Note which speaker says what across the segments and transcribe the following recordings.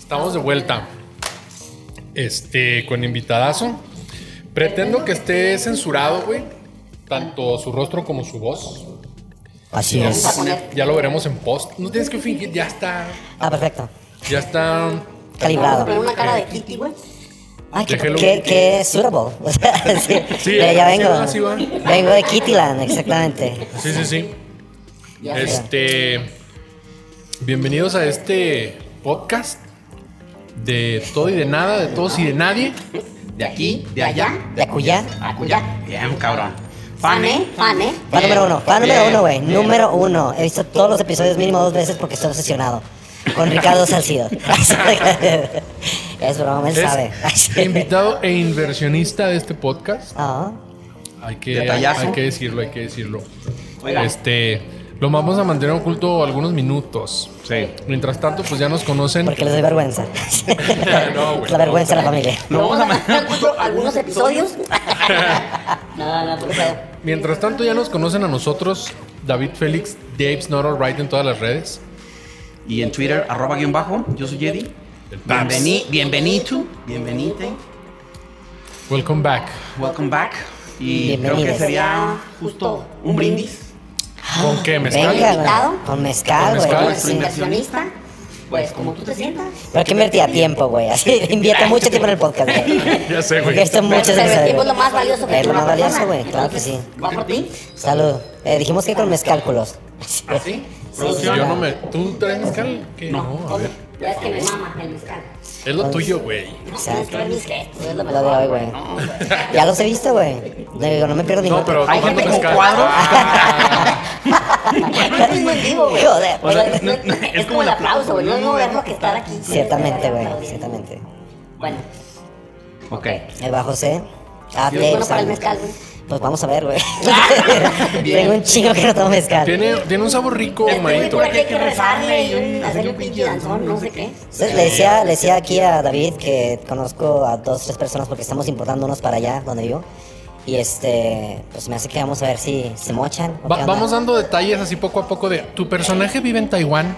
Speaker 1: Estamos de vuelta. Este, con invitadazo. Pretendo que esté censurado, güey. Tanto su rostro como su voz.
Speaker 2: Así es.
Speaker 1: Ya lo veremos en post. No tienes que fingir, ya está.
Speaker 2: Ah, perfecto.
Speaker 1: Ya está.
Speaker 2: Calibrado.
Speaker 3: Poner una cara de Kitty, güey.
Speaker 2: Ay, qué,
Speaker 1: Déjelo.
Speaker 2: qué, qué surbo. O sea, sí,
Speaker 1: Sí,
Speaker 2: de allá
Speaker 1: así
Speaker 2: vengo.
Speaker 1: va, así va.
Speaker 2: Vengo de Kittyland, exactamente.
Speaker 1: Sí, sí, sí.
Speaker 3: Ya
Speaker 1: Este. Bienvenidos a este podcast de todo y de nada, de todos y de nadie.
Speaker 4: De aquí, de allá,
Speaker 2: De Acuyá.
Speaker 4: acullá. Bien, cabrón. Fan,
Speaker 3: Fan, ¿eh?
Speaker 4: ¿eh?
Speaker 3: Fan, ¿eh?
Speaker 2: Fan número uno. Fan
Speaker 4: Bien,
Speaker 2: número uno, güey.
Speaker 4: bien.
Speaker 2: Número uno. He visto todos los episodios mínimo dos veces porque estoy obsesionado. Con Ricardo Salcido. es broma, él sabe.
Speaker 1: Es invitado e inversionista de este podcast.
Speaker 2: Ah,
Speaker 1: Hay que,
Speaker 4: Detallazo.
Speaker 1: hay que decirlo, hay que decirlo.
Speaker 4: Oiga.
Speaker 1: Este. Lo vamos a mantener oculto algunos minutos.
Speaker 4: Sí.
Speaker 1: Mientras tanto, pues ya nos conocen.
Speaker 2: porque les doy vergüenza.
Speaker 1: No, güey.
Speaker 2: la vergüenza de la familia.
Speaker 4: Lo vamos a mandar.
Speaker 3: algunos episodios. no, no, por eso.
Speaker 1: Mientras tanto, ya nos conocen a nosotros, David Félix, Dave's Not Alright en todas las redes.
Speaker 4: Y en Twitter, arroba guión bajo, yo soy Jedi.
Speaker 1: Pams.
Speaker 4: Bienveni, bienvenido, bienvenite,
Speaker 1: Welcome back.
Speaker 4: welcome back. Y
Speaker 2: Bienvenidos.
Speaker 4: creo que sería justo un brindis.
Speaker 1: ¿Con qué? ¿Mezcal?
Speaker 2: Venga, güey.
Speaker 3: invitado?
Speaker 2: Con mezcal,
Speaker 1: Con mezcal.
Speaker 2: güey.
Speaker 3: Como
Speaker 1: Claro,
Speaker 3: eres inversionista, pues como tú te sientas.
Speaker 2: Pero que invertía tiempo, güey. Así invierto mucho tiempo en el podcast, güey.
Speaker 1: Ya sé, güey.
Speaker 2: Gasto
Speaker 3: Pero
Speaker 2: muchas
Speaker 3: el
Speaker 2: veces.
Speaker 3: tiempo es lo más valioso que
Speaker 2: Es lo
Speaker 3: tiene
Speaker 2: más
Speaker 3: una
Speaker 2: valioso,
Speaker 3: persona.
Speaker 2: güey. Claro que sí.
Speaker 3: ¿Va por ti?
Speaker 2: Salud. Eh, dijimos que con mezcálculos.
Speaker 4: ¿Así?
Speaker 1: Si ¿Ah, yo no me. ¿Tú traes mezcal? ¿Qué? No, a ver.
Speaker 3: Ya es que me mama el mezcal.
Speaker 1: Es lo tuyo, güey.
Speaker 3: Es que ver mis gestos, es lo
Speaker 2: Lo de hoy,
Speaker 3: mejor.
Speaker 2: güey. Ya los he visto, güey. No, digo, no me pierdo ninguno.
Speaker 1: No, pero.
Speaker 4: Hay
Speaker 1: ¿tú cuánto
Speaker 4: gente con
Speaker 1: mezcal?
Speaker 4: cuadros.
Speaker 3: Es mismo en vivo, güey.
Speaker 2: Joder.
Speaker 4: O sea, no- no-
Speaker 3: Es como el aplauso, güey. No es moverlo que estar aquí.
Speaker 2: Ciertamente, güey. Ciertamente.
Speaker 3: Bueno,
Speaker 4: Ok.
Speaker 2: El bajo C. Ah,
Speaker 3: yo soy bueno
Speaker 2: pues,
Speaker 3: para el
Speaker 2: ah,
Speaker 3: mezcal, güey.
Speaker 2: Pues vamos a ver, güey. Tengo un chingo que no tomo mezcal.
Speaker 1: Tiene, tiene un sabor rico,
Speaker 3: Este güey
Speaker 1: maíto.
Speaker 3: pura que hay que rezarle y un- hacerle un pinche danzón, no sé qué.
Speaker 2: Entonces, le decía, le decía aquí a David que conozco a dos, tres personas porque estamos importándonos para allá, donde vivo. Y este, pues me hace que vamos a ver si se mochan. o
Speaker 1: Va-
Speaker 2: qué onda.
Speaker 1: vamos dando detalles así poco a poco de. ¿Tu personaje vive en Taiwán?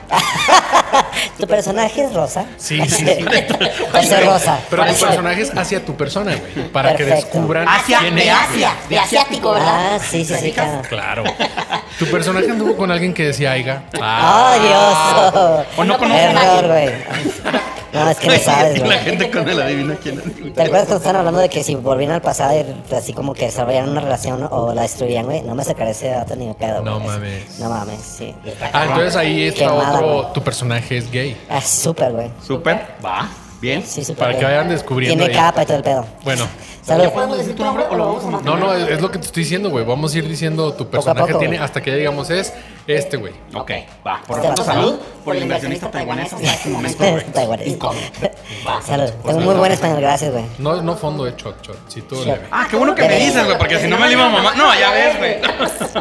Speaker 2: ¿Tu personaje es rosa?
Speaker 1: Sí, sí, sí.
Speaker 2: Parece rosa. Ah,
Speaker 1: Pero tu
Speaker 2: Parece-
Speaker 1: personaje es hacia tu persona, güey. Para que
Speaker 2: Perfecto.
Speaker 1: descubran.
Speaker 4: Hacia,
Speaker 1: quién
Speaker 4: de
Speaker 1: es,
Speaker 4: Asia,
Speaker 3: De
Speaker 4: de asiático.
Speaker 3: asiático, ¿verdad?
Speaker 2: Ah, sí, sí, sí, claro.
Speaker 1: Claro. Tu personaje anduvo con alguien que decía Aiga.
Speaker 2: ¡Oh, Dios!
Speaker 4: O no conoce a
Speaker 2: Error, güey. No, es que no sabes,
Speaker 4: La
Speaker 2: güey.
Speaker 4: gente con el adivina quién es.
Speaker 2: ¿Te acuerdas cuando estaban hablando de que si volvían al pasado y así como que desarrollaran una relación o la destruían, güey? No me sacaré ese dato ni de pedo,
Speaker 1: No
Speaker 2: güey.
Speaker 1: mames.
Speaker 2: No mames, sí.
Speaker 1: Ah, entonces ahí está
Speaker 2: Quemada,
Speaker 1: otro.
Speaker 2: güey.
Speaker 1: Tu personaje es gay.
Speaker 2: Ah, súper, güey.
Speaker 4: Súper, va, bien.
Speaker 2: Sí, súper.
Speaker 1: Para que
Speaker 2: güey.
Speaker 1: vayan descubriendo.
Speaker 2: Tiene
Speaker 1: ahí.
Speaker 2: capa y todo el pedo.
Speaker 1: Bueno.
Speaker 2: Salud.
Speaker 3: ¿Ya podemos decir tu nombre o lo vamos a
Speaker 1: No,
Speaker 3: matar?
Speaker 1: no, es, es lo que te estoy diciendo, güey. Vamos a ir diciendo tu
Speaker 2: a
Speaker 1: personaje
Speaker 2: poco,
Speaker 1: tiene
Speaker 2: güey.
Speaker 1: hasta que ya digamos es este, güey.
Speaker 4: Ok, va. Por lo
Speaker 2: Este
Speaker 4: tanto,
Speaker 2: va.
Speaker 4: salud por el inversionista taiwanés hasta este momento. güey.
Speaker 2: Taiwanés.
Speaker 4: Incómodo.
Speaker 3: Va.
Speaker 2: Salud.
Speaker 1: Pues
Speaker 2: Tengo muy buen español, gracias, güey.
Speaker 1: No, no fondo de shot, shot. Si tú
Speaker 2: Shot.
Speaker 1: leve.
Speaker 4: Ah, qué bueno que me dices, güey, porque si no me la iba a mamar. No, ya ves, güey.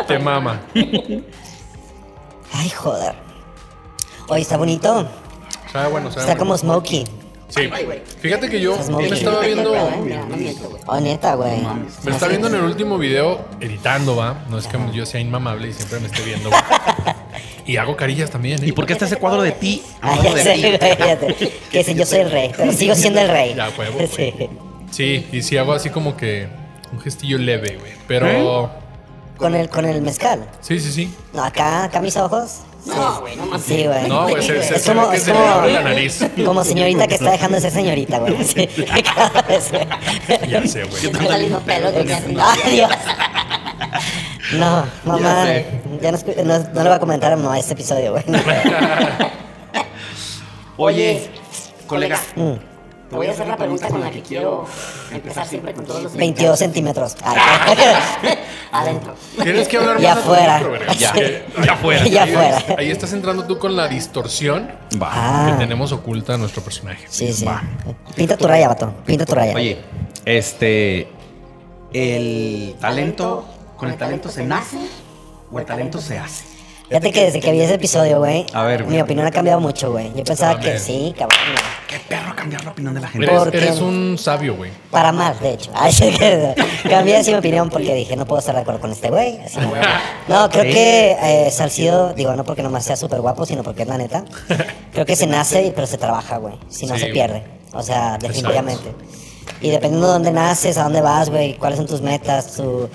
Speaker 1: te mama.
Speaker 2: Ay, joder. Oye, está bonito.
Speaker 1: Sabe bueno, sabe
Speaker 2: Está
Speaker 1: bueno.
Speaker 2: como smoky.
Speaker 1: Sí. Fíjate que yo
Speaker 2: Estás
Speaker 1: me
Speaker 2: moviendo.
Speaker 1: estaba viendo.
Speaker 2: Oh, neta, güey.
Speaker 1: Me está viendo en el último video editando, va. No es que yo sea inmamable y siempre me esté viendo, güey. Y hago carillas también, ¿eh?
Speaker 4: ¿Y por qué está ese cuadro de ti?
Speaker 2: Ah,
Speaker 4: Hablando
Speaker 2: ya
Speaker 4: de
Speaker 2: sé,
Speaker 4: ti.
Speaker 2: güey, fíjate. Que si yo soy el rey, pero sigo siendo el rey.
Speaker 1: Ya, huevo, güey.
Speaker 2: Sí.
Speaker 1: Sí, y sí hago así como que un gestillo leve, güey. Pero.
Speaker 4: ¿Eh?
Speaker 2: Con el, con el mezcal.
Speaker 1: Sí, sí, sí.
Speaker 2: No, acá, acá mis ojos.
Speaker 3: No, güey, no mames.
Speaker 2: Sí, güey.
Speaker 1: No, güey, se, se,
Speaker 2: Es
Speaker 1: se ve
Speaker 2: como,
Speaker 1: que
Speaker 2: es
Speaker 1: se le abre la
Speaker 2: como,
Speaker 1: nariz.
Speaker 2: como señorita que está dejando de ser señorita, güey. Sí, cada vez, güey.
Speaker 1: Ya sé, güey.
Speaker 3: Siempre saliendo pelos de que hacen-
Speaker 2: Ay, Dios. No, mamá.
Speaker 4: sé.
Speaker 2: Ya no, escu- no, no le voy a comentar a mamá este episodio, güey.
Speaker 4: Oye, colega.
Speaker 3: Te voy a hacer la pregunta con la que quiero empezar siempre con todos los
Speaker 2: 22 centímetros. Ay,
Speaker 3: adentro.
Speaker 1: Tienes que hablar más
Speaker 2: Ya
Speaker 1: a tu
Speaker 2: fuera.
Speaker 1: micro, verga.
Speaker 4: Ya,
Speaker 1: Porque
Speaker 4: ya fuera.
Speaker 2: Ya
Speaker 1: ahí-
Speaker 2: fuera.
Speaker 1: Ahí estás entrando tú con la distorsión
Speaker 4: Va.
Speaker 2: Ah,
Speaker 1: que tenemos oculta a nuestro personaje.
Speaker 2: sí, sí.
Speaker 4: Va.
Speaker 2: Pinta tu raya, vato. Pinta tu raya.
Speaker 4: Oye, este. El talento. ¿Con el talento se nace o el talento se hace?
Speaker 2: Fíjate que desde que vi ese episodio, güey,
Speaker 4: A ver, güey.
Speaker 2: mi opinión ha cambiado mucho, güey. Yo pensaba
Speaker 1: Amén.
Speaker 2: que sí, cabrón. güey.
Speaker 4: Qué perro cambiar la opinión de la gente.
Speaker 1: Eres,
Speaker 2: Porque-
Speaker 1: eres un sabio, güey.
Speaker 2: Para mal, de hecho. Así que cambié así mi opinión porque dije, no puedo estar de acuerdo con este güey. así
Speaker 1: Ah,
Speaker 2: que- No, creo que eh, Salcido, digo, no porque nomás sea súper guapo, sino porque es la neta. Creo que se nace, pero se trabaja, güey. Si no,
Speaker 1: Sí.
Speaker 2: se pierde. O sea, definitivamente. Y dependiendo de dónde naces, a dónde vas, güey, cuáles son tus metas, tu,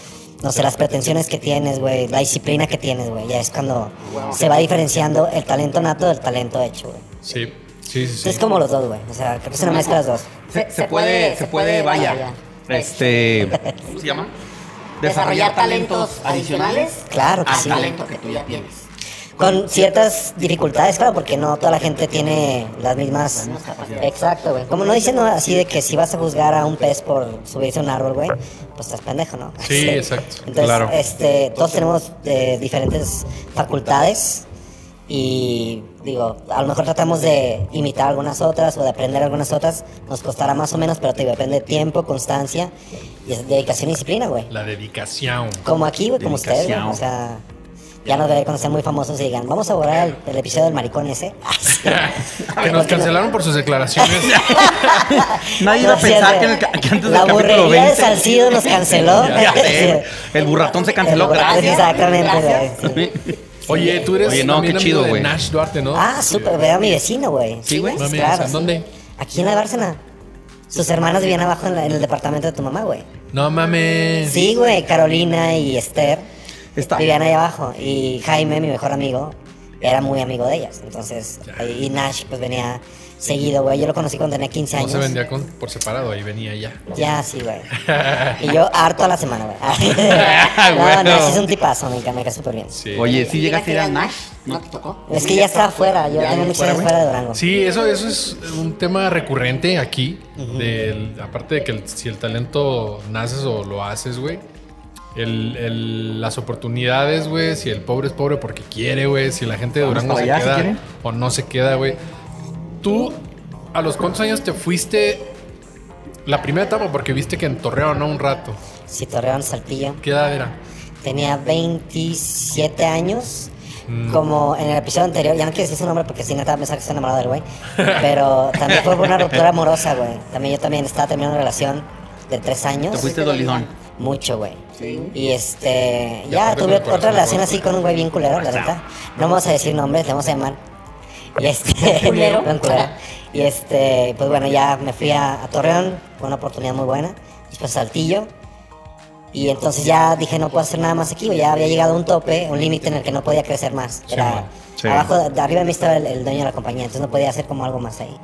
Speaker 2: no sé, las pretensiones que tienes, güey, la disciplina que tienes, güey. Ya es cuando se va diferenciando el talento nato del talento hecho, güey.
Speaker 1: Sí, sí, sí. sí.
Speaker 2: Es como los dos, güey. O sea, creo que es una mezcla de los dos.
Speaker 4: Se, se puede, se puede, vaya. Este. ¿Cómo se llama?
Speaker 3: Desarrollar talentos adicionales
Speaker 2: Claro que
Speaker 3: al
Speaker 2: sí.
Speaker 3: talento que tú ya tienes.
Speaker 2: Con ciertas dificultades, claro, porque no toda la gente tiene las mismas... Exacto, güey. Como no diciendo así de que si vas a juzgar a un pez por subirse a un árbol, güey, pues estás pendejo, ¿no?
Speaker 1: Sí, exacto.
Speaker 2: Entonces,
Speaker 1: Claro.
Speaker 2: este, todos tenemos eh, diferentes facultades y, digo, a lo mejor tratamos de imitar algunas otras o de aprender algunas otras. Nos costará más o menos, pero te digo, depende de tiempo, constancia y es dedicación y disciplina, güey.
Speaker 1: La dedicación.
Speaker 2: Como aquí, güey, como ustedes, güey.
Speaker 4: Dedicación.
Speaker 2: O sea, ya nos debe conocer muy famosos y digan, vamos a borrar el, el episodio del maricón ese. Ah,
Speaker 1: que nos cancelaron por sus declaraciones.
Speaker 4: Nadie iba a
Speaker 2: No, sí,
Speaker 4: pensar
Speaker 2: es
Speaker 4: que, en
Speaker 2: de-
Speaker 4: el ca- que antes del
Speaker 2: La
Speaker 4: capítulo
Speaker 2: burrería de
Speaker 4: 20.
Speaker 2: Salcido nos canceló.
Speaker 4: Ya sé, El burratón se canceló, gracias.
Speaker 2: Exactamente, güey.
Speaker 3: Gracias.
Speaker 2: sí.
Speaker 1: Oye, tú eres
Speaker 4: Oye, no,
Speaker 1: también
Speaker 4: qué
Speaker 1: amigo
Speaker 4: chido,
Speaker 1: de
Speaker 4: güey.
Speaker 1: Nash Duarte, ¿no?
Speaker 2: Ah, súper, veo a mi vecino, güey.
Speaker 4: Sí, güey.
Speaker 1: No me digas,
Speaker 2: claro,
Speaker 1: ¿en
Speaker 2: sí.
Speaker 1: dónde?
Speaker 2: Aquí en la Bárcena. Sus hermanos vivían abajo en, la- en el departamento de tu mamá, güey.
Speaker 1: No mames.
Speaker 2: Sí, güey, Carolina y Esther
Speaker 4: Está-
Speaker 2: vivían ahí abajo. Y Jaime, mi mejor amigo, era muy amigo de ellas. Entonces, ahí- y Nash, pues venía seguido, güey. Yo lo conocí cuando tenía 15
Speaker 1: No
Speaker 2: años.
Speaker 1: se vendía con, por separado, ahí venía ya.
Speaker 2: Ya, sí, güey. Y yo harto a la semana, güey. no,
Speaker 1: Bueno.
Speaker 2: Nash es un tipazo, me encanta, me cae súper bien.
Speaker 1: Sí.
Speaker 4: Oye, si llegaste a ir al Nash.
Speaker 3: ¿No te tocó?
Speaker 2: Es que ya está afuera, yo tengo muchos años fuera de Durango.
Speaker 1: Sí, eso, eso es un tema recurrente aquí. del- aparte de que el- si el talento naces o lo haces, güey. el- el- las oportunidades, güey. Si el pobre es pobre porque quiere, güey. Si la gente de
Speaker 4: Vamos
Speaker 1: Durango se
Speaker 4: para allá, si
Speaker 1: queda
Speaker 4: quieren.
Speaker 1: o no se queda, güey. Tú, ¿a los cuántos años te fuiste la primera etapa? Porque viste que en Torreón, ¿no? Un rato.
Speaker 2: Sí, Torreón, Saltillo.
Speaker 1: ¿Qué edad era?
Speaker 2: Tenía 27 años. Como en el episodio anterior, ya no quiero decir su nombre porque si neta pensaba que estoy enamorado del güey. Pero también fue por una ruptura amorosa, güey. También yo también estaba terminando una relación de tres años.
Speaker 4: Te fuiste dolidón.
Speaker 2: Mucho, güey. Y este. Ya
Speaker 1: aparte con
Speaker 2: tuve
Speaker 1: el corazón
Speaker 2: otra relación
Speaker 1: roto.
Speaker 2: así con un güey bien culero, la neta. No vamos a decir nombres, le vamos a llamar. Y este.
Speaker 3: ¿Culero?
Speaker 2: un culero. Y este. Pues bueno, ya me fui a, a Torreón. Fue una oportunidad muy buena. Después Saltillo. Y entonces ya dije, no puedo hacer nada más aquí, güey. Ya había llegado a un tope, un límite en el que no podía crecer más. Era,
Speaker 4: sí.
Speaker 2: Abajo, de arriba de mí estaba el, el dueño de la compañía, entonces no podía hacer como algo más ahí.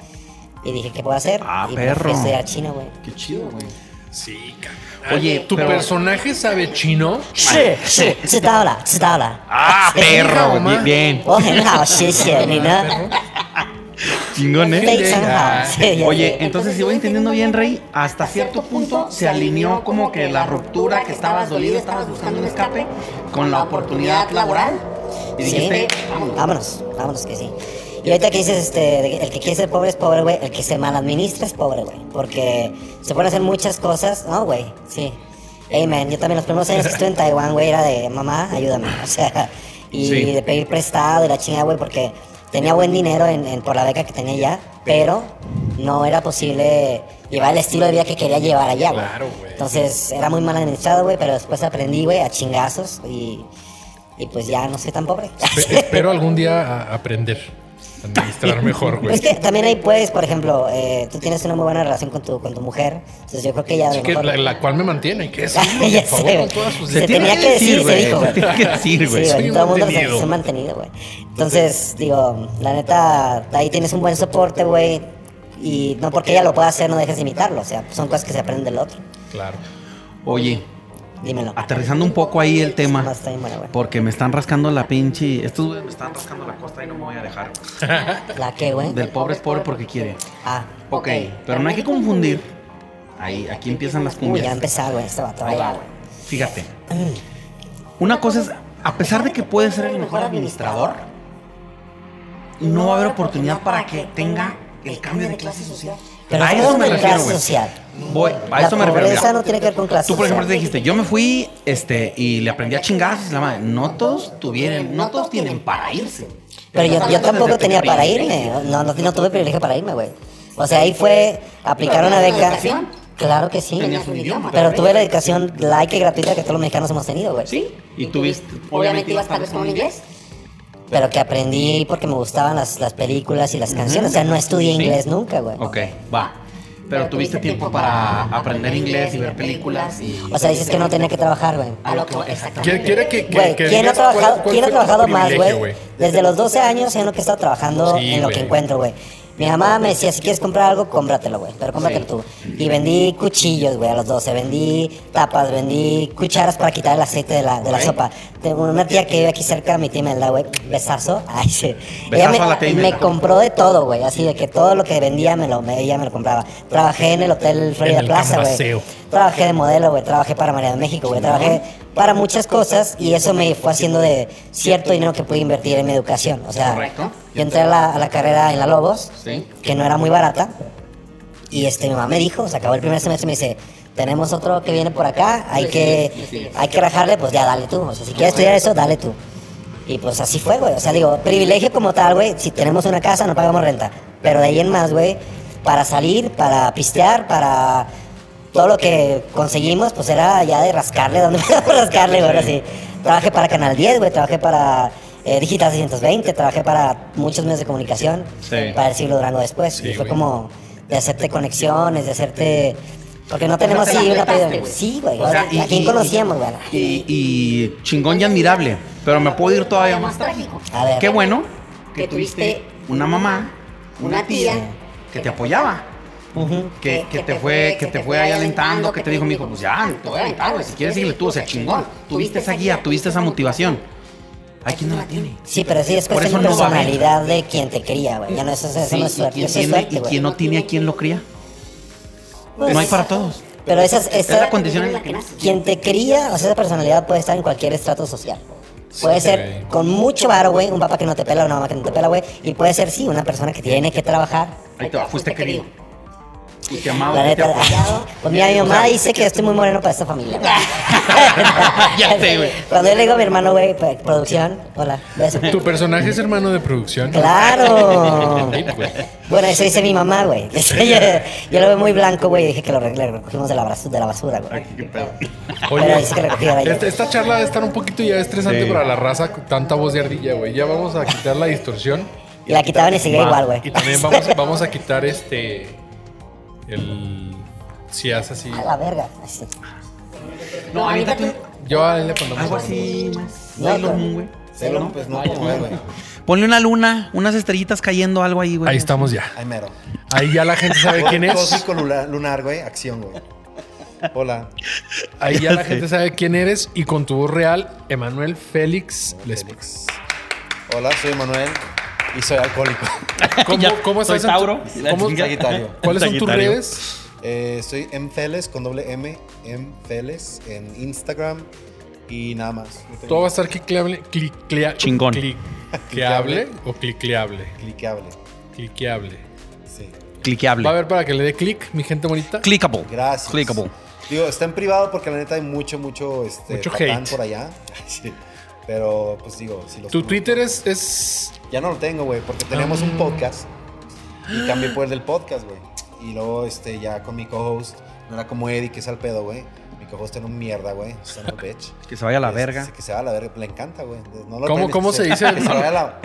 Speaker 2: Y dije, ¿qué puedo hacer?
Speaker 4: Ah,
Speaker 2: y me fui
Speaker 4: perro.
Speaker 2: a estudiar chino, güey.
Speaker 4: Qué chido, güey.
Speaker 1: Sí,
Speaker 4: Oye,
Speaker 1: ¿tu
Speaker 4: pero-
Speaker 1: personaje sabe chino?
Speaker 2: Sí, sí. Sí, te habla, sí, te habla.
Speaker 4: Ah,
Speaker 2: Sí.
Speaker 4: perro.
Speaker 1: mamá.
Speaker 4: bi- Bien.
Speaker 2: Oh, en la, sí, sí, ni nada.
Speaker 4: Chingón,
Speaker 2: Sí,
Speaker 4: ¿eh?
Speaker 2: en la, sí, ya sé.
Speaker 4: Oye, Eh, entonces si voy entendiendo bien, Rey, hasta cierto punto se alineó como que la ruptura que estabas dolido, estabas buscando un escape con la oportunidad laboral. Y dijiste,
Speaker 2: sí.
Speaker 4: "Vámonos".
Speaker 2: vámonos, vámonos que sí. Y ahorita que dices, este, el que quiere ser pobre es pobre, güey. El que se maladministra es pobre, güey. Porque se pueden hacer muchas cosas. No, güey, sí. Amen. Yo también los primeros años que estuve en Taiwán, güey, era de mamá, ayúdame. O sea, y
Speaker 4: Sí.
Speaker 2: de pedir prestado y la chingada, güey, porque tenía buen dinero en, en- por la beca que tenía allá, pero no era posible llevar el estilo de vida que quería llevar allá, güey.
Speaker 1: Claro, güey.
Speaker 2: Entonces era muy mal administrado, güey, pero después aprendí, güey, a chingazos y, y pues ya no soy tan pobre.
Speaker 4: pues,
Speaker 1: Espe- Espero algún día a- aprender a administrar mejor,
Speaker 2: Pero
Speaker 4: pues,
Speaker 1: güey.
Speaker 2: es que también ahí puedes, por ejemplo, eh, tú tienes una muy buena relación con tu, con tu mujer, entonces yo creo que ella a lo
Speaker 1: Así que
Speaker 2: mejor-
Speaker 1: la, la cual me mantiene, hay que decirlo,
Speaker 2: Ya
Speaker 1: por
Speaker 2: sé,
Speaker 1: favor,
Speaker 2: güey.
Speaker 1: con todas sus
Speaker 2: Se
Speaker 1: letras.
Speaker 2: tenía que decir, se dijo,
Speaker 4: Se
Speaker 2: güey.
Speaker 4: tiene que decir, güey.
Speaker 2: Sí, güey,
Speaker 1: Soy
Speaker 2: todo el mundo se,
Speaker 1: mantenido.
Speaker 2: se ha mantenido, güey. Entonces, digo, la neta, ahí tienes un buen soporte, güey. Y no porque ella lo pueda hacer, no dejes de imitarlo. O sea, son cosas que se aprenden del otro.
Speaker 1: Claro.
Speaker 4: Oye,
Speaker 2: Dímelo.
Speaker 4: aterrizando un poco ahí el tema.
Speaker 2: No, está bien buena, güey.
Speaker 4: Porque me están rascando la pinche. Estos güeyes me están rascando la costa y no me voy a dejar.
Speaker 2: ¿La qué, güey?
Speaker 4: Del pobre es pobre porque quiere.
Speaker 2: Ah,
Speaker 4: Ok, pero no hay que confundir. Ahí, aquí empiezan las
Speaker 2: uy, ya
Speaker 4: cumbias.
Speaker 2: empezaba, güey, este vato. Ahí va, güey.
Speaker 4: Fíjate. Una cosa es, a pesar de que puede ser el mejor administrador, no va a haber oportunidad para que tenga el cambio de clase social.
Speaker 2: Pero
Speaker 4: a
Speaker 2: eso
Speaker 4: eso
Speaker 2: no
Speaker 4: me
Speaker 2: es
Speaker 4: refiero,
Speaker 2: clase
Speaker 4: güey.
Speaker 2: social.
Speaker 4: Voy- a
Speaker 2: La
Speaker 4: eso me refiero.
Speaker 2: pobreza
Speaker 4: mira.
Speaker 2: no tiene que ver con clase
Speaker 4: Tú, por ejemplo, te
Speaker 2: social.
Speaker 4: dijiste, yo me fui este, y le aprendí a chingar. La madre. No todos tuvieron, no todos tienen para irse.
Speaker 2: Pero yo, yo
Speaker 4: Desde
Speaker 2: tampoco tenía para
Speaker 4: privilegio.
Speaker 2: irme. No, no, no tuve privilegio para irme, güey. O sea, ahí fue aplicar una beca. Claro que sí.
Speaker 4: Tenías un idioma,
Speaker 2: Pero tuve la educación laica y gratuita que todos los mexicanos hemos tenido, güey.
Speaker 4: Sí, y
Speaker 3: tú
Speaker 4: tuviste.
Speaker 3: Obviamente ibas
Speaker 4: tal
Speaker 3: tal vez con un inglés.
Speaker 2: Pero que aprendí porque me gustaban las, las películas y las canciones. O sea, no estudié
Speaker 4: Sí.
Speaker 2: inglés nunca, güey.
Speaker 4: Ok, va. Pero tuviste tiempo para aprender inglés y ver películas y.
Speaker 2: O sea, dices que no tenía que trabajar, güey.
Speaker 4: Ah,
Speaker 3: A lo que voy, exactamente.
Speaker 1: ¿Quiere, quiere que, que-
Speaker 2: Güey,
Speaker 1: que
Speaker 2: ¿quién, ha
Speaker 1: digas
Speaker 2: trabajado,
Speaker 1: cuál- cuál
Speaker 2: ¿quién ha
Speaker 1: fue tu
Speaker 2: trabajado más,
Speaker 1: privilegio,
Speaker 2: güey? Desde los 12 años es en lo que he estado trabajando,
Speaker 1: Sí,
Speaker 2: en lo
Speaker 1: güey.
Speaker 2: que encuentro, güey. Mi mamá me decía, si quieres comprar algo, cómpratelo, güey, pero cómpratelo tú. Y vendí cuchillos, güey, a los 12. Vendí tapas, vendí cucharas para quitar el aceite de la, de la sopa. Tengo una tía que vive aquí cerca, mi tía Imelda, güey. Besazo. Ay, sí.
Speaker 4: Besazo
Speaker 2: me,
Speaker 4: a la tía Imelda.
Speaker 2: me compró de todo, güey. Así de que todo lo que vendía, me lo, me- ella me lo compraba. Trabajé en el Hotel Florida
Speaker 1: el
Speaker 2: Plaza, güey.
Speaker 1: cambraceo.
Speaker 2: Trabajé de modelo, güey. Trabajé para María de México, güey. Trabajé para muchas cosas y eso me fue haciendo de cierto dinero que pude invertir en mi educación. O sea,
Speaker 4: Correcto.
Speaker 2: yo entré a la, a la carrera en la Lobos,
Speaker 4: Sí.
Speaker 2: que no era muy barata. Y este, mi mamá me dijo, se acabó el primer semestre, me dice, tenemos otro que viene por acá, hay que, hay que rajarle, pues ya dale tú. O sea, si quieres estudiar eso, dale tú. Y pues así fue, güey. O sea, digo, privilegio como tal, güey. Si tenemos una casa, no pagamos renta. Pero de ahí en más, güey, para salir, para pistear, para todo lo que conseguimos, pues era ya de rascarle, donde podíamos rascarle, güey. ahora sí. Trabajé para Canal 10, güey. Trabajé para eh, Digital 620. Trabajé para muchos medios de comunicación.
Speaker 4: Sí.
Speaker 2: Para el siglo Durango después.
Speaker 1: Sí,
Speaker 2: y fue
Speaker 1: güey.
Speaker 2: como de hacerte conexiones, de hacerte. Porque no tenemos
Speaker 3: te la
Speaker 2: así una
Speaker 3: apretaste,
Speaker 2: pedo-
Speaker 3: güey.
Speaker 2: Sí, güey.
Speaker 4: O sea, y-
Speaker 2: ¿A quién
Speaker 4: y-
Speaker 2: conocíamos, güey?
Speaker 4: Y, y chingón y admirable. Pero me puedo ir todavía más trágico.
Speaker 2: A ver.
Speaker 4: Qué bueno que
Speaker 3: Que
Speaker 4: tuviste
Speaker 3: tuviste
Speaker 4: una mamá, una
Speaker 3: una
Speaker 4: tía
Speaker 3: tía
Speaker 4: que te apoyaba.
Speaker 2: Ujú.
Speaker 4: Que, que te fue, que te fue ahí alentando, que te dijo, mijo, pues ya, te voy a alentar, güey, si quieres síguele tú, o sea, chingón. Tuviste esa guía, tuviste esa motivación. Hay quien no la tiene.
Speaker 2: Sí, pero sí, es
Speaker 4: Por
Speaker 2: cuestión
Speaker 4: eso
Speaker 2: de
Speaker 4: no va a haber.
Speaker 2: personalidad de quien te cría, güey. Ya no, eso, eso
Speaker 4: Sí,
Speaker 2: no es
Speaker 4: y
Speaker 2: suerte,
Speaker 4: quien
Speaker 2: eso es
Speaker 4: tiene-
Speaker 2: suerte,
Speaker 4: y
Speaker 2: güey.
Speaker 4: quien no tiene a quien lo cría.
Speaker 2: Pues,
Speaker 4: No hay para todos.
Speaker 2: Pero esas,
Speaker 4: Es la
Speaker 2: esa,
Speaker 4: condición en la que naces.
Speaker 2: quien te cría, o sea, esa personalidad puede estar en cualquier estrato social. Puede ser
Speaker 1: güey.
Speaker 2: con mucho varo, güey, un papá que no te pela, una mamá que no te pela, güey. Y puede ser, sí, una persona que tiene que trabajar.
Speaker 4: Ahí te va, fuiste querido. Y te
Speaker 2: La
Speaker 4: amaba, y te
Speaker 2: neta,
Speaker 4: apoyaba.
Speaker 2: pues mira, mi
Speaker 4: O
Speaker 2: mamá
Speaker 4: sea,
Speaker 2: dice que yo estoy muy moreno para esta familia. güey.
Speaker 4: Ya sé, güey.
Speaker 2: Cuando yo le digo a mi hermano, güey, pues, producción, hola, beso.
Speaker 1: güey? Tu personaje es hermano de producción.
Speaker 2: Claro.
Speaker 1: Sí, pues. güey.
Speaker 2: Bueno, eso dice mi mamá, güey. yo, yo lo veo muy blanco, güey. y Dije que lo, lo recogimos de la, basura, de la basura, güey.
Speaker 4: Qué pedo.
Speaker 2: Pero
Speaker 1: Oye,
Speaker 2: dice que recogió la
Speaker 1: esta,
Speaker 2: llave.
Speaker 1: esta charla va a estar un poquito ya estresante
Speaker 4: Sí.
Speaker 1: para la raza, con tanta voz de ardilla, güey. Ya vamos a quitar la distorsión.
Speaker 2: Y la quitaban y seguía
Speaker 4: Va,
Speaker 2: igual, güey.
Speaker 1: Y también vamos, vamos a quitar este. El. Si haces así.
Speaker 2: A la verga. así.
Speaker 4: No, ahorita tú.
Speaker 1: Yo ahí le ponemos
Speaker 4: Algo
Speaker 1: algo.
Speaker 4: así más.
Speaker 2: No,
Speaker 4: Sailor
Speaker 2: pero-
Speaker 4: Moon, güey.
Speaker 5: Sailor,
Speaker 4: ¿No?
Speaker 5: pues no, como es, güey.
Speaker 4: Ponle una luna, unas estrellitas cayendo, algo ahí, güey.
Speaker 1: Ahí estamos ya.
Speaker 5: Ay, mero.
Speaker 1: Ahí ya la gente sabe quién es.
Speaker 5: Cósmico lula- lunar, güey. Acción, güey. Hola.
Speaker 1: Ahí ya
Speaker 4: Ya
Speaker 1: la
Speaker 4: sé.
Speaker 1: gente sabe quién eres. Y con tu voz real, Emanuel Félix Lespe.
Speaker 5: Hola, soy Manuel y soy alcohólico.
Speaker 1: ¿Cómo,
Speaker 4: Ya,
Speaker 1: cómo
Speaker 4: soy
Speaker 1: estás? en tu-
Speaker 4: Tauro.
Speaker 1: cómo-
Speaker 5: Sagitario.
Speaker 1: ¿Cuáles son tus
Speaker 4: Sagitario.
Speaker 1: redes?
Speaker 5: Eh, soy Mfeles con doble M. Mfeles en Instagram y nada más. No tengo
Speaker 1: Todo va a estar clicleable. cliclea-
Speaker 4: Chingón.
Speaker 1: clic- Cliqueable o clicleable.
Speaker 5: Cliqueable.
Speaker 1: Cliqueable.
Speaker 5: Sí.
Speaker 1: Va a
Speaker 4: Cliqueable.
Speaker 1: haber para que le dé clic, mi gente bonita.
Speaker 4: Clickable.
Speaker 5: Gracias.
Speaker 4: Clickable.
Speaker 5: Digo, está en privado porque la neta hay mucho, mucho, este,
Speaker 1: Mucho
Speaker 5: patán
Speaker 1: hate.
Speaker 5: por allá. Sí. Pero, pues digo, si los
Speaker 1: Tu
Speaker 5: conozco.
Speaker 1: Twitter es, es
Speaker 5: Ya no lo tengo, güey, porque teníamos
Speaker 1: Ah.
Speaker 5: un podcast y cambié por el del podcast, güey. Y luego, este, ya con mi co-host, no era como Eddie, que es al pedo, güey. Mi co-host era un mierda, güey. Son a bitch.
Speaker 4: Que se vaya a la
Speaker 5: Este,
Speaker 4: verga.
Speaker 5: Que se va a la verga. Le encanta, güey. No
Speaker 1: ¿Cómo-
Speaker 5: lo aprendes,
Speaker 1: cómo
Speaker 5: que
Speaker 1: se dice?
Speaker 5: Que se vaya a la...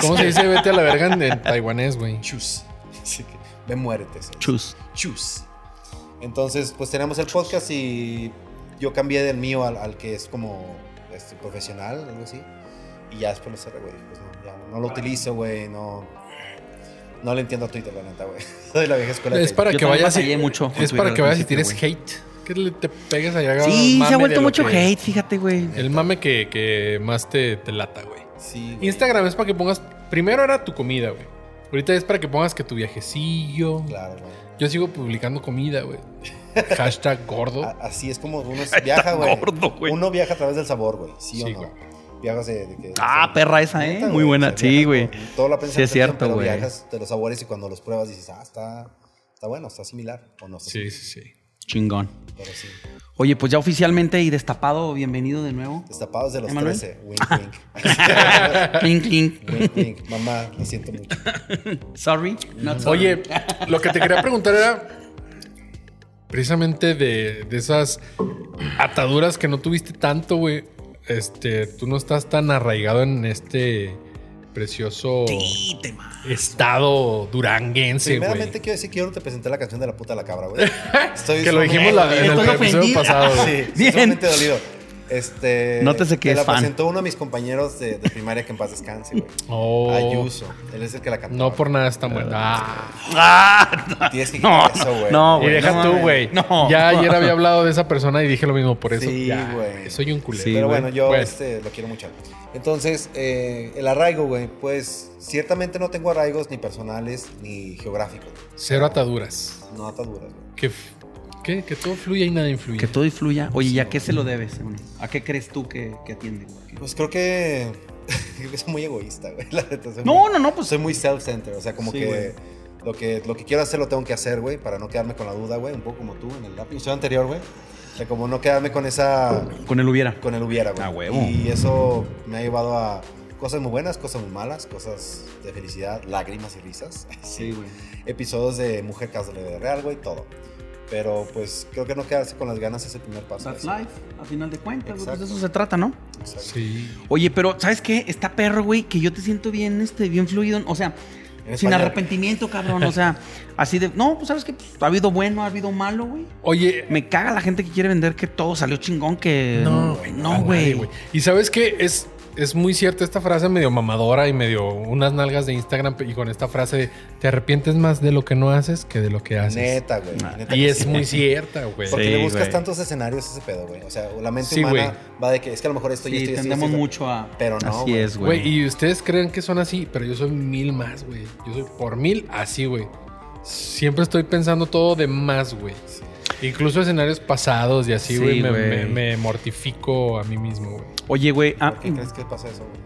Speaker 1: ¿Cómo se dice vete a la verga en, en taiwanés, güey?
Speaker 5: Chus. Así que, Ve, muérete. se dice.
Speaker 4: Chus.
Speaker 5: Chus. Entonces, pues tenemos el podcast y yo cambié del mío al, al que es como este, profesional, algo así. Y ya después lo cerré, güey. Pues no, ya no, no lo utilizo, güey. No, no le entiendo a Twitter, la neta, güey. Soy la vieja escuela. de
Speaker 1: Es para
Speaker 4: Yo
Speaker 1: que
Speaker 4: también
Speaker 1: vayas y
Speaker 4: batallé mucho con
Speaker 1: es para
Speaker 4: Twitter
Speaker 1: que
Speaker 4: al
Speaker 1: vayas y
Speaker 4: principio,
Speaker 1: tires
Speaker 4: güey.
Speaker 1: hate. Que le- te pegues allá.
Speaker 4: Sí,
Speaker 1: mame
Speaker 4: se ha
Speaker 1: de
Speaker 4: vuelto
Speaker 1: lo
Speaker 4: mucho
Speaker 1: que-
Speaker 4: hate, fíjate, güey.
Speaker 1: El mame que, que más te, te lata, güey.
Speaker 5: Twitter. Sí, güey.
Speaker 1: Instagram es para que pongas. Primero era tu comida, güey. Ahorita es para que pongas que tu viajecillo.
Speaker 5: Claro, güey.
Speaker 1: Yo sigo publicando comida, güey. Hashtag gordo.
Speaker 5: A- Así es como uno viaja, güey.
Speaker 4: gordo, güey.
Speaker 5: Uno viaja a través del sabor, güey. Sí,
Speaker 1: Sí,
Speaker 5: o
Speaker 1: güey.
Speaker 5: no. Viajas de, de que-
Speaker 4: Ah, perra esa, ¿eh?
Speaker 5: Neta,
Speaker 4: Muy
Speaker 5: güey, o
Speaker 4: buena.
Speaker 5: sea,
Speaker 4: Sí,
Speaker 5: viajas
Speaker 4: güey.
Speaker 5: con Todo la pensaste
Speaker 4: Sí, es cierto,
Speaker 5: pero
Speaker 4: güey.
Speaker 5: viajas de los sabores y cuando los pruebas dices, ah, está, está bueno, está similar. O no está
Speaker 1: Sí, sí, sí.
Speaker 4: Chingón.
Speaker 5: Pero sí.
Speaker 4: Oye, pues ya oficialmente y destapado, bienvenido de nuevo.
Speaker 5: Destapados de los
Speaker 4: ¿Emanuel?
Speaker 5: 13. Wink, wink.
Speaker 4: Clink, clink.
Speaker 5: wink, wink. Mamá, lo siento mucho.
Speaker 4: Sorry. not sorry.
Speaker 1: Oye, lo que te quería preguntar era precisamente de, de esas ataduras que no tuviste tanto, güey. Este, tú no estás tan arraigado en este precioso
Speaker 4: Sí, te ma-
Speaker 1: estado duranguense, güey.
Speaker 5: Primeramente quiero decir que yo no te presenté la canción de la puta de la cabra, güey. Estoy
Speaker 1: Que lo
Speaker 5: sumamente-
Speaker 1: dijimos la- en el
Speaker 4: Estoy
Speaker 1: episodio
Speaker 4: ofendido.
Speaker 1: pasado. güey.
Speaker 5: Sí,
Speaker 4: Bien.
Speaker 5: Bien. sumamente dolido. Este.
Speaker 4: Nótese que
Speaker 5: me
Speaker 4: es
Speaker 5: la
Speaker 4: fan.
Speaker 5: presentó uno de mis compañeros de, de primaria que en paz descanse, güey.
Speaker 1: Oh.
Speaker 5: Ayuso. Él es el que la cantó.
Speaker 1: No por nada está muerta. Ah.
Speaker 4: Ah,
Speaker 5: Tienes que
Speaker 4: no,
Speaker 5: quitar eso, güey.
Speaker 4: no,
Speaker 1: y
Speaker 4: güey.
Speaker 1: deja
Speaker 4: no
Speaker 1: tú,
Speaker 4: mames.
Speaker 1: Ah, güey.
Speaker 4: No.
Speaker 1: Ya ayer había hablado de esa persona y dije lo mismo por eso.
Speaker 5: Sí,
Speaker 1: ya,
Speaker 5: güey.
Speaker 1: Soy un culero.
Speaker 4: Sí,
Speaker 5: Pero
Speaker 4: güey.
Speaker 5: bueno, yo
Speaker 1: Bueno.
Speaker 5: este, lo quiero mucho. Entonces, eh, el arraigo, güey, pues ciertamente no tengo arraigos ni personales ni geográficos.
Speaker 1: Cero ataduras.
Speaker 5: No ataduras, güey.
Speaker 1: Que, f- que, que todo fluya y nada influye.
Speaker 4: Que todo influya. Oye, ¿y a qué se lo debes? Emanuel? ¿A qué crees tú que, que atiende? güey? ¿Qué-
Speaker 5: Pues creo que. creo que soy muy egoísta, güey. la neta, soy
Speaker 4: No,
Speaker 5: muy-
Speaker 4: no, no, pues
Speaker 5: Soy muy self-centered. O sea, como
Speaker 4: Sí, güey.
Speaker 5: que. Lo que, lo que quiero hacer lo tengo que hacer, güey, para no quedarme con la duda, güey, un poco como tú en el episodio anterior, güey. O sea, como no quedarme con esa
Speaker 4: con el hubiera.
Speaker 5: con el hubiera, güey.
Speaker 4: Ah, huevo.
Speaker 5: Y eso me ha llevado a cosas muy buenas, cosas muy malas, cosas de felicidad, lágrimas y risas.
Speaker 4: Sí, güey.
Speaker 5: Episodios de Mujer Casa de la Vida Real, güey, todo. Pero pues creo que no quedarse con las ganas es el primer paso.
Speaker 4: That's life, a final de cuentas, güey, pues de
Speaker 5: Exacto.
Speaker 4: eso se trata, ¿no?
Speaker 5: Exacto.
Speaker 1: Sí.
Speaker 4: Oye, pero ¿sabes qué? Está perro, güey, que yo te siento bien, este, bien fluido. O sea,
Speaker 5: En
Speaker 4: sin
Speaker 5: español.
Speaker 4: arrepentimiento, cabrón. O sea, así de. No, pues sabes que ha habido bueno, ha habido malo, güey.
Speaker 1: Oye,
Speaker 4: Me caga la gente que quiere vender que todo salió chingón, que.
Speaker 1: No,
Speaker 4: güey,
Speaker 1: güey,
Speaker 4: no,
Speaker 1: a nadie,
Speaker 4: güey.
Speaker 1: güey. Y sabes que es, es muy cierta esta frase medio mamadora y medio unas nalgas de Instagram y con esta frase de te arrepientes más de lo que no haces que de lo que haces.
Speaker 5: Neta, güey. neta
Speaker 1: Y
Speaker 5: que
Speaker 1: es
Speaker 5: sí.
Speaker 1: muy cierta, güey.
Speaker 5: Porque
Speaker 4: Sí,
Speaker 5: le buscas
Speaker 4: güey.
Speaker 5: tantos escenarios a ese pedo, güey. O sea, la mente
Speaker 1: Sí,
Speaker 5: humana va de que es que a lo mejor esto y
Speaker 4: Sí,
Speaker 5: esto y esto y
Speaker 4: tendemos
Speaker 5: esto.
Speaker 4: mucho a.
Speaker 5: Pero no,
Speaker 4: Así
Speaker 5: güey.
Speaker 4: es, güey.
Speaker 1: Güey, y ustedes creen que son así, pero yo soy mil más, güey. Yo soy por mil así, güey. Siempre estoy pensando todo de más, güey. Incluso escenarios pasados y así,
Speaker 4: Sí,
Speaker 1: güey, me,
Speaker 4: güey.
Speaker 1: me- me mortifico a mí mismo, güey.
Speaker 4: Oye, güey. ah,
Speaker 5: ¿Por qué crees que pasa eso, güey?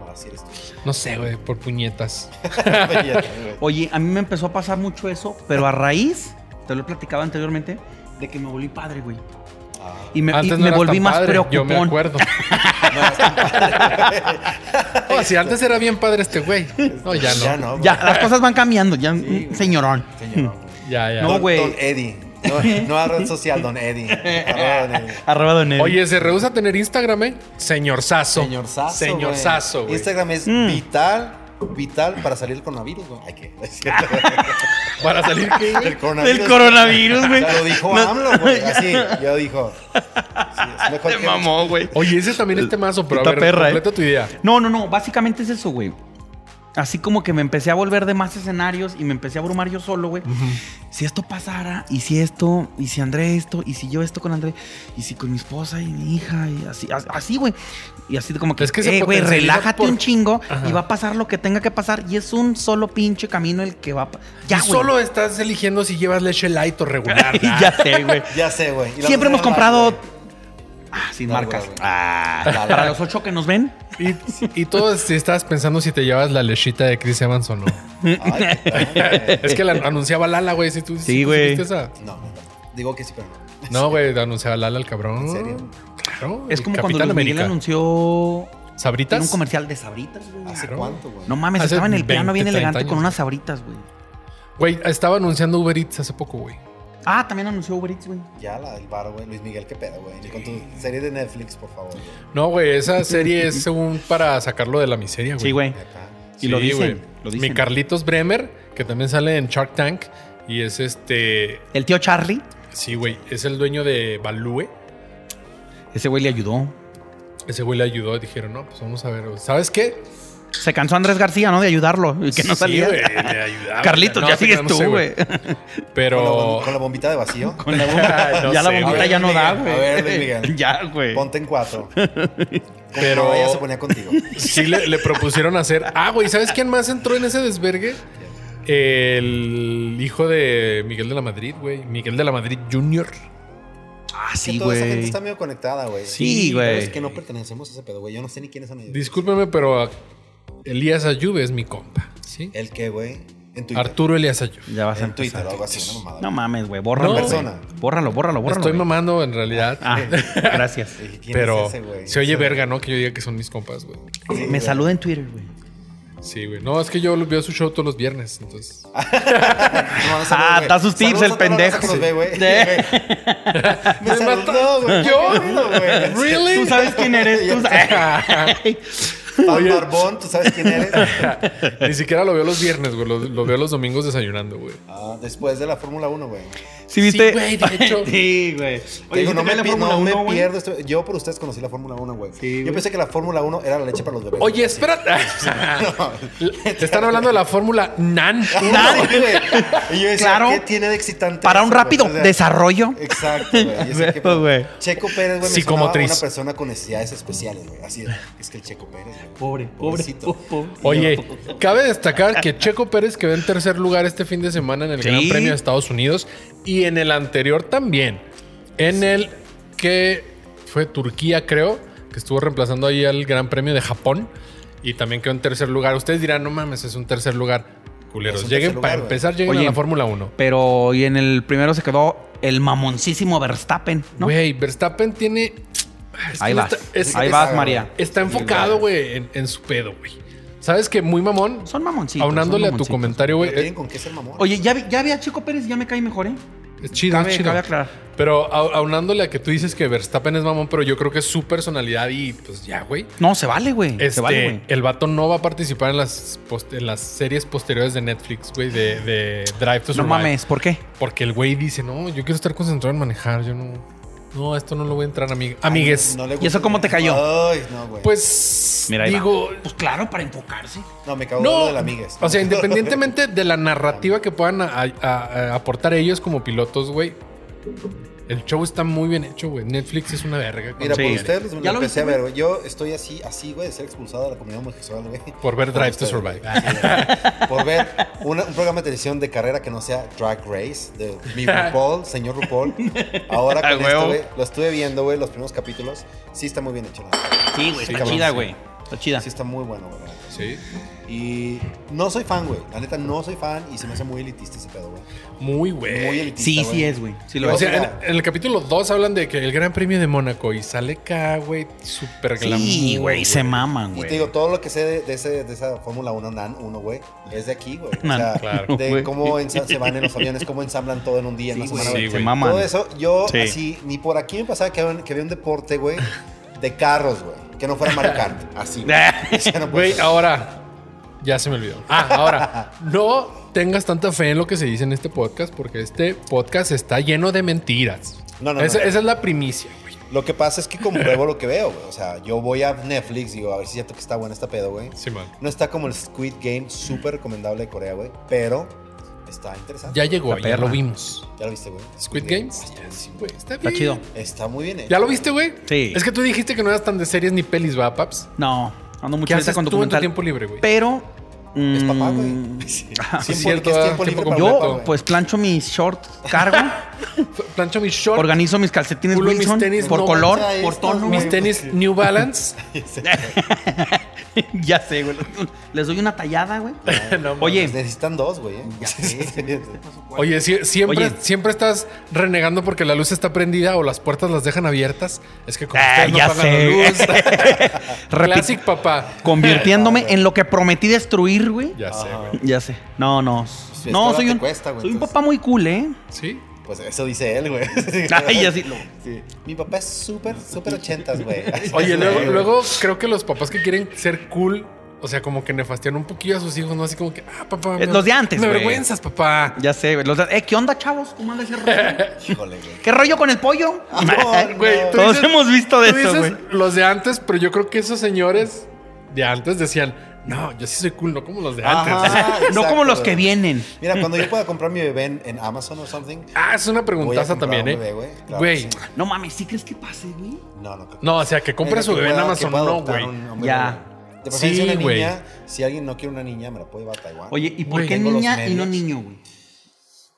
Speaker 5: No me así eres tú.
Speaker 1: No sé, güey, por puñetas.
Speaker 4: Oye, a mí me empezó a pasar mucho eso, pero a raíz, te lo he platicado anteriormente, de que me volví padre, güey.
Speaker 5: Ah.
Speaker 4: Y me,
Speaker 1: Antes
Speaker 4: y
Speaker 1: no
Speaker 4: me
Speaker 1: eras
Speaker 4: volví
Speaker 1: tan
Speaker 4: más
Speaker 1: padre,
Speaker 4: preocupón.
Speaker 1: Yo me acuerdo. No, si antes era bien padre este güey. No, ya no.
Speaker 5: Ya no, güey.
Speaker 4: Ya, las cosas van cambiando, ya, mm, señorón.
Speaker 5: Señor.
Speaker 1: Ya, ya.
Speaker 4: No,
Speaker 5: Don-
Speaker 4: güey.
Speaker 5: Don Eddie. No, no a red social, Don Eddie. eh. Arroba Don Eddie.
Speaker 4: Arroba don Eddie.
Speaker 1: Oye, se rehúsa a tener Instagram, ¿eh? Señor Sazo.
Speaker 5: Señor Sazo.
Speaker 1: Señor
Speaker 5: güey. Este
Speaker 1: Sazo, güey.
Speaker 5: Instagram es
Speaker 4: Mm.
Speaker 5: vital, vital para salir del coronavirus, güey. Ay, qué. Es cierto.
Speaker 1: Para salir que.
Speaker 5: Del coronavirus.
Speaker 4: del coronavirus, güey.
Speaker 5: Ya lo dijo
Speaker 4: No-
Speaker 5: AMLO, güey. Así, yo dijo. Sí, es mejor
Speaker 4: Te
Speaker 5: que-
Speaker 4: mamó, güey.
Speaker 1: Oye, ese también es temazo, pero a
Speaker 4: Está
Speaker 1: ver,
Speaker 4: perra, ¿eh?
Speaker 1: completa tu idea.
Speaker 4: No, no, no, básicamente es eso, güey. Así como que me empecé a volver de más escenarios y me empecé a abrumar yo solo, güey. Si esto pasara, y si esto, y si André esto, y si yo esto con André, y si con mi esposa y mi hija, y así, as- así, güey. Y así como que,
Speaker 1: Es que se
Speaker 4: "Eh, güey,
Speaker 1: potencializa
Speaker 4: relájate
Speaker 1: por-
Speaker 4: un chingo
Speaker 1: Ajá.
Speaker 4: y va a pasar lo que tenga que pasar. Y es un solo pinche camino el que va a... pa- Ya,
Speaker 1: Y
Speaker 4: güey.
Speaker 1: solo estás eligiendo si llevas leche light o regular. ¿verdad?
Speaker 4: ya sé, güey.
Speaker 5: Ya sé, güey. Y la
Speaker 4: Siempre hemos
Speaker 5: vamos a
Speaker 4: comprado...
Speaker 5: grabar, güey.
Speaker 4: Ah, sin
Speaker 5: No,
Speaker 4: marcas.
Speaker 5: güey.
Speaker 4: Ah,
Speaker 5: La- la-
Speaker 4: para los ocho que nos ven.
Speaker 1: Y, y todo si estabas pensando si te llevas la lechita de Chris Evans o no.
Speaker 5: Ay, qué tal, güey.
Speaker 1: Es que la anunciaba Lala, güey. Si tú, si tú
Speaker 4: güey.
Speaker 1: supiste esa.
Speaker 5: No, no, no. digo que sí, pero no.
Speaker 1: No, güey, anunciaba Lala el cabrón.
Speaker 5: ¿En serio?
Speaker 1: Claro.
Speaker 4: Es
Speaker 1: el
Speaker 4: como
Speaker 1: Capitán
Speaker 4: cuando Luis Miguel
Speaker 1: América.
Speaker 4: anunció
Speaker 1: ¿Sabritas?
Speaker 4: en un comercial de sabritas, güey.
Speaker 5: ¿Hace
Speaker 1: Claro.
Speaker 5: cuánto, güey?
Speaker 4: No mames,
Speaker 1: Hace
Speaker 4: estaba en el
Speaker 1: 20,
Speaker 4: piano bien
Speaker 1: 30
Speaker 4: elegante con
Speaker 1: años.
Speaker 4: unas sabritas, güey.
Speaker 1: Güey, estaba anunciando Uber Eats hace poco, güey.
Speaker 4: Ah, también anunció Uber Eats, güey.
Speaker 5: Ya la del bar, güey. Luis Miguel, qué pedo, güey. Ni Con tu serie de Netflix, por favor. güey.
Speaker 1: No, güey, esa serie es según para sacarlo de la miseria, güey.
Speaker 4: Sí, güey.
Speaker 5: De acá.
Speaker 4: Y lo dicen,
Speaker 1: güey.
Speaker 4: lo dicen.
Speaker 1: Mi Carlitos Bremer, que también sale en Shark Tank, y es este.
Speaker 4: El tío Charlie,
Speaker 1: Sí, güey, es el dueño de Balúe.
Speaker 4: ese güey le ayudó.
Speaker 1: Ese güey le ayudó, dijeron, no, pues vamos a ver. güey. ¿Sabes qué?
Speaker 4: Se cansó Andrés García, ¿no? De ayudarlo y que no
Speaker 1: Sí,
Speaker 4: salía.
Speaker 1: güey, le ayudaba.
Speaker 4: Carlitos,
Speaker 1: No,
Speaker 4: ya
Speaker 1: sí,
Speaker 4: sigues
Speaker 1: no, no
Speaker 4: tú,
Speaker 1: sé,
Speaker 4: güey.
Speaker 5: Con la
Speaker 1: Pero.
Speaker 5: bom- Con la bombita de vacío.
Speaker 4: Con la bomba-
Speaker 1: No
Speaker 4: ya la
Speaker 1: sé,
Speaker 4: bombita
Speaker 5: güey.
Speaker 4: ya no da,
Speaker 5: A ver, Luis
Speaker 4: güey.
Speaker 5: Miguel.
Speaker 4: Ya, güey.
Speaker 5: Ponte en cuatro.
Speaker 1: Pero-
Speaker 5: Pero ella se ponía contigo.
Speaker 1: Sí le, le propusieron hacer. Ah, güey, ¿sabes quién más entró en ese desvergue? El hijo de Miguel de la Madrid, güey. Miguel de la Madrid Jr.
Speaker 4: Ah,
Speaker 5: Que
Speaker 4: sí,
Speaker 5: toda esa gente
Speaker 4: güey.
Speaker 5: está medio conectada, güey.
Speaker 4: Sí,
Speaker 5: Es
Speaker 4: güey.
Speaker 5: que no pertenecemos a ese pedo, güey. Yo no sé ni quiénes son ellos.
Speaker 1: Discúlpeme, pero Elías Ayuve es mi compa. ¿Sí?
Speaker 5: ¿El qué, güey? En Twitter.
Speaker 1: Arturo Elías Ayub.
Speaker 4: Ya vas a
Speaker 5: En Twitter
Speaker 4: empezar.
Speaker 5: o algo así, una mamada.
Speaker 4: No mames, güey. Bórralo. güey.
Speaker 5: persona.
Speaker 4: Bórralo, bórralo, bórralo.
Speaker 1: Estoy
Speaker 4: güey.
Speaker 1: mamando en realidad.
Speaker 4: Ah, gracias.
Speaker 5: Dije, ¿quién
Speaker 1: Pero
Speaker 5: es ese, güey?
Speaker 1: se oye
Speaker 5: Ese-
Speaker 1: verga, ¿no? Que yo diga que son mis compas, güey.
Speaker 5: Sí,
Speaker 4: Me
Speaker 5: güey.
Speaker 4: saluda en Twitter, güey.
Speaker 1: Sí, güey. No, es que yo lo- veo su show todos los viernes, entonces.
Speaker 5: No, no,
Speaker 4: Ah,
Speaker 5: güey.
Speaker 4: da sus tips
Speaker 5: Saludos
Speaker 4: el
Speaker 5: a toda la raza
Speaker 4: pendejo.
Speaker 5: que nos ve, güey.
Speaker 4: Sí.
Speaker 5: Me saludó, güey.
Speaker 1: ¿Yo?
Speaker 5: Qué pedo, güey.
Speaker 1: ¿Really?
Speaker 4: Tú sabes quién eres. Tú sabes.
Speaker 5: Pau Barbón, tú sabes quién eres.
Speaker 1: Ni siquiera lo veo los viernes, güey. Lo, lo veo los domingos desayunando, güey.
Speaker 5: Ah, después de la Fórmula 1, güey.
Speaker 4: ¿Sí viste?
Speaker 1: Sí, güey, de hecho.
Speaker 4: sí, güey.
Speaker 5: Te digo,
Speaker 4: ¿sí
Speaker 5: no
Speaker 4: te
Speaker 5: me,
Speaker 4: ves la
Speaker 5: pi-
Speaker 4: Fórmula
Speaker 5: no me
Speaker 4: uno, güey?
Speaker 5: pierdo. esto. Yo por ustedes conocí la Fórmula 1, güey.
Speaker 4: Sí,
Speaker 5: Yo
Speaker 4: güey.
Speaker 5: pensé que la Fórmula 1 era la leche para los bebés.
Speaker 1: Oye, espérate. Te están hablando de la fórmula NAN.
Speaker 5: Claro, güey. Y yo decía,
Speaker 4: Claro.
Speaker 5: ¿qué tiene de excitante?
Speaker 4: Para
Speaker 5: eso,
Speaker 4: un
Speaker 5: güey?
Speaker 4: rápido
Speaker 5: O sea, eh,
Speaker 4: desarrollo.
Speaker 5: Exacto, güey. Yo sé que-
Speaker 4: Huevo, güey.
Speaker 5: Checo Pérez, güey, me
Speaker 1: Psicomotriz.
Speaker 5: sonaba una persona con necesidades especiales, güey. Así es que el Checo Pérez, güey.
Speaker 4: Pobre, pobre,
Speaker 5: Pobrecito.
Speaker 4: pobre.
Speaker 1: Oye, cabe destacar que Checo Pérez quedó en tercer lugar este fin de semana en el
Speaker 4: Sí.
Speaker 1: Gran Premio de Estados Unidos y en el anterior también. En el que fue Turquía, creo, que estuvo reemplazando ahí al Gran Premio de Japón y también quedó en tercer lugar. Ustedes dirán, no mames, es un tercer lugar. Culeros,
Speaker 5: Es un
Speaker 1: lleguen
Speaker 5: tercer
Speaker 1: para
Speaker 5: lugar, güey.
Speaker 1: empezar, lleguen a
Speaker 4: Oye,
Speaker 1: la Fórmula 1.
Speaker 4: Pero y en el primero se quedó el mamoncísimo Verstappen, ¿no?
Speaker 1: Güey, Verstappen tiene. Es que
Speaker 4: Ahí
Speaker 1: no
Speaker 4: vas.
Speaker 1: está- es-
Speaker 4: Ahí
Speaker 1: es-
Speaker 4: vas, María.
Speaker 1: Está enfocado, güey, en, en su pedo, güey. Sabes que muy mamón,
Speaker 4: Son mamoncitos.
Speaker 1: aunándole
Speaker 4: son
Speaker 1: a tu
Speaker 4: mamoncitos.
Speaker 1: comentario,
Speaker 5: No
Speaker 1: güey.
Speaker 5: tienen con qué ser mamón.
Speaker 4: Oye, ya vi, ya vi a Chico Pérez, ya me cae mejor, ¿eh?
Speaker 1: Es chido,
Speaker 4: Cabe,
Speaker 1: es Ah, chido.
Speaker 4: cabe aclarar.
Speaker 1: Pero au- aunándole a que tú dices que Verstappen es mamón, pero yo creo que es su personalidad y pues ya, güey.
Speaker 4: No, se vale, güey.
Speaker 1: Este,
Speaker 4: Se vale, güey.
Speaker 1: el vato no va a participar en las, post- en las series posteriores de Netflix, güey, de, de Drive to
Speaker 4: No
Speaker 1: Survive.
Speaker 4: mames, ¿por qué?
Speaker 1: Porque el güey dice, no, yo quiero estar concentrado en manejar, yo no... No, a esto no lo voy a entrar, amig-
Speaker 5: Ay,
Speaker 1: amigues.
Speaker 5: no le
Speaker 4: ¿Y
Speaker 5: gusta-
Speaker 4: eso cómo te cayó?
Speaker 5: Ay, no, güey.
Speaker 1: Pues
Speaker 4: Mira, ahí va.
Speaker 1: digo,
Speaker 4: Pues claro, para enfocarse.
Speaker 5: no, me cagó
Speaker 1: no,
Speaker 5: lo de la amigues.
Speaker 1: o sea, independientemente de la narrativa que puedan a- a- a- aportar ellos como pilotos, güey, el show está muy bien hecho, güey. Netflix es una verga.
Speaker 5: Mira,
Speaker 4: Sí.
Speaker 5: por ustedes
Speaker 4: Ya
Speaker 5: lo
Speaker 4: lo
Speaker 5: empecé
Speaker 4: viste,
Speaker 5: a ver, güey. Yo estoy así, así, güey, de ser expulsado de la comunidad homosexual, güey.
Speaker 1: Por ver Drive to
Speaker 5: ustedes,
Speaker 1: Survive.
Speaker 5: güey. Ah, Sí, güey. por ver una- un programa de televisión de carrera que no sea Drag Race, de mi RuPaul, señor RuPaul. Ahora
Speaker 4: Ah,
Speaker 5: con
Speaker 4: huevo.
Speaker 5: esto, güey, lo estuve viendo, güey, los primeros capítulos. Sí está muy bien hecho, la verdad.
Speaker 4: Sí, güey,
Speaker 5: Sí,
Speaker 4: está
Speaker 5: cabrón,
Speaker 4: chida,
Speaker 5: sí.
Speaker 4: güey. Está chida.
Speaker 5: Sí está muy bueno, güey. la verdad.
Speaker 1: Sí.
Speaker 5: Y no soy fan, güey. La neta, no soy fan y se me hace muy elitista ese pedo, güey.
Speaker 1: Muy
Speaker 5: Muy
Speaker 1: güey.
Speaker 5: elitista,
Speaker 4: Sí, sí es, güey. Sí lo
Speaker 1: O
Speaker 5: Pero
Speaker 4: es.
Speaker 1: sea,
Speaker 5: mira.
Speaker 1: en, en el capítulo 2 hablan de que el Gran Premio de Mónaco y sale acá, güey, súper glamour,
Speaker 4: Sí, güey, se maman,
Speaker 5: Y
Speaker 4: güey.
Speaker 5: te digo, todo lo que sé de, de ese- de esa Fórmula 1 NAN 1, güey, es de aquí, güey. O
Speaker 4: Nan,
Speaker 5: sea,
Speaker 1: claro,
Speaker 5: de
Speaker 4: güey.
Speaker 5: cómo ensa- se van en los aviones, cómo ensamblan todo en un día, en una semana,
Speaker 1: güey.
Speaker 5: güey.
Speaker 1: Sí,
Speaker 4: se
Speaker 1: güey.
Speaker 4: maman.
Speaker 5: Todo eso, yo
Speaker 4: Sí.
Speaker 5: así, ni por aquí me pasaba que había un, que había un deporte, güey, de carros, güey. Que no fuera Mario Kart. Así, güey. O sea, no puede
Speaker 1: Güey,
Speaker 4: oh.
Speaker 5: ser.
Speaker 1: ahora. Ya se me olvidó. Ah, ahora. No tengas tanta fe en lo que se dice en este podcast, porque este podcast está lleno de mentiras.
Speaker 5: No, no,
Speaker 1: esa,
Speaker 5: no.
Speaker 1: esa es la primicia, güey.
Speaker 5: Lo que pasa es que compruebo lo que veo, güey. O sea, yo voy a Netflix, digo, a ver si es cierto que está buena esta pedo, güey.
Speaker 1: Sí, man.
Speaker 5: No está como el Squid Game, súper recomendable de Corea, güey. Pero está interesante.
Speaker 1: Ya llegó,
Speaker 4: La
Speaker 1: ya lo
Speaker 4: perra.
Speaker 1: vimos.
Speaker 5: Ya lo viste, güey.
Speaker 1: Squid Games. Sí, güey. Está bien.
Speaker 4: Está chido.
Speaker 5: Está muy bien hecho.
Speaker 1: ¿Ya lo viste, güey?
Speaker 4: Sí.
Speaker 1: Es que tú dijiste que no eras tan de series ni pelis, ¿va, Paps?
Speaker 4: No, ando mucho
Speaker 1: ¿Qué
Speaker 4: ahorita
Speaker 1: haces
Speaker 4: con
Speaker 1: tú en tu
Speaker 4: documental.
Speaker 1: tiempo libre, güey?
Speaker 4: Pero.
Speaker 5: Es papá,
Speaker 4: mm,
Speaker 5: güey. Sí,
Speaker 1: es cierto,
Speaker 5: es
Speaker 1: ah, tiempo
Speaker 5: tiempo libre para
Speaker 1: completo.
Speaker 5: un
Speaker 4: Yo,
Speaker 5: papá, güey.
Speaker 4: pues, plancho mis shorts, cargo,
Speaker 1: Plancho mis shorts.
Speaker 4: organizo mis calcetines
Speaker 1: Pulo mis
Speaker 4: Wilson
Speaker 1: tenis,
Speaker 4: por
Speaker 1: no
Speaker 4: color,
Speaker 5: mancha
Speaker 4: por
Speaker 5: estos,
Speaker 4: tono.
Speaker 5: güey.
Speaker 1: mis tenis New Balance.
Speaker 4: ya sé, güey. Les doy una tallada, güey.
Speaker 1: No,
Speaker 4: Oye,
Speaker 5: Pues, Necesitan dos, güey. ¿eh?
Speaker 1: Oye, si- siempre,
Speaker 4: Oye.
Speaker 1: siempre estás renegando porque la luz está prendida o las puertas las dejan abiertas. Es que como
Speaker 4: Ah,
Speaker 1: ustedes no
Speaker 4: ya
Speaker 1: pagan
Speaker 4: sé.
Speaker 1: la luz.
Speaker 4: Repi-
Speaker 1: Classic papá.
Speaker 4: convirtiéndome en lo que prometí destruir, güey.
Speaker 1: Ya sé, güey.
Speaker 4: Ya sé. No, no.
Speaker 5: si
Speaker 4: No,
Speaker 5: ahora
Speaker 4: soy
Speaker 5: te
Speaker 4: un,
Speaker 5: cuesta, güey,
Speaker 4: soy un
Speaker 5: entonces-
Speaker 4: papá muy cool, ¿eh?
Speaker 1: Sí.
Speaker 5: Pues eso dice él, güey.
Speaker 4: Ay, así lo-
Speaker 5: Sí. Mi papá es súper, súper ochentas, güey. Este,
Speaker 1: Oye,
Speaker 5: Sí,
Speaker 1: luego,
Speaker 5: güey.
Speaker 1: luego creo que los papás que quieren ser cool, o sea, como que nefastean un poquillo a sus hijos, ¿no? Así como que, ah, papá.
Speaker 4: Eh, los de antes,
Speaker 1: Me
Speaker 4: güey.
Speaker 1: avergüenzas, papá.
Speaker 4: Ya sé, güey. Los de- Eh, ¿qué onda, chavos? ¿Cómo anda ese rollo?
Speaker 5: Híjole, güey.
Speaker 4: ¿Qué rollo con el pollo?
Speaker 5: Ah, Amor,
Speaker 1: Güey,
Speaker 5: no.
Speaker 1: tú
Speaker 4: Todos hemos visto de
Speaker 1: tú
Speaker 4: eso,
Speaker 1: dices
Speaker 4: güey.
Speaker 1: Los de antes, pero yo creo que esos señores de antes decían, no, yo sí soy cool, no como los de antes.
Speaker 5: Ajá,
Speaker 4: no
Speaker 5: exacto,
Speaker 4: como los que
Speaker 5: güey.
Speaker 4: vienen.
Speaker 5: Mira, cuando yo pueda comprar mi bebé en, en Amazon o something.
Speaker 1: Ah, es una preguntaza
Speaker 5: comprar
Speaker 1: también,
Speaker 5: un
Speaker 1: ¿eh?
Speaker 5: bebé, güey, claro
Speaker 1: Güey,
Speaker 5: que sí.
Speaker 4: No mames, ¿sí crees que pase, güey?
Speaker 5: No, no. creo que-
Speaker 1: no, o sea, que compre
Speaker 5: Mira,
Speaker 1: su
Speaker 5: que
Speaker 1: bebé en
Speaker 5: pueda- que
Speaker 1: Amazon,
Speaker 5: pueda
Speaker 1: no,
Speaker 5: adoptar
Speaker 1: güey.
Speaker 5: un- un bebé,
Speaker 4: Ya.
Speaker 5: güey. De preferencia
Speaker 1: Sí,
Speaker 5: una
Speaker 1: güey.
Speaker 5: niña. Si alguien no quiere una niña, me la puede llevar a Taiwán.
Speaker 4: Oye, ¿y por
Speaker 1: Güey,
Speaker 4: qué
Speaker 5: tengo los
Speaker 4: niña y no
Speaker 5: medios.
Speaker 4: niño, güey?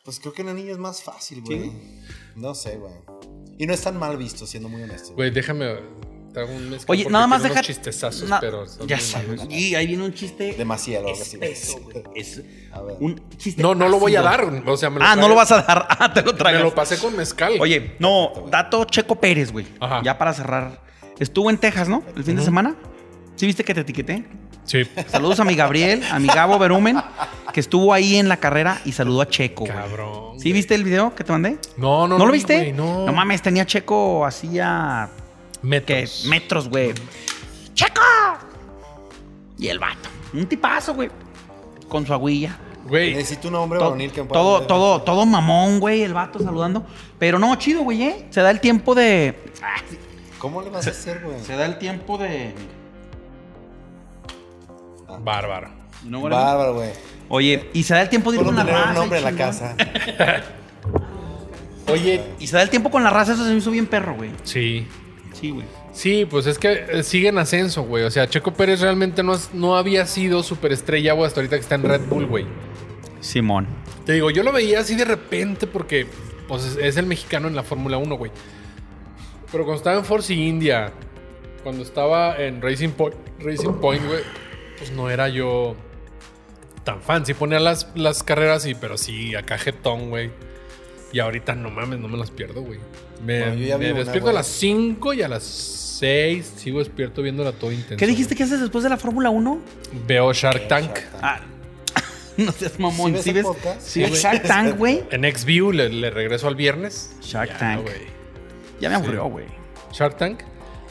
Speaker 5: Pues creo que una niña es más fácil, güey. No sé, güey. Y no es tan mal visto, siendo muy honesto.
Speaker 1: Güey, déjame. traigo un mezcal
Speaker 4: Oye,
Speaker 1: porque
Speaker 4: nada más
Speaker 1: tiene
Speaker 4: deja.
Speaker 1: unos chistezazos,
Speaker 4: na-
Speaker 1: pero son
Speaker 4: ya
Speaker 1: muy
Speaker 4: sabes.
Speaker 1: malos.
Speaker 4: Y ahí viene un chiste.
Speaker 5: Demasiado, algo así.
Speaker 4: Espeso, güey. Es
Speaker 5: A ver.
Speaker 4: un chiste.
Speaker 1: No, no lo voy a
Speaker 4: ácido.
Speaker 1: dar. O sea, me
Speaker 4: Ah, no
Speaker 1: tragué.
Speaker 4: lo vas a dar. Ah, te lo
Speaker 1: Me
Speaker 4: tragas.
Speaker 1: lo pasé con mezcal.
Speaker 4: Oye, no, dato Checo Pérez, güey.
Speaker 1: Ajá.
Speaker 4: Ya para cerrar. Estuvo en Texas, ¿no? El fin de semana. ¿Sí viste que te etiqueté?
Speaker 1: Sí.
Speaker 4: Saludos a mi Gabriel, a mi Gabo Berumen, que estuvo ahí en la carrera y saludó a Checo, güey.
Speaker 1: Cabrón.
Speaker 4: ¿Sí viste el video que te mandé?
Speaker 1: No, no,
Speaker 4: ¿No,
Speaker 1: no,
Speaker 4: lo viste?
Speaker 1: güey, no.
Speaker 4: no mames, tenía Checo así a que
Speaker 1: Metros.
Speaker 4: metros, güey. ¡Checo! Y el vato. Un tipazo, güey. Con su agüilla.
Speaker 1: Güey,
Speaker 5: Necesito un hombre
Speaker 4: To-
Speaker 5: varonil que me pueda
Speaker 4: todo,
Speaker 5: vender.
Speaker 4: todo, todo mamón, güey, el vato saludando. Pero no, chido, güey, ¿eh? Se da el tiempo de. Ah, sí.
Speaker 5: ¿Cómo le vas a hacer, güey?
Speaker 4: Se da el tiempo de.
Speaker 1: bárbaro.
Speaker 4: ¿No, güey?
Speaker 5: Bárbaro, güey.
Speaker 4: Oye, y se da el tiempo de ir
Speaker 5: Solo
Speaker 4: con la
Speaker 5: tener
Speaker 4: raza.
Speaker 5: un hombre en la
Speaker 4: chingón.
Speaker 5: casa.
Speaker 1: Oye,
Speaker 4: Y se da el tiempo con la raza, eso se me hizo bien perro, güey.
Speaker 1: sí.
Speaker 4: Sí, güey.
Speaker 1: Sí, pues es que eh, sigue en ascenso, güey. O sea, Checo Pérez realmente no, has- no había sido superestrella, güey, hasta ahorita que está en Red Bull, güey.
Speaker 4: Simón.
Speaker 1: Te digo, yo lo veía así de repente porque pues, es- es el mexicano en la Fórmula 1, güey. Pero cuando estaba en Force India, cuando estaba en Racing Point, Racing Point, güey, pues no era yo tan fan. Sí ponía las, las carreras, y, pero sí, acá jetón, güey. Y ahorita no mames, no me las pierdo, güey. Me,
Speaker 5: Bueno, yo ya
Speaker 1: me
Speaker 5: vi una,
Speaker 1: despierto
Speaker 5: güey.
Speaker 1: a las 5 y a las 6 sigo despierto viéndola todo intenso.
Speaker 4: ¿Qué dijiste que haces después de la Fórmula 1?
Speaker 1: güey. Veo Shark Tank.
Speaker 4: Ah, no seas mamón.
Speaker 5: ¿Sí ves
Speaker 4: ¿Sí
Speaker 5: el
Speaker 4: ves?
Speaker 5: podcast?
Speaker 4: Sí, ves Shark Tank, güey.
Speaker 1: En X-View le, le regreso al viernes.
Speaker 4: Shark
Speaker 1: Ya,
Speaker 4: Tank.
Speaker 1: güey.
Speaker 4: Ya me aburrió, güey.
Speaker 1: Shark Tank.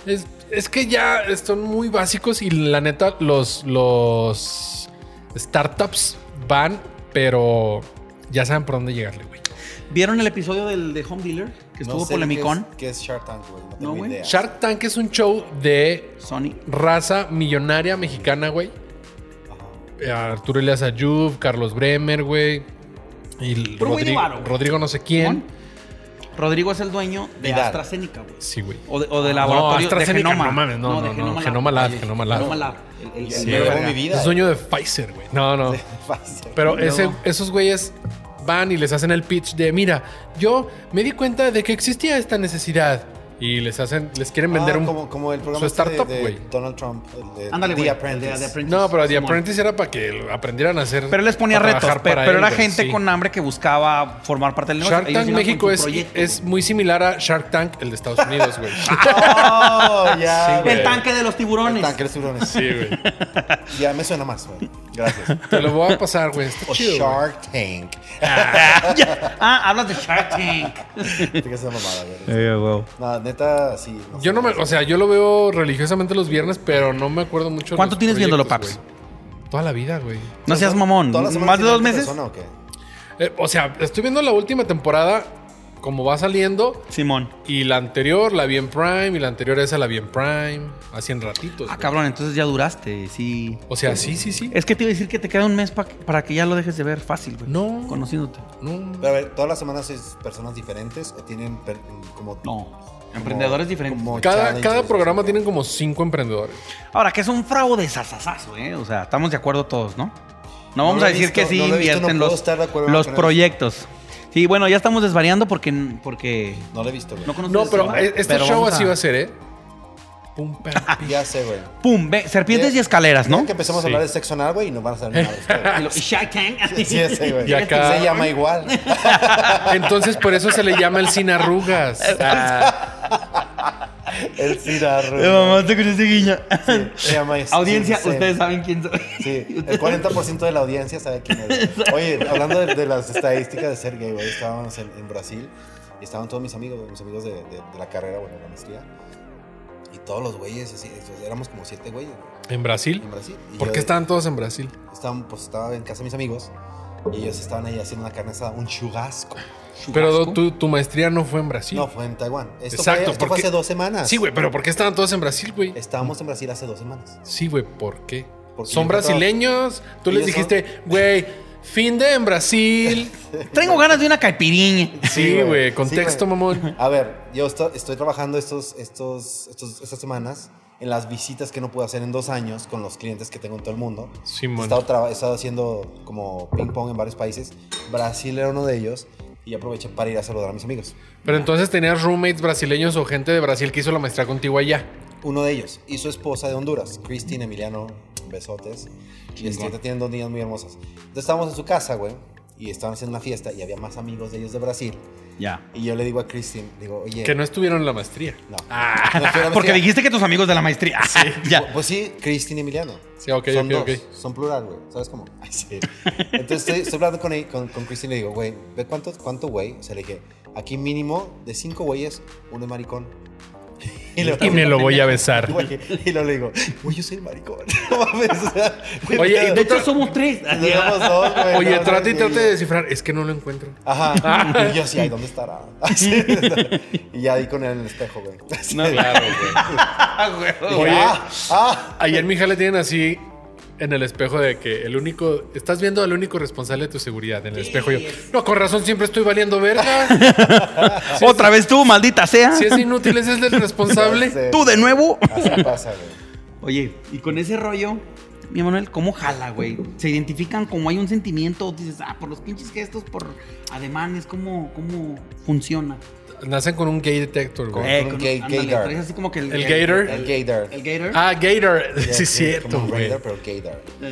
Speaker 1: Es, es que ya son muy básicos y la neta, los, los startups van, pero ya saben por dónde llegarle, güey.
Speaker 4: ¿Vieron el episodio del de Home Dealer? Que estuvo polemicón.
Speaker 5: ¿Qué es Shark Tank, güey? No
Speaker 4: No,
Speaker 5: tengo
Speaker 4: güey.
Speaker 5: idea.
Speaker 1: Shark Tank es un show de
Speaker 4: Sony.
Speaker 1: raza millonaria mexicana, güey. Eh, Arturo Elias Ayub, Carlos Bremer, güey. Y el
Speaker 4: Puro güey de
Speaker 1: Rodrigo,
Speaker 4: varo, güey.
Speaker 1: Rodrigo no sé quién.
Speaker 4: Rodrigo es el dueño de
Speaker 5: Vidal.
Speaker 4: AstraZeneca, güey.
Speaker 1: Sí, güey.
Speaker 4: O de, o de laboratorio de
Speaker 1: Ah, AstraZeneca,
Speaker 4: Genoma.
Speaker 1: no mames, no, no, no, Genoma Lab, Genoma Lab.
Speaker 4: El, el-
Speaker 5: Y
Speaker 4: el
Speaker 5: se
Speaker 4: mero
Speaker 5: llevó
Speaker 4: verga.
Speaker 5: mi vida.
Speaker 1: Es dueño de Pfizer, güey. No, no. Pero ese- esos güeyes van y les hacen el pitch de, mira, yo me di cuenta de que existía esta necesidad. Y les hacen, les quieren vender
Speaker 5: Ah,
Speaker 1: un...
Speaker 5: como, como el
Speaker 1: su
Speaker 5: programa este
Speaker 1: startup,
Speaker 5: de,
Speaker 1: güey.
Speaker 5: de Donald Trump, el de
Speaker 4: Ándale, güey.
Speaker 5: The
Speaker 4: el de-
Speaker 5: Apprentice.
Speaker 4: de Apprentice.
Speaker 1: No, pero The
Speaker 4: Simón.
Speaker 1: Apprentice era para que lo aprendieran a hacer...
Speaker 4: Pero les ponía
Speaker 1: a
Speaker 4: retos,
Speaker 1: trabajar
Speaker 4: pe- pero,
Speaker 1: para él,
Speaker 4: era
Speaker 1: güey,
Speaker 4: gente
Speaker 1: sí.
Speaker 4: con hambre que buscaba formar parte del negocio.
Speaker 1: Shark
Speaker 4: Ellos
Speaker 1: Tank
Speaker 4: llegan con
Speaker 1: México
Speaker 4: su
Speaker 1: es,
Speaker 4: proyecto, Ah.
Speaker 1: es
Speaker 4: güey.
Speaker 1: muy similar a Shark Tank, el de Estados Unidos, güey.
Speaker 5: Oh,
Speaker 1: Sí,
Speaker 5: ya.
Speaker 1: güey.
Speaker 5: güey.
Speaker 4: El tanque de los
Speaker 5: El
Speaker 4: tiburones.
Speaker 5: tanque de tiburones.
Speaker 1: Sí, güey.
Speaker 5: Ya me suena más, güey. Gracias.
Speaker 1: Te lo voy a pasar, güey. Está
Speaker 5: O
Speaker 1: chido, güey.
Speaker 5: Shark Tank.
Speaker 4: Ah, hablas de Shark Tank.
Speaker 5: Fíjate esa mamada, güey. No, neta, sí. no
Speaker 1: Eh. Yo
Speaker 5: sé.
Speaker 1: no me... O sea, yo lo veo religiosamente los viernes, pero no me acuerdo mucho de
Speaker 4: ¿Cuánto
Speaker 1: los
Speaker 4: tienes viéndolo,
Speaker 1: proyectos, güey. Toda la vida, güey.
Speaker 4: No seas mamón.
Speaker 5: ¿Todas las
Speaker 4: ¿Más
Speaker 5: semanas
Speaker 4: de
Speaker 5: tiene
Speaker 4: dos
Speaker 5: otra
Speaker 4: meses?
Speaker 5: persona o qué?
Speaker 1: Eh, o sea, estoy viendo la última temporada como va saliendo.
Speaker 4: Simón.
Speaker 1: Y la anterior la vi en Prime. Y la anterior esa la vi en Prime. Hace en ratitos.
Speaker 4: Ah,
Speaker 1: güey.
Speaker 4: cabrón, entonces ya duraste, sí.
Speaker 1: O sea, sí, sí, sí.
Speaker 4: Es que te iba a decir que te queda un mes pa- para que ya lo dejes de ver fácil, güey.
Speaker 1: No.
Speaker 4: Conociéndote.
Speaker 1: No.
Speaker 5: Pero a ver, ¿todas las semanas es personas diferentes o tienen per- como...
Speaker 4: No.
Speaker 5: como-
Speaker 4: Emprendedores diferentes.
Speaker 5: como
Speaker 1: Cada,
Speaker 5: challenges,
Speaker 1: cada programa
Speaker 5: o sea,
Speaker 1: tienen como cinco emprendedores.
Speaker 4: Ahora, que es un fraude sasasazo, ¿eh? O sea, estamos de acuerdo todos, ¿no? No
Speaker 5: No
Speaker 4: vamos
Speaker 5: lo
Speaker 4: a
Speaker 5: he
Speaker 4: decir
Speaker 5: visto,
Speaker 4: que sí
Speaker 5: no lo he visto, no
Speaker 4: invierten
Speaker 5: puedo
Speaker 4: los,
Speaker 5: estar de acuerdo
Speaker 4: los
Speaker 5: con eso.
Speaker 4: proyectos. Sí, bueno, ya estamos desvariando porque, porque
Speaker 5: No lo he visto, güey.
Speaker 4: no conozco.
Speaker 1: No, pero eh, este show así va a
Speaker 4: ser.
Speaker 1: ser, ¿eh? Pum, pam, pi.
Speaker 5: Ya sé, güey.
Speaker 4: ¡Pum! Ve, serpientes y escaleras,
Speaker 5: Ya
Speaker 4: ¿no?
Speaker 5: que empezamos
Speaker 1: Sí.
Speaker 5: a hablar de sexo anal, güey, y nos van a salir nada.
Speaker 4: Y Shark Tank.
Speaker 5: Sí, sí, ese, güey.
Speaker 1: Y acá-
Speaker 5: Se llama igual.
Speaker 1: Entonces, por eso se le llama el sin arrugas.
Speaker 5: Ah. El cigarro.
Speaker 4: Eh, mamá, te conocí, guiño.
Speaker 5: Sí, se llama ese.
Speaker 4: Audiencia,
Speaker 5: Sí, sí.
Speaker 4: ustedes saben quién soy.
Speaker 5: Sí, el 40% de la audiencia sabe quién es. güey. Oye, hablando de, de las estadísticas de ser gay, güey, estábamos en, en Brasil y estaban todos mis amigos, güey, mis amigos de, de- de la carrera, bueno, de la maestría. Y todos los güeyes, así, entonces, éramos como siete güeyes güey,
Speaker 1: ¿En Brasil?
Speaker 5: en Brasil. Y
Speaker 1: ¿Por
Speaker 5: yo
Speaker 1: qué
Speaker 5: de-
Speaker 1: estaban todos en Brasil?
Speaker 5: estaban, pues estaba en casa de mis amigos y ellos estaban ahí haciendo una carne asada, un chugasco.
Speaker 1: Pero tu, tu maestría no fue en Brasil.
Speaker 5: No, fue en Taiwán. Esto,
Speaker 1: Exacto,
Speaker 5: fue, esto fue
Speaker 1: porque-
Speaker 5: hace dos semanas.
Speaker 1: Sí, güey, pero ¿por qué estaban todos en Brasil, güey?
Speaker 5: Estábamos en Brasil hace dos semanas.
Speaker 1: Sí, güey, ¿por qué?
Speaker 5: Porque
Speaker 1: son
Speaker 5: yo
Speaker 1: brasileños. Tú les
Speaker 5: Ellos
Speaker 1: dijiste, güey, fin de en Brasil.
Speaker 4: Tengo ganas de una caipirinha.
Speaker 1: Sí, güey,
Speaker 5: Sí,
Speaker 1: contexto,
Speaker 5: güey.
Speaker 1: mamón.
Speaker 5: A ver, yo esto- estoy trabajando estos, estos, estos, estas semanas en las visitas que no pude hacer en dos años con los clientes que tengo en todo el mundo.
Speaker 1: Simón.
Speaker 5: he, estado traba- he estado haciendo como ping pong en varios países. Brasil era uno de ellos y aproveché para ir a saludar a mis amigos.
Speaker 1: Pero entonces tenías roommates brasileños o gente de Brasil que hizo la maestría contigo allá.
Speaker 5: uno de ellos y su esposa de Honduras, Christine Emiliano, besotes. Y este, ahorita tienen dos niñas muy hermosas. Entonces estábamos en su casa, güey, y estábamos en una fiesta y había más amigos de ellos de Brasil.
Speaker 4: Ya.
Speaker 5: Y yo le digo a Christine, digo, oye.
Speaker 1: Que no estuvieron en la maestría.
Speaker 5: No.
Speaker 1: Ah,
Speaker 5: No, espérame,
Speaker 4: Porque
Speaker 5: espérame.
Speaker 4: dijiste que tus amigos de la maestría. ya.
Speaker 5: Pues sí, Christine Emiliano.
Speaker 1: Sí, ok,
Speaker 5: son
Speaker 1: ok,
Speaker 5: dos,
Speaker 1: ok.
Speaker 5: Son plural, güey. ¿Sabes cómo? Ay, sí. Entonces estoy, estoy hablando con, él- con, con Christine y le digo, güey, ¿ve cuánto, cuánto güey? O sea, le dije, aquí mínimo de cinco güeyes, uno es maricón.
Speaker 1: Y me lo voy a besar.
Speaker 5: Güey, y luego le digo, güey, yo soy el maricón. No mames, o sea, güey,
Speaker 1: Oye,
Speaker 5: no,
Speaker 1: y
Speaker 4: De hecho, somos tres.
Speaker 5: no éramos dos, güey,
Speaker 1: Oye,
Speaker 5: no,
Speaker 1: trate y
Speaker 5: no,
Speaker 1: trate
Speaker 5: no.
Speaker 1: de descifrar. Es que no lo encuentro. Ah.
Speaker 5: Ajá. Y yo así, ay, ¿dónde estará? Así, y ya di con él en el espejo, güey. Así.
Speaker 4: No,
Speaker 1: Claro, güey.
Speaker 5: Y
Speaker 4: güey.
Speaker 5: yo,
Speaker 1: Oye.
Speaker 5: ah, ah.
Speaker 1: Ahí en mi jale tienen así en el espejo de que el único. Estás viendo al único responsable de tu seguridad en el espejo. Yo, no, con razón siempre estoy valiendo verga.
Speaker 4: Otra vez tú, maldita sea.
Speaker 1: Si es inútil, ese es el responsable.
Speaker 5: Sí.
Speaker 4: Tú de nuevo.
Speaker 5: Así pasa, güey.
Speaker 4: Oye, y con ese rollo, mi Manuel, ¿cómo jala, güey? ¿Se identifican como hay un sentimiento? Dices, ah, por los pinches gestos, por ademanes, ¿cómo, cómo funciona? Eh,
Speaker 1: Nacen con un gay detector, güey.
Speaker 5: Correcto. un gay-
Speaker 4: ándale,
Speaker 5: gaydar.
Speaker 4: traes así como que
Speaker 1: ¿El gaydar?
Speaker 5: El gaydar.
Speaker 4: El gator.
Speaker 1: Ah, Gator.
Speaker 5: Ya,
Speaker 1: Sí,
Speaker 5: sí,
Speaker 1: es cierto,
Speaker 5: como
Speaker 1: güey.
Speaker 5: Raider, pero gaydar.
Speaker 1: Sí,
Speaker 5: No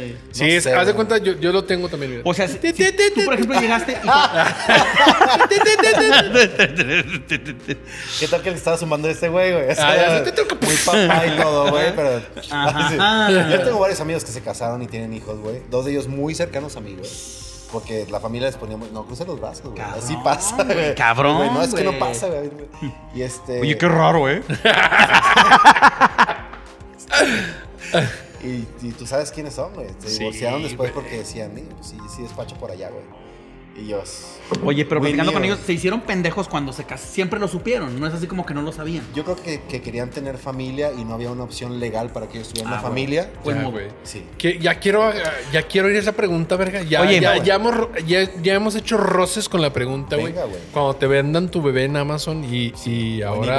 Speaker 1: es-
Speaker 5: sé,
Speaker 1: haz de
Speaker 5: güey.
Speaker 1: cuenta, yo, yo lo tengo también. mira.
Speaker 4: Eh, O sea, si, si tú, por ejemplo, llegaste y...
Speaker 5: ¿Qué tal que le estaba sumando a este güey, güey? O sea,
Speaker 1: Ah, ya, te tengo que-
Speaker 5: muy papá y todo, güey, pero...
Speaker 4: Ajá.
Speaker 5: Sí. Yo tengo varios amigos que se casaron y tienen hijos, güey. Dos de ellos muy cercanos a mí, güey. Porque la familia les ponía... muy- No, crucen los brazos, güey. Así
Speaker 4: Cabrón,
Speaker 5: pasa,
Speaker 4: güey,
Speaker 5: güey.
Speaker 4: cabrón,
Speaker 5: Güey, No, es que
Speaker 4: güey.
Speaker 5: no pasa, güey. Y este...
Speaker 4: raro, ¿eh?
Speaker 5: Y, y tú sabes quiénes son, güey. Se
Speaker 1: Sí,
Speaker 5: divorciaron después
Speaker 1: güey.
Speaker 5: porque decían, "Eh, pues sí, sí despacho por allá, güey. Y yo...
Speaker 4: Oye, pero
Speaker 5: Muy
Speaker 4: platicando con
Speaker 5: mío.
Speaker 4: ellos, se hicieron pendejos cuando se casaron. Siempre lo supieron, no es así como que no lo sabían.
Speaker 5: Yo creo que, que querían tener familia y no había una opción legal para que ellos
Speaker 4: Ah,
Speaker 5: tuvieran una
Speaker 4: güey.
Speaker 5: familia.
Speaker 4: Pues,
Speaker 1: Ya,
Speaker 4: mo-
Speaker 1: güey.
Speaker 5: Sí.
Speaker 1: Que ya quiero ya quiero ir a esa pregunta, verga. Ya,
Speaker 4: Oye,
Speaker 1: ya,
Speaker 4: güey.
Speaker 1: ya hemos, ro- ya, ya hemos hecho roces con la pregunta, güey.
Speaker 5: Venga, güey.
Speaker 1: Cuando te vendan tu bebé en Amazon y, y ahora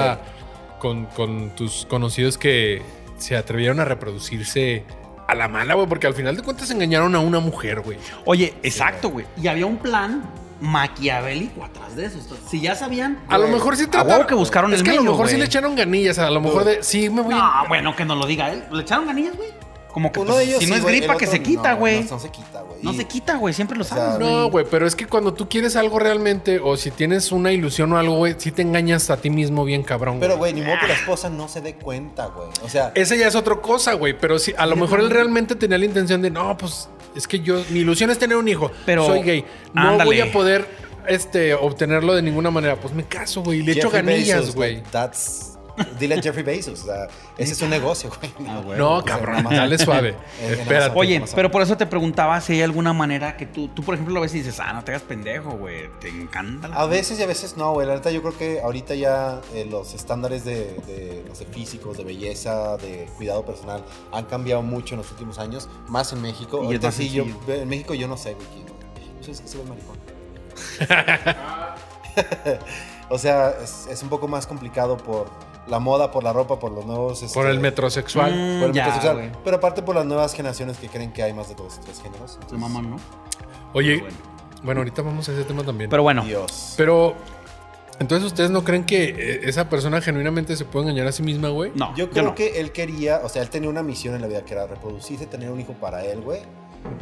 Speaker 5: idea.
Speaker 1: con, con tus conocidos que se atrevieron a reproducirse a la mala, güey, porque al final de cuentas engañaron a una mujer, güey.
Speaker 4: Oye, exacto, güey. Y había un plan maquiavélico atrás de eso. Entonces, si ya sabían...
Speaker 5: Ah,
Speaker 1: A lo mejor sí
Speaker 4: A
Speaker 1: trataron.
Speaker 4: huevo que buscaron
Speaker 1: es
Speaker 4: el
Speaker 1: que a lo
Speaker 4: medio,
Speaker 1: mejor sí
Speaker 4: güey.
Speaker 1: le echaron ganillas. A lo mejor de. Sí, me voy. a-
Speaker 4: ah, No, bueno, que no lo diga él. ¿Le echaron ganillas, güey? Como que
Speaker 5: Uno
Speaker 4: pues,
Speaker 5: de ellos
Speaker 4: si
Speaker 5: sí,
Speaker 4: no es
Speaker 5: güey,
Speaker 4: gripa
Speaker 5: el
Speaker 4: que
Speaker 5: otro
Speaker 4: se quita,
Speaker 5: no,
Speaker 4: güey.
Speaker 5: No,
Speaker 4: No,
Speaker 5: no se quita, güey.
Speaker 4: se quita, güey. Siempre lo
Speaker 5: sea,
Speaker 4: sabes, güey.
Speaker 1: No, güey, pero es que cuando tú quieres algo realmente, o si tienes una ilusión o algo, güey, sí te engañas a ti mismo bien cabrón.
Speaker 5: Pero, güey, ni modo
Speaker 4: Ah.
Speaker 5: que la esposa no se dé cuenta, güey. O sea,
Speaker 1: Esa ya es otra cosa, güey. Pero sí, a lo mejor él realmente tenía la intención de, no, pues es que yo, mi ilusión es tener un hijo.
Speaker 4: Pero,
Speaker 1: soy gay. No
Speaker 4: ándale.
Speaker 1: voy a poder este, obtenerlo de ninguna manera. Pues me caso, güey. y Le echo
Speaker 5: Jeffrey
Speaker 1: ganillas,
Speaker 5: Bezos,
Speaker 1: güey.
Speaker 5: That's. Dile a Jeffrey Bezos. O sea, ese es un negocio, güey.
Speaker 4: Ah, güey.
Speaker 1: No,
Speaker 5: Pues,
Speaker 1: cabrón,
Speaker 5: nada más.
Speaker 1: dale suave.
Speaker 5: Eh,
Speaker 1: Espérate.
Speaker 5: nada
Speaker 4: Oye,
Speaker 5: pasa.
Speaker 4: pero por eso te preguntaba si hay alguna manera que tú, tú por ejemplo, lo ves y dices, ah, no te hagas pendejo, güey. Te encanta la-
Speaker 5: A veces y a veces no, güey. La neta, yo creo que ahorita ya eh, los estándares de, de, no sé, físicos, de belleza, de cuidado personal, han cambiado mucho en los últimos años, más en México.
Speaker 4: Y es
Speaker 5: ahorita
Speaker 4: más
Speaker 5: sí, yo,
Speaker 4: sencillo.
Speaker 5: en México yo no sé, güey. quién, güey. Pues es que se ve maricón. o sea, es, es un poco más complicado por la moda, por la ropa, por los nuevos.
Speaker 1: Por
Speaker 5: este,
Speaker 1: el metrosexual.
Speaker 4: Mm,
Speaker 5: por el
Speaker 4: ya,
Speaker 5: metrosexual.
Speaker 4: güey.
Speaker 5: Pero aparte por las nuevas generaciones que creen que hay más de dos, tres géneros.
Speaker 4: Tu
Speaker 5: Entonces,
Speaker 4: mamá, ¿no?
Speaker 1: Oye,
Speaker 4: Pero bueno.
Speaker 1: bueno, ahorita vamos a ese tema también.
Speaker 4: Pero bueno,
Speaker 5: Dios.
Speaker 1: Pero, entonces, ¿ustedes no creen que eh, esa persona genuinamente se puede engañar a sí misma, güey?
Speaker 4: no,
Speaker 5: Yo
Speaker 4: yo,
Speaker 5: creo
Speaker 4: no.
Speaker 5: que él quería, o sea, él tenía una misión en la vida que era reproducirse, tener un hijo para él, güey.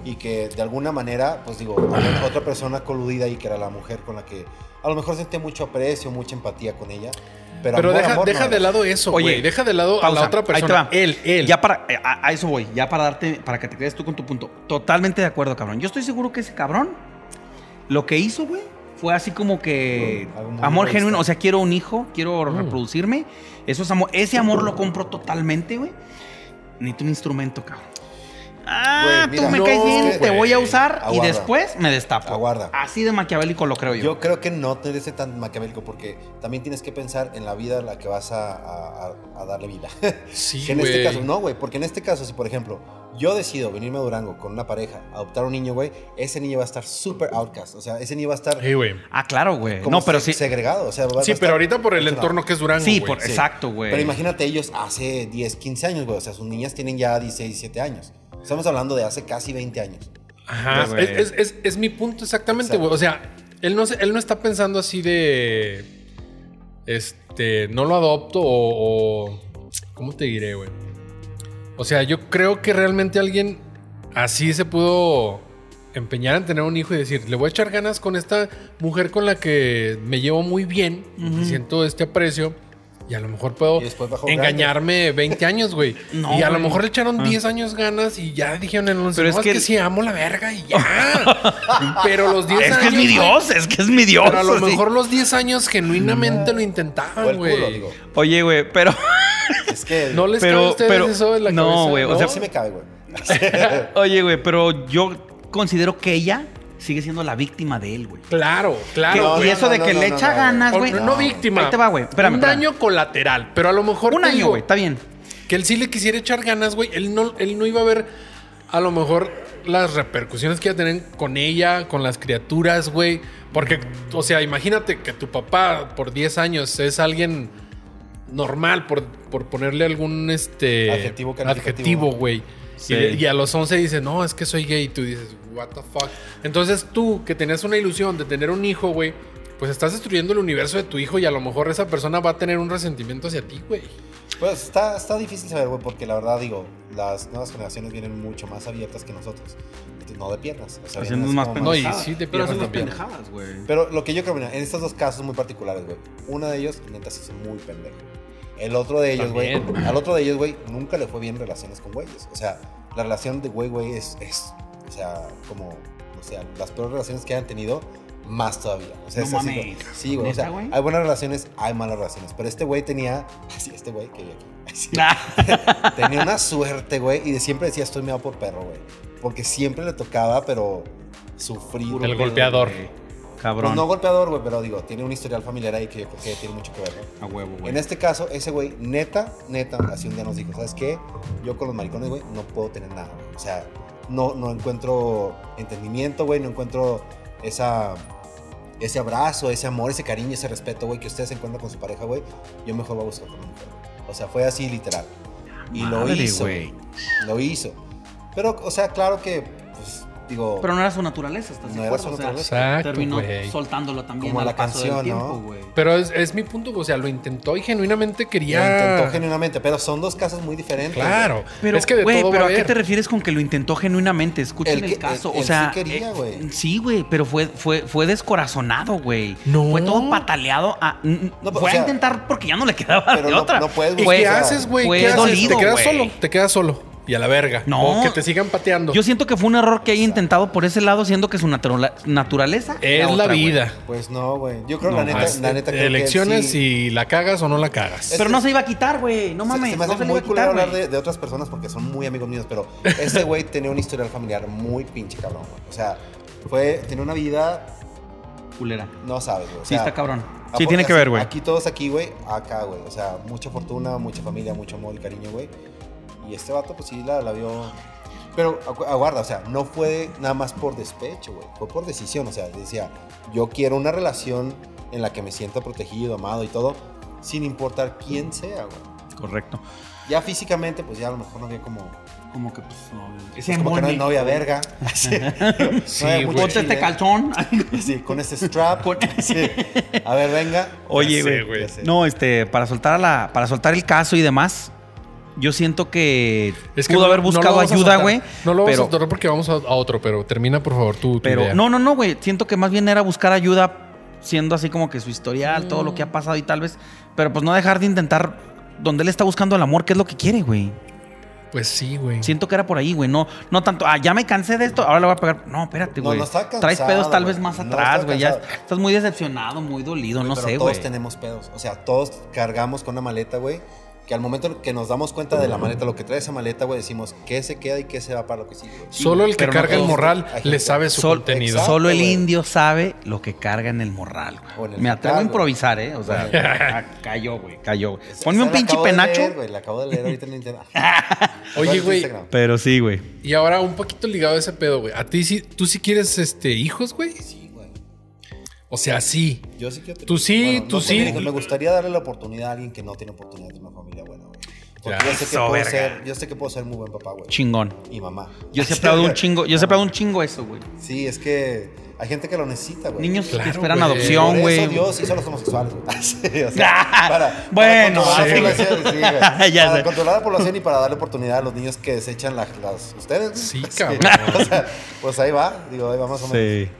Speaker 5: Y que de alguna manera, pues digo, había otra persona coludida y que era la mujer con la que a lo mejor sentía mucho aprecio, mucha empatía con ella. Pero,
Speaker 1: Pero
Speaker 5: amor,
Speaker 1: deja,
Speaker 5: amor, no
Speaker 1: deja
Speaker 5: era.
Speaker 1: de lado eso,
Speaker 4: Oye,
Speaker 1: güey. Deja de lado a
Speaker 4: Pausa,
Speaker 1: la otra
Speaker 4: ahí te
Speaker 1: persona.
Speaker 4: va.
Speaker 1: Él, él.
Speaker 4: Ya para, eh, a, a eso voy, ya para darte, para que te quedes tú con tu punto. Totalmente de acuerdo, cabrón. Yo estoy seguro que ese cabrón, lo que hizo, güey, fue así como que
Speaker 5: Mm, algo muy
Speaker 4: amor
Speaker 5: egoísta. Mm.
Speaker 4: genuino. O sea, quiero un hijo, quiero reproducirme. Eso es amor, ese amor lo compro totalmente, güey. Necesito un instrumento, cabrón. Ah,
Speaker 5: Güey,
Speaker 4: tú
Speaker 5: Pues mira,
Speaker 4: me
Speaker 5: no,
Speaker 4: caes bien,
Speaker 5: es que,
Speaker 4: te voy a usar y
Speaker 5: aguarda.
Speaker 4: después me destapo.
Speaker 5: Aguarda.
Speaker 4: Así de maquiavélico lo creo yo.
Speaker 5: Yo creo que no te ser tan maquiavélico porque también tienes que pensar en la vida a la que vas a, a- a- a darle vida.
Speaker 1: Sí,
Speaker 5: que en este
Speaker 1: güey.
Speaker 5: caso, no, güey, porque en este caso, si por ejemplo yo decido venirme a Durango con una pareja, adoptar un niño, güey, ese niño va a estar super outcast. O sea, ese niño va a estar
Speaker 1: Sí, güey.
Speaker 4: Ah, claro, güey.
Speaker 5: como
Speaker 4: No, pero
Speaker 5: se-
Speaker 4: sí.
Speaker 5: segregado. O sea, va- va a
Speaker 1: Sí,
Speaker 5: estar
Speaker 1: pero ahorita por el
Speaker 5: funcionado.
Speaker 1: entorno que es Durango.
Speaker 4: Sí,
Speaker 1: güey.
Speaker 4: por-
Speaker 5: Sí.
Speaker 4: exacto, güey.
Speaker 5: Pero imagínate ellos hace 10, 15 años, güey. O sea, sus niñas tienen ya 16, 17 años. Estamos hablando de hace casi 20 años.
Speaker 1: Ajá.
Speaker 4: Ya, güey.
Speaker 1: Es, es- es- es mi punto exactamente,
Speaker 5: Exacto.
Speaker 1: güey. O sea, él no, se- él no está pensando así de. Este. No lo adopto o. o- ¿Cómo te diré, güey? O sea, yo creo que realmente alguien así se pudo empeñar en tener un hijo y decir, le voy a echar ganas con esta mujer con la que me llevo muy bien, y siento este aprecio. Y a lo mejor puedo
Speaker 5: Y después bajó
Speaker 1: engañarme 20 años, güey.
Speaker 4: No,
Speaker 1: y a lo
Speaker 4: güey.
Speaker 1: mejor le echaron 10 años ganas y ya dijeron en el 11,
Speaker 4: Pero
Speaker 1: no,
Speaker 4: es
Speaker 1: es, que...
Speaker 4: que-
Speaker 1: sí amo la verga y ya. Pero los 10
Speaker 4: Es
Speaker 1: años...
Speaker 4: que es mi
Speaker 1: güey,
Speaker 4: Dios, es que es mi Dios.
Speaker 1: Pero a lo
Speaker 4: así.
Speaker 1: mejor los 10 años genuinamente lo
Speaker 5: O el
Speaker 1: intentaban,
Speaker 5: culo,
Speaker 1: güey.
Speaker 5: digo.
Speaker 4: Oye, güey, pero.
Speaker 5: Es que.
Speaker 1: No les
Speaker 4: Pero-
Speaker 1: cabe a ustedes
Speaker 4: pero-
Speaker 1: eso en la
Speaker 4: no,
Speaker 1: cabeza.
Speaker 4: güey, o
Speaker 5: No,
Speaker 4: sea-
Speaker 5: sí me cabe, güey.
Speaker 4: Oye, güey, pero yo considero que ella sigue siendo la víctima de él, güey.
Speaker 1: Claro,
Speaker 4: Que-
Speaker 1: claro.
Speaker 5: no,
Speaker 4: y
Speaker 1: güey.
Speaker 4: eso de
Speaker 5: no,
Speaker 4: que
Speaker 5: no,
Speaker 4: le
Speaker 5: no,
Speaker 4: echa
Speaker 5: no,
Speaker 4: ganas,
Speaker 1: O-
Speaker 4: güey.
Speaker 1: no, víctima.
Speaker 4: Ahí te va, güey. Espérame,
Speaker 1: un
Speaker 4: espérame.
Speaker 1: daño colateral, pero a lo mejor.
Speaker 4: Un
Speaker 1: te
Speaker 4: año,
Speaker 1: digo
Speaker 4: güey, está bien.
Speaker 1: Que él sí le quisiera echar ganas, güey. Él no, él no iba a ver a lo mejor las repercusiones que iba a tener con ella, con las criaturas, güey. Porque, o sea, imagínate que tu papá por 10 años es alguien normal, por, por ponerle algún este
Speaker 5: Adjetivo calificativo.
Speaker 1: adjetivo, güey.
Speaker 4: Sí.
Speaker 1: Y, y a los 11 dice, no, es que soy gay. Y tú dices, what the fuck. Entonces tú, que tenías una ilusión de tener un hijo, güey, pues estás destruyendo el universo de tu hijo y a lo mejor esa persona va a tener un resentimiento hacia ti, güey.
Speaker 5: Pues está, está difícil saber, güey, porque la verdad, digo, las nuevas generaciones vienen mucho más abiertas que nosotros. Entonces, No de piernas. O sea,
Speaker 4: Haciendo
Speaker 5: vienen
Speaker 4: más
Speaker 5: como
Speaker 1: No, y
Speaker 4: pendejadas.
Speaker 1: sí, de
Speaker 6: Pero
Speaker 1: piernas
Speaker 6: son unas
Speaker 1: también.
Speaker 6: pendejadas, güey.
Speaker 5: Pero lo que yo creo, mira, en estos dos casos muy particulares, güey. Uno de ellos, neta, sí es muy pendejo. El otro de ellos, güey.
Speaker 1: También.
Speaker 5: Al otro de ellos, güey, nunca le fue bien relaciones con güeyes. O sea, la relación de güey, güey, es, es. O sea, como. O sea, las peores relaciones que han tenido, más todavía. O sea,
Speaker 4: No
Speaker 5: es así,
Speaker 4: mames.
Speaker 5: güey. Sí, güey. O
Speaker 4: ¿Neta,
Speaker 5: sea,
Speaker 4: güey?
Speaker 5: hay buenas relaciones, hay malas relaciones. Pero este güey tenía. Así, este güey que hay aquí. así, tenía una suerte, güey. Y de siempre decía, estoy meado por perro, güey. Porque siempre le tocaba, pero. Sufrir.
Speaker 1: El
Speaker 5: güey.
Speaker 1: golpeador.
Speaker 4: Cabrón.
Speaker 5: Pues no golpeador, güey, pero digo, tiene un historial familiar ahí que yo creo que tiene mucho que ver, ¿no?
Speaker 4: A huevo, güey.
Speaker 5: En este caso, ese güey, neta, neta, así un día nos dijo, ¿sabes qué? Yo con los maricones, güey, no puedo tener nada, güey. O sea, no, no encuentro entendimiento, güey, no encuentro esa, ese abrazo, ese amor, ese cariño, ese respeto, güey, que ustedes encuentran con su pareja, güey. Yo mejor voy a buscar con una mujer. güey. O sea, fue así literal. Y lo
Speaker 4: Madre,
Speaker 5: hizo.
Speaker 4: güey.
Speaker 5: Lo hizo. Pero, o sea, claro que, pues, digo,
Speaker 4: Pero no era su naturaleza, ¿estás
Speaker 5: No
Speaker 4: de
Speaker 5: era
Speaker 4: acuerdo?
Speaker 5: su
Speaker 4: O sea,
Speaker 5: naturaleza.
Speaker 1: Exacto,
Speaker 4: terminó
Speaker 1: güey.
Speaker 4: soltándolo también
Speaker 5: Como
Speaker 4: al
Speaker 5: la
Speaker 4: paso del
Speaker 5: canción,
Speaker 4: tiempo,
Speaker 5: ¿no?
Speaker 4: güey.
Speaker 1: Pero es, es mi punto, o sea, lo intentó y genuinamente
Speaker 5: lo
Speaker 1: quería.
Speaker 5: intentó genuinamente, pero son dos casos muy diferentes. güey.
Speaker 1: Claro.
Speaker 4: Pero,
Speaker 1: es que de
Speaker 4: güey,
Speaker 1: todo
Speaker 4: pero
Speaker 1: va
Speaker 4: ¿a
Speaker 1: a
Speaker 4: qué
Speaker 1: haber.
Speaker 4: te refieres con que lo intentó genuinamente? Escuchen
Speaker 5: El
Speaker 4: el,
Speaker 5: que-
Speaker 4: caso.
Speaker 5: el-
Speaker 4: o
Speaker 5: el
Speaker 4: sea,
Speaker 5: sí quería,
Speaker 4: eh,
Speaker 5: güey.
Speaker 4: sí, güey, pero fue, fue, fue descorazonado, güey.
Speaker 1: No.
Speaker 4: Fue todo pataleado. A, n-
Speaker 5: No,
Speaker 4: fue
Speaker 5: o sea,
Speaker 4: a intentar porque ya no le quedaba
Speaker 5: pero
Speaker 4: de
Speaker 5: no-
Speaker 4: otra.
Speaker 5: no puedes
Speaker 1: ¿Y
Speaker 5: güey,
Speaker 1: qué
Speaker 5: o sea,
Speaker 1: haces, güey?
Speaker 4: fue
Speaker 1: ¿Qué haces?
Speaker 4: dolido,
Speaker 1: ¿Te quedas
Speaker 4: güey.
Speaker 1: solo? ¿Te quedas solo? Y a la verga.
Speaker 4: No.
Speaker 1: O que te sigan pateando.
Speaker 4: Yo siento que fue un error que haya intentado por ese lado, siendo que su naturala- naturaleza
Speaker 1: es
Speaker 4: era
Speaker 1: la
Speaker 4: otra, güey.
Speaker 1: vida.
Speaker 5: Pues no, güey. Yo creo,
Speaker 4: No,
Speaker 5: la neta,
Speaker 1: Más
Speaker 5: la neta creo que
Speaker 1: elecciones
Speaker 5: sí.
Speaker 1: y la cagas o no la cagas.
Speaker 4: Pero no se iba a quitar, güey. No
Speaker 5: Se-
Speaker 4: mames,
Speaker 5: se me hace
Speaker 4: no se le iba
Speaker 5: muy
Speaker 4: a
Speaker 5: culero
Speaker 4: quitar,
Speaker 5: hablar
Speaker 4: güey.
Speaker 5: de, de otras personas porque son muy amigos míos, pero este güey tenía un historial familiar muy pinche cabrón, güey. O sea, fue, tenía una vida,
Speaker 4: Culera.
Speaker 5: no sabes, güey. O
Speaker 4: Sí,
Speaker 5: sea,
Speaker 4: está cabrón.
Speaker 5: a-
Speaker 4: Sí, tiene
Speaker 5: o
Speaker 4: que
Speaker 5: sea,
Speaker 4: ver, güey.
Speaker 5: Ah, Aquí todos aquí, güey, acá, güey. O sea, mucha fortuna, mucha familia, mucho amor y cariño, güey. Y este vato, pues sí, la, la vio. Pero acu- aguarda, o sea, no fue nada más por despecho, güey. Fue por decisión. O sea, decía, yo quiero una relación en la que me sienta protegido, amado y todo, sin importar quién sea, güey.
Speaker 4: Correcto.
Speaker 5: Ya físicamente, pues ya a lo mejor no había como.
Speaker 4: Como que, pues, no.
Speaker 5: pues, como que no hay novia verga. Sí,
Speaker 1: Sí,
Speaker 5: No
Speaker 1: güey.
Speaker 5: había mucho
Speaker 4: Ponte este
Speaker 5: chile.
Speaker 4: calzón.
Speaker 5: Sí, con este strap. Sí. A ver, venga.
Speaker 4: Oye,
Speaker 5: Ya sé,
Speaker 4: güey.
Speaker 5: ya sé.
Speaker 4: No, este, para soltar a la, para soltar el caso y demás, yo siento que
Speaker 1: Es que
Speaker 4: pudo
Speaker 1: no-
Speaker 4: haber
Speaker 1: no
Speaker 4: buscado
Speaker 1: lo vamos a
Speaker 4: ayuda,
Speaker 1: soltar.
Speaker 4: güey.
Speaker 1: No lo vamos
Speaker 4: pero,
Speaker 1: a soltar porque vamos a, a otro, pero termina, por favor, tú.
Speaker 4: pero no, no, no, güey. Siento que más bien era buscar ayuda, siendo así como que su historial, todo lo que
Speaker 5: Mm.
Speaker 4: ha pasado y tal vez, pero pues no dejar de intentar donde él está buscando el amor, que es lo que quiere, güey.
Speaker 1: Pues sí, güey.
Speaker 4: Siento que era por ahí, güey. No, no tanto. Ah, ya me cansé de esto. Ahora le voy a pegar. No, espérate,
Speaker 5: No,
Speaker 4: güey.
Speaker 5: no está cansado,
Speaker 4: Traes pedos tal vez
Speaker 5: güey.
Speaker 4: más
Speaker 5: No
Speaker 4: atrás,
Speaker 5: está
Speaker 4: güey. Ya
Speaker 5: cansado.
Speaker 4: estás muy decepcionado, muy dolido.
Speaker 5: Güey,
Speaker 4: no
Speaker 5: pero
Speaker 4: sé,
Speaker 5: Todos
Speaker 4: güey.
Speaker 5: tenemos pedos. O sea, todos cargamos con una maleta, güey. Que al momento que nos damos cuenta de la maleta, lo que trae esa maleta, güey, decimos qué se queda y qué se va para lo que sigue. güey.
Speaker 1: Solo el que
Speaker 4: pero no
Speaker 1: carga el
Speaker 4: todos-
Speaker 1: morral
Speaker 5: hay gente-
Speaker 1: le sabe su
Speaker 4: Sol-
Speaker 1: contenido.
Speaker 5: Exacto,
Speaker 4: Solo el
Speaker 5: güey.
Speaker 4: indio sabe lo que carga en el morral,
Speaker 5: O
Speaker 4: güey.
Speaker 5: en el
Speaker 4: Me atrevo a
Speaker 5: morral,
Speaker 4: improvisar, ¿eh? O sea, ah, cayó, güey. Cayó, güey. Ponme un
Speaker 5: Esa la
Speaker 4: pinche
Speaker 5: acabo de
Speaker 4: penacho.
Speaker 5: leer, güey, la acabo de leer ahorita en internet.
Speaker 1: Oye, güey.
Speaker 4: pero sí, güey.
Speaker 1: Y ahora un poquito ligado a ese pedo, güey. ¿A ti sí, tú sí quieres este, hijos, güey?
Speaker 5: Sí, güey.
Speaker 1: O sea, sí.
Speaker 5: Yo sí quiero tener-
Speaker 1: Tú sí, tú
Speaker 5: no, porque
Speaker 1: sí.
Speaker 5: digo, Me gustaría darle la oportunidad a alguien que no tiene oportunidad de una familia buena, güey. Porque
Speaker 1: Ya.
Speaker 5: yo, sé que
Speaker 4: Eso,
Speaker 5: puedo
Speaker 4: verga.
Speaker 5: ser, yo sé que puedo ser muy buen papá, güey.
Speaker 4: Chingón.
Speaker 5: Y mamá.
Speaker 4: Yo sí aplaudo un chingo, yo sí aplaudo un chingo eso, güey.
Speaker 5: Sí, es que hay gente que lo necesita, güey.
Speaker 4: Niños
Speaker 1: Claro,
Speaker 4: que esperan
Speaker 1: güey.
Speaker 5: Por
Speaker 4: adopción,
Speaker 5: eso
Speaker 4: güey.
Speaker 5: Dios hizo a los homosexuales. güey. Sí, o
Speaker 4: Ah, bueno,
Speaker 5: para
Speaker 1: sí,
Speaker 5: controlar la
Speaker 4: güey.
Speaker 5: población, sí, güey.
Speaker 4: Ya
Speaker 5: Para
Speaker 4: sé.
Speaker 5: controlar la población y para darle oportunidad a los niños que desechan las, las ustedes. güey.
Speaker 1: Sí, cabrón.
Speaker 5: O sea, pues ahí va, digo, ahí va más o menos.
Speaker 4: Sí.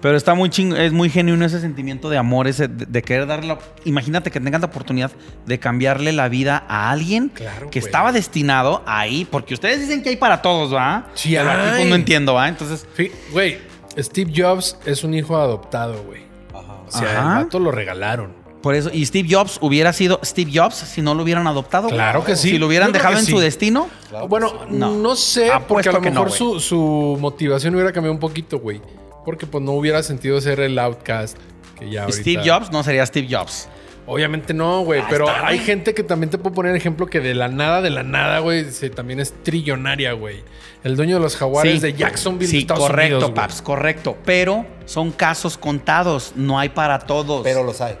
Speaker 4: Pero está muy chingo, es muy genuino ese sentimiento de amor, ese de, de querer darle. la- Imagínate que tengan la oportunidad de cambiarle la vida a alguien
Speaker 1: Claro,
Speaker 4: que
Speaker 1: güey.
Speaker 4: estaba destinado ahí, porque ustedes dicen que hay para todos, ¿va?
Speaker 1: Sí,
Speaker 4: Pero aquí,
Speaker 1: hay.
Speaker 4: pues, no entiendo, ¿va? Entonces,
Speaker 1: Fí- Güey, Steve Jobs es un hijo adoptado, güey.
Speaker 5: Ajá.
Speaker 1: O sea,
Speaker 4: Ajá.
Speaker 1: el vato lo regalaron.
Speaker 4: por eso. Y Steve Jobs hubiera sido Steve Jobs si no lo hubieran adoptado. güey.
Speaker 1: Claro que sí.
Speaker 4: Si lo hubieran
Speaker 1: Yo creo
Speaker 4: dejado
Speaker 1: que
Speaker 4: en
Speaker 1: sí.
Speaker 4: su destino.
Speaker 5: Claro que sí.
Speaker 1: bueno,
Speaker 4: No.
Speaker 1: no, sé, porque
Speaker 4: Apuesto
Speaker 1: a lo
Speaker 4: que no,
Speaker 1: mejor
Speaker 4: güey.
Speaker 1: su, su motivación hubiera cambiado un poquito, güey. Porque pues no hubiera sentido ser el outcast que ya ahorita-
Speaker 4: Steve Jobs no sería Steve Jobs.
Speaker 1: Obviamente no, güey.
Speaker 4: Ahí
Speaker 1: Pero
Speaker 4: está,
Speaker 1: hay
Speaker 4: güey.
Speaker 1: gente que también te puedo poner ejemplo que de la nada, de la nada, güey, se- también es trillonaria, güey. El dueño de los jaguares
Speaker 4: Sí.
Speaker 1: de Jacksonville,
Speaker 4: Sí,
Speaker 1: Estados
Speaker 4: correcto,
Speaker 1: Unidos, güey.
Speaker 4: Paps, correcto. Pero son casos contados, no hay para todos.
Speaker 5: Pero los hay.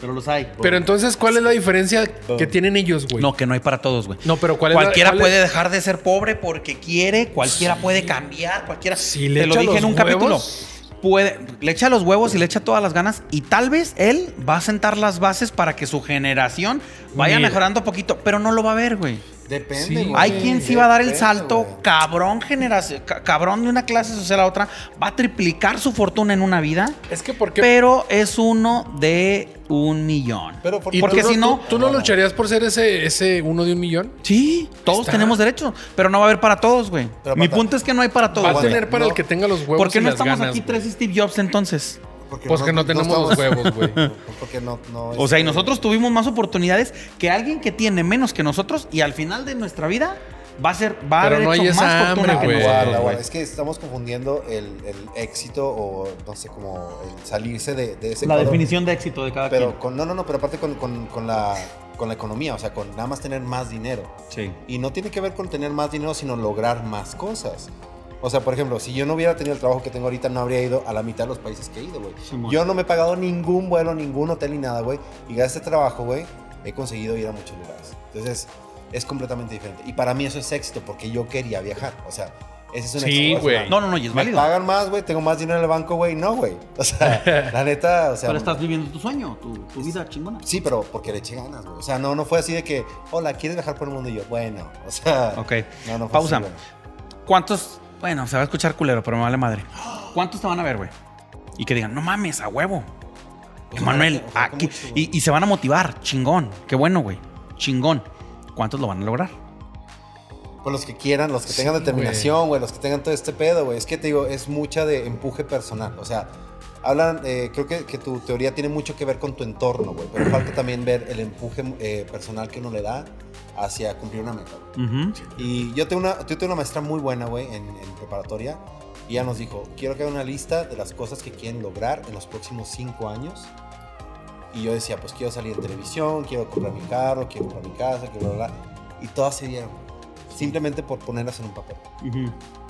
Speaker 4: Pero los hay.
Speaker 1: Pero entonces, ¿cuál es la diferencia que
Speaker 5: Boom.
Speaker 1: tienen ellos, güey?
Speaker 4: No, que no hay para todos, güey.
Speaker 1: No, pero ¿cuál es la-
Speaker 4: cualquiera
Speaker 1: cuál es-
Speaker 4: puede dejar de ser pobre porque quiere, cualquiera puede cambiar, cualquiera.
Speaker 1: Si le
Speaker 4: Te lo
Speaker 1: echa
Speaker 4: dije en
Speaker 1: los
Speaker 4: un capítulo.
Speaker 1: huevos.
Speaker 4: Puede, le echa los huevos y le echa todas las ganas y tal vez él va a sentar las bases para que su generación vaya
Speaker 1: Mira.
Speaker 4: mejorando poquito, pero no lo va a ver, güey.
Speaker 1: Sí.
Speaker 5: Depende, güey.
Speaker 4: Hay quien sí va a dar el
Speaker 5: Depende,
Speaker 4: salto,
Speaker 5: güey.
Speaker 4: cabrón generación, ca- cabrón de una clase social a otra, va a triplicar su fortuna en una vida,
Speaker 1: Es que porque...
Speaker 4: pero es uno de un millón.
Speaker 5: Pero por-
Speaker 1: ¿Y
Speaker 4: porque
Speaker 1: tú
Speaker 4: si no,
Speaker 1: ¿Tú, tú no lucharías por ser ese, ese uno de un millón?
Speaker 4: Sí, todos
Speaker 1: Está.
Speaker 4: tenemos derecho, pero no va a haber para todos, güey.
Speaker 5: Pero
Speaker 4: Mi
Speaker 5: para-
Speaker 4: punto es que no hay para todos.
Speaker 1: Va a
Speaker 5: bueno,
Speaker 4: güey.
Speaker 1: tener para
Speaker 5: no.
Speaker 1: el que tenga los huevos
Speaker 4: ¿Por qué
Speaker 1: y
Speaker 4: no
Speaker 1: las
Speaker 4: estamos
Speaker 1: ganas,
Speaker 4: aquí
Speaker 1: güey.
Speaker 4: tres Steve Jobs entonces?
Speaker 1: Pues que no tenemos los huevos, güey.
Speaker 5: Porque no, no,
Speaker 4: O sea, y
Speaker 5: este,
Speaker 4: nosotros tuvimos más oportunidades que alguien que tiene menos que nosotros y al final de nuestra vida va a ser va a
Speaker 1: Pero
Speaker 4: haber
Speaker 1: no
Speaker 4: hecho
Speaker 1: hay esa
Speaker 4: más fortuna
Speaker 1: hambre,
Speaker 4: que
Speaker 1: güey.
Speaker 4: nosotros.
Speaker 5: Guarda,
Speaker 1: güey.
Speaker 5: guarda. Es que estamos confundiendo el, el éxito o no sé, como el salirse de, de ese
Speaker 4: La
Speaker 5: cuadro.
Speaker 4: definición de éxito
Speaker 1: Ah,
Speaker 4: de cada
Speaker 5: Pero con, no, no, no, pero aparte con, con, con la, con la economía, o sea, con nada más tener más dinero.
Speaker 4: quien.
Speaker 5: Y no tiene que ver con tener más dinero, sino lograr más cosas. O sea, por ejemplo, si yo no hubiera tenido el trabajo que tengo ahorita, no habría ido a la mitad de los países que he ido, güey.
Speaker 4: Simón.
Speaker 5: Yo no me he pagado ningún vuelo, ningún hotel ni nada, güey. Y gracias a este trabajo, güey, he conseguido ir a muchos lugares. Entonces, es completamente diferente. Y para mí eso es éxito, porque yo quería viajar. O sea, ese es un
Speaker 1: Sí,
Speaker 5: éxito
Speaker 1: güey.
Speaker 5: personal.
Speaker 4: No, no, no, y es
Speaker 5: Me
Speaker 4: válido.
Speaker 5: pagan más, güey, tengo más dinero en el banco, güey. No, güey. O sea, la neta, o sea.
Speaker 4: Pero estás viviendo tu sueño, tu, tu vida chingona.
Speaker 5: Sí, pero porque le eché ganas, güey. O sea, no, no fue así de que, hola, ¿quieres viajar por el mundo? Y yo, bueno, o sea.
Speaker 4: Ok.
Speaker 5: No, no fue
Speaker 4: Pausa.
Speaker 5: así, güey.
Speaker 4: ¿Cuántos? Bueno, se va a escuchar culero, pero me vale madre. ¿Cuántos te van a ver, güey? Y que digan, no mames, a huevo.
Speaker 5: Pues,
Speaker 4: Emanuel,
Speaker 5: ojalá que
Speaker 4: aquí.
Speaker 5: mucho, güey.
Speaker 4: Y, y se van a motivar. Chingón. Qué bueno, güey. Chingón. ¿Cuántos lo van a lograr?
Speaker 5: Pues los que quieran, los que tengan
Speaker 1: Sí,
Speaker 5: determinación, güey, los que tengan todo este pedo, güey. Es que te digo, es mucha de empuje personal. O sea, hablan, eh, creo que, que tu teoría tiene mucho que ver con tu entorno, güey. Pero falta también ver el empuje eh, personal que uno le da hacia cumplir una meta. güey.
Speaker 4: Ujú.
Speaker 5: Y yo tengo una, yo tengo una maestra muy buena, güey, en, en preparatoria. Y ella nos dijo, quiero que haga una lista de las cosas que quieren lograr en los próximos cinco años. Y yo decía, pues quiero salir en televisión, quiero comprar mi carro, quiero comprar mi casa, quiero bla, bla. bla. Y todas se dieron. Simplemente por ponerlas en un papel.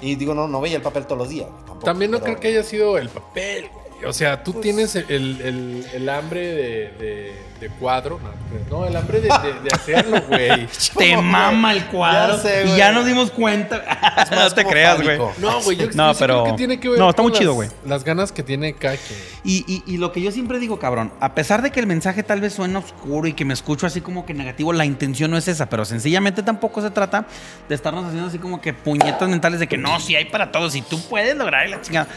Speaker 5: Y digo, no, no veía el papel todos los días. tampoco,
Speaker 1: También no
Speaker 5: pero- Pues
Speaker 1: creo que haya sido el papel, güey. O sea, tú tienes el, el- el hambre de, de- de cuadro. no, No, el hambre de, de- de hacerlo, güey.
Speaker 4: Te mama el cuadro.
Speaker 5: Ya sé,
Speaker 4: y
Speaker 5: güey.
Speaker 4: ya nos dimos cuenta.
Speaker 5: más
Speaker 4: no te
Speaker 5: como
Speaker 4: creas, güey.
Speaker 5: fálico.
Speaker 1: No, güey, yo,
Speaker 4: No,
Speaker 1: yo sí
Speaker 4: pero-
Speaker 1: creo que tiene que ver
Speaker 4: no, está
Speaker 1: con
Speaker 4: muy chido,
Speaker 1: las-
Speaker 4: güey.
Speaker 1: Las ganas que tiene cada quien.
Speaker 4: Y, y- y lo que yo siempre digo, cabrón, a pesar de que el mensaje tal vez suena oscuro y que me escucho así como que negativo, la intención no es esa, pero sencillamente tampoco se trata de estarnos haciendo así como que puñetas mentales de que no, si hay para todos, si tú puedes lograr y la chingada.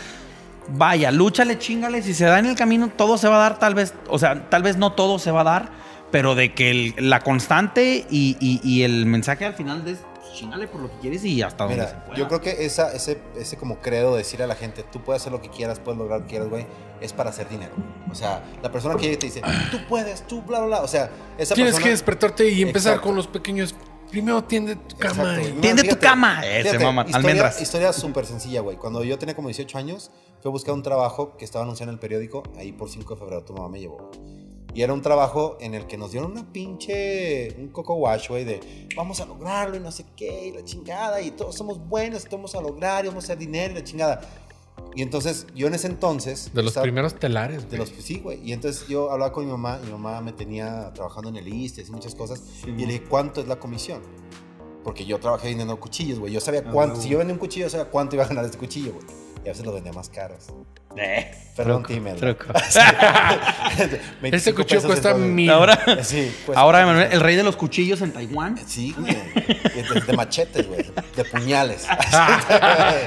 Speaker 4: Vaya, lúchale, chingale, si se da en el camino, todo se va a dar, tal vez, o sea, tal vez no todo se va a dar, pero de que el- la constante y, y- y el mensaje al final es pues, chingale por lo que quieres y hasta donde se
Speaker 5: Mira,
Speaker 4: pueda.
Speaker 5: yo creo que esa, ese, ese como credo de decirle a la gente, tú puedes hacer lo que quieras, puedes lograr lo que quieras, güey, es para hacer dinero. O sea, la persona que llega y te dice, tú puedes, tú, bla, bla, bla. O sea, esa
Speaker 1: Tienes
Speaker 5: persona...
Speaker 1: que despertarte y empezar
Speaker 5: Exacto.
Speaker 1: con los pequeños. Primero tiende tu
Speaker 5: Exacto,
Speaker 1: cama.
Speaker 5: güey.
Speaker 1: y-
Speaker 4: Tiende tu
Speaker 5: Fíjate,
Speaker 4: cama. Ese mamá,
Speaker 5: historia-
Speaker 4: almendras.
Speaker 5: Historia súper sencilla, güey. Cuando yo tenía como 18 años, fui a buscar un trabajo que estaba anunciado en el periódico, ahí por 5 de febrero, tu mamá me llevó. güey. Y era un trabajo en el que nos dieron una pinche, un coco wash, güey, de vamos a lograrlo y no sé qué, y la chingada, y todos somos buenos, y todos vamos a lograr, y vamos a hacer dinero y la chingada. Y entonces, yo en ese entonces.
Speaker 1: De los
Speaker 5: estaba-
Speaker 1: primeros telares,
Speaker 5: De los, sí, güey. Y entonces yo hablaba con mi mamá, mi mamá me tenía trabajando en el ISTE, y muchas cosas. y le dije, ¿cuánto es la comisión? Porque yo trabajé vendiendo cuchillos, güey. Yo sabía cuánto.
Speaker 4: huevo.
Speaker 5: Si yo vendía un cuchillo, yo sabía cuánto iba a ganar este cuchillo, güey. Y a veces lo vendía más caros.
Speaker 4: Eh.
Speaker 5: Perdón, Timel.
Speaker 4: truco.
Speaker 1: Este cuchillo cuesta mil.
Speaker 5: mil.
Speaker 4: Ahora-
Speaker 5: Sí, cuesta-
Speaker 4: Ahora, Emanuel, el rey de los cuchillos en Taiwán.
Speaker 5: Sí, güey. De, de machetes, güey. De puñales.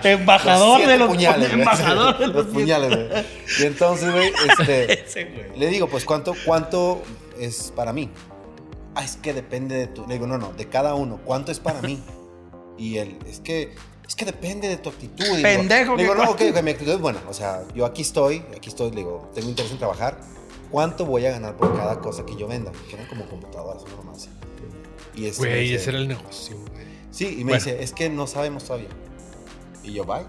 Speaker 4: Embajador de
Speaker 5: siete
Speaker 4: los-
Speaker 5: puñales. güey.
Speaker 4: embajador de los
Speaker 5: los
Speaker 4: siete.
Speaker 5: puñales, güey. Y entonces, güey, este.
Speaker 4: Ese, güey.
Speaker 5: Le digo, pues, ¿cuánto, cuánto es para mí? Ah, es que depende de tu... Le digo, no, no, de cada uno. ¿Cuánto es para mí? Y él, es que... Es que depende de tu actitud. Y digo-
Speaker 4: Pendejo,
Speaker 5: Le digo,
Speaker 4: que-
Speaker 5: no, ok, ok, mi actitud es buena. O sea, yo aquí estoy, aquí estoy, le digo, tengo interés en trabajar. ¿Cuánto voy a ganar por cada cosa que yo venda? Que eran como computadoras, una mamá así. Y este me
Speaker 1: Güey,
Speaker 5: dice-
Speaker 1: ese era el negocio, güey.
Speaker 5: Sí, y me
Speaker 1: Bueno.
Speaker 5: dice, es que no sabemos todavía. Y yo, bye.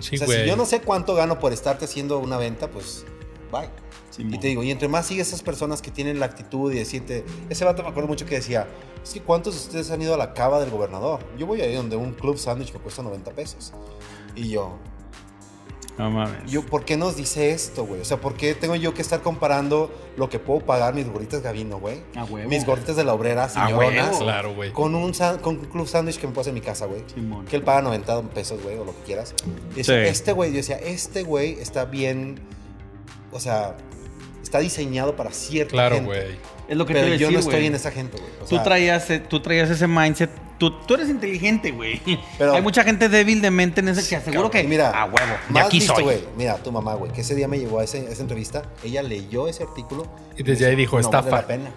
Speaker 1: Sí,
Speaker 5: o sea,
Speaker 1: güey.
Speaker 5: si yo no sé cuánto gano por estarte haciendo una venta, pues bye.
Speaker 4: Simón.
Speaker 5: y te digo, y entre más sigue esas personas que tienen la actitud y decirte, ese vato me acuerdo mucho que decía, es que ¿cuántos de ustedes han ido a la cava del gobernador? Yo voy ahí donde un club sándwich me cuesta 90 pesos. Y yo,
Speaker 4: No mames.
Speaker 5: yo, ¿por qué nos dice esto, güey? O sea, ¿por qué tengo yo que estar comparando lo que puedo pagar mis gorditas Gavino, güey?
Speaker 4: A huevo.
Speaker 5: Mis gorditas de la obrera,
Speaker 4: A huevo.
Speaker 5: señoronas.
Speaker 1: Claro, güey.
Speaker 5: Con un, sa- con un club sándwich que me puedo hacer en mi casa, güey.
Speaker 4: Simón.
Speaker 5: Que él paga 90 pesos, güey, o lo que quieras. Y decía,
Speaker 4: Sí.
Speaker 5: este güey, yo decía, este güey está bien, o sea, está diseñado para cierta
Speaker 1: Claro,
Speaker 5: gente.
Speaker 1: güey.
Speaker 4: Es lo que
Speaker 5: Pero
Speaker 4: te iba a
Speaker 5: yo no
Speaker 4: decir,
Speaker 5: estoy
Speaker 4: güey.
Speaker 5: en esa gente, güey. O
Speaker 4: Tú
Speaker 5: sea,
Speaker 4: traías, eh, tú traías ese mindset. Tú, tú eres inteligente, güey.
Speaker 5: Pero-
Speaker 4: Hay mucha gente débil de mente en ese que aseguro
Speaker 5: cabrón,
Speaker 4: que.
Speaker 5: y mira,
Speaker 4: a huevo. De
Speaker 5: más
Speaker 4: aquí
Speaker 5: listo,
Speaker 4: soy.
Speaker 5: güey. Mira, tu mamá, güey, que ese día me llevó a, ese- a esa entrevista, ella leyó ese artículo.
Speaker 1: Y desde ahí dijo,
Speaker 5: "No vale
Speaker 1: estafa".
Speaker 5: la pena.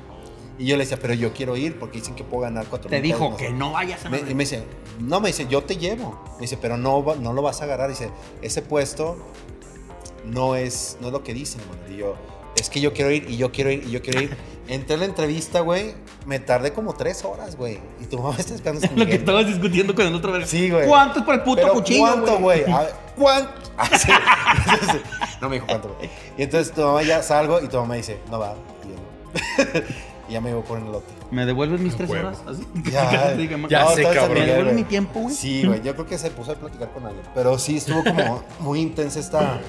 Speaker 5: Y yo le decía, pero yo quiero ir porque dicen que puedo ganar 4
Speaker 4: Te dijo que no vayas a
Speaker 5: Me-
Speaker 4: nada.
Speaker 5: y me dice, no, me dice, yo te llevo. Me dice, pero no, va- no lo vas a agarrar. Dice, ese puesto no es, no es lo que dicen, Manuel. Y yo, es que yo quiero ir, y yo quiero ir, y yo quiero ir. Entré a la entrevista, güey, me tardé como tres horas, güey. Y tu mamá me está esperando. en San
Speaker 4: Lo que
Speaker 5: Miguel.
Speaker 4: estabas discutiendo con el otro verga.
Speaker 5: Sí, güey.
Speaker 4: ¿Cuánto es por el puto
Speaker 5: Pero,
Speaker 4: cuchillo?
Speaker 5: ¿Cuánto, güey? A ver, ¿Cuánto? Ah, sí. Entonces, no me dijo cuánto, güey. Y entonces tu mamá ya salgo y tu mamá dice, no va. Y yo, no. y ya me iba por el lote.
Speaker 4: ¿Me devuelves mis
Speaker 1: A
Speaker 4: tres
Speaker 1: huevo.
Speaker 4: horas? Así.
Speaker 5: Ya,
Speaker 4: Así que me-
Speaker 1: Ya
Speaker 5: No,
Speaker 1: sé,
Speaker 5: todo está
Speaker 1: cabrón.
Speaker 4: ¿Me
Speaker 5: bien,
Speaker 4: devuelves
Speaker 5: güey.
Speaker 4: mi tiempo, güey?
Speaker 5: Sí, güey, yo creo que se puso a platicar con alguien. Pero sí, estuvo como muy intensa esta.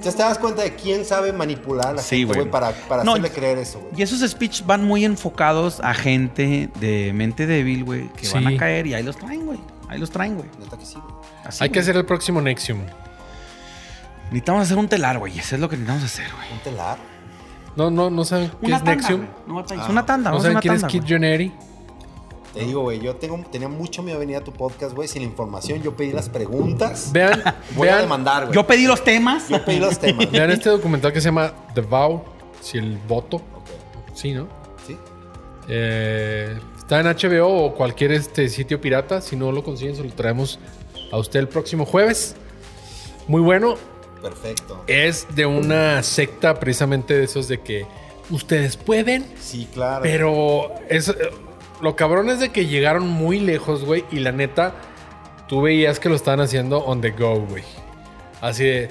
Speaker 5: Ya te das cuenta de quién sabe manipular a la
Speaker 4: Sí,
Speaker 5: gente,
Speaker 4: güey.
Speaker 5: güey, para, para
Speaker 4: No,
Speaker 5: hacerle
Speaker 4: y-
Speaker 5: creer eso, güey.
Speaker 4: Y esos speech van muy enfocados a gente de mente débil, güey, que van
Speaker 1: Sí.
Speaker 4: a caer y ahí los traen, güey. Ahí los traen, güey.
Speaker 5: Neta que sí, güey.
Speaker 4: Así,
Speaker 1: Hay que
Speaker 4: güey.
Speaker 1: hacer el próximo Nexium.
Speaker 4: Necesitamos hacer un telar, güey. Eso es lo que necesitamos hacer, güey.
Speaker 5: Un telar.
Speaker 1: No, no, no saben qué
Speaker 4: Una
Speaker 1: es
Speaker 4: tanda,
Speaker 1: Nexium.
Speaker 4: güey. No batalles.
Speaker 5: Ah.
Speaker 4: Una tanda,
Speaker 1: No
Speaker 4: vamos a
Speaker 1: saben
Speaker 4: una
Speaker 1: quién
Speaker 4: tanda.
Speaker 1: es Kid
Speaker 4: güey.
Speaker 1: Joneri.
Speaker 5: Te digo, güey, yo tengo, tenía mucho miedo de venir a tu podcast, güey, sin la información. Yo pedí las preguntas.
Speaker 1: Vean,
Speaker 5: Voy a
Speaker 1: vean,
Speaker 5: demandar, güey.
Speaker 4: Yo pedí los temas.
Speaker 5: Yo pedí los temas. güey.
Speaker 1: vean este documental que se llama The Vow, si el voto.
Speaker 5: Ok,
Speaker 1: Sí, ¿no?
Speaker 5: ¿Sí?
Speaker 1: Eh, está en HBO o cualquier este sitio pirata. Si no lo consiguen, se lo traemos a usted el próximo jueves. Muy bueno.
Speaker 5: Perfecto.
Speaker 4: Eh,
Speaker 1: Es de una secta precisamente de esos de que ustedes pueden,
Speaker 5: Sí, claro.
Speaker 1: pero es, eh, lo cabrón es de que llegaron muy lejos, güey. Y la neta, tú veías que lo estaban haciendo on the go, güey. Así de,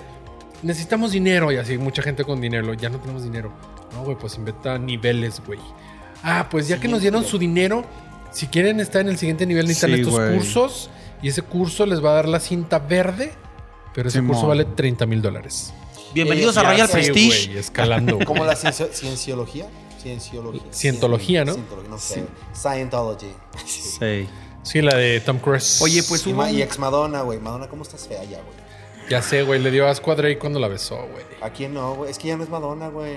Speaker 1: necesitamos dinero. Y así, mucha gente con dinero. Ya no tenemos dinero. No, güey, pues inventa niveles, güey. Ah, pues ya que nos dieron su dinero, si quieren estar en el siguiente nivel, necesitan
Speaker 4: Sí,
Speaker 1: estos
Speaker 4: güey.
Speaker 1: cursos. Y ese curso les va a dar la cinta verde. Pero ese
Speaker 4: Simón.
Speaker 1: curso vale 30 mil dólares.
Speaker 4: Bienvenidos
Speaker 5: Eh,
Speaker 4: a
Speaker 5: ya
Speaker 4: Royal
Speaker 5: sé,
Speaker 4: Prestige.
Speaker 1: güey, escalando. güey.
Speaker 5: ¿Cómo la ciencio- cienciología? Cienciología.
Speaker 1: Cientología, ¿no?
Speaker 5: Cientología, no sé. Scientology.
Speaker 4: Sí.
Speaker 1: Sí, la de Tom Cruise.
Speaker 4: Oye, pues
Speaker 5: Y,
Speaker 4: hubo.
Speaker 5: ma- y ex Madonna, güey. Madonna, ¿cómo estás fea ya, güey?
Speaker 1: Ya sé, güey, le dio asco a Drake cuando la besó, güey.
Speaker 5: ¿A quién no, güey? Es que ya no es Madonna, güey.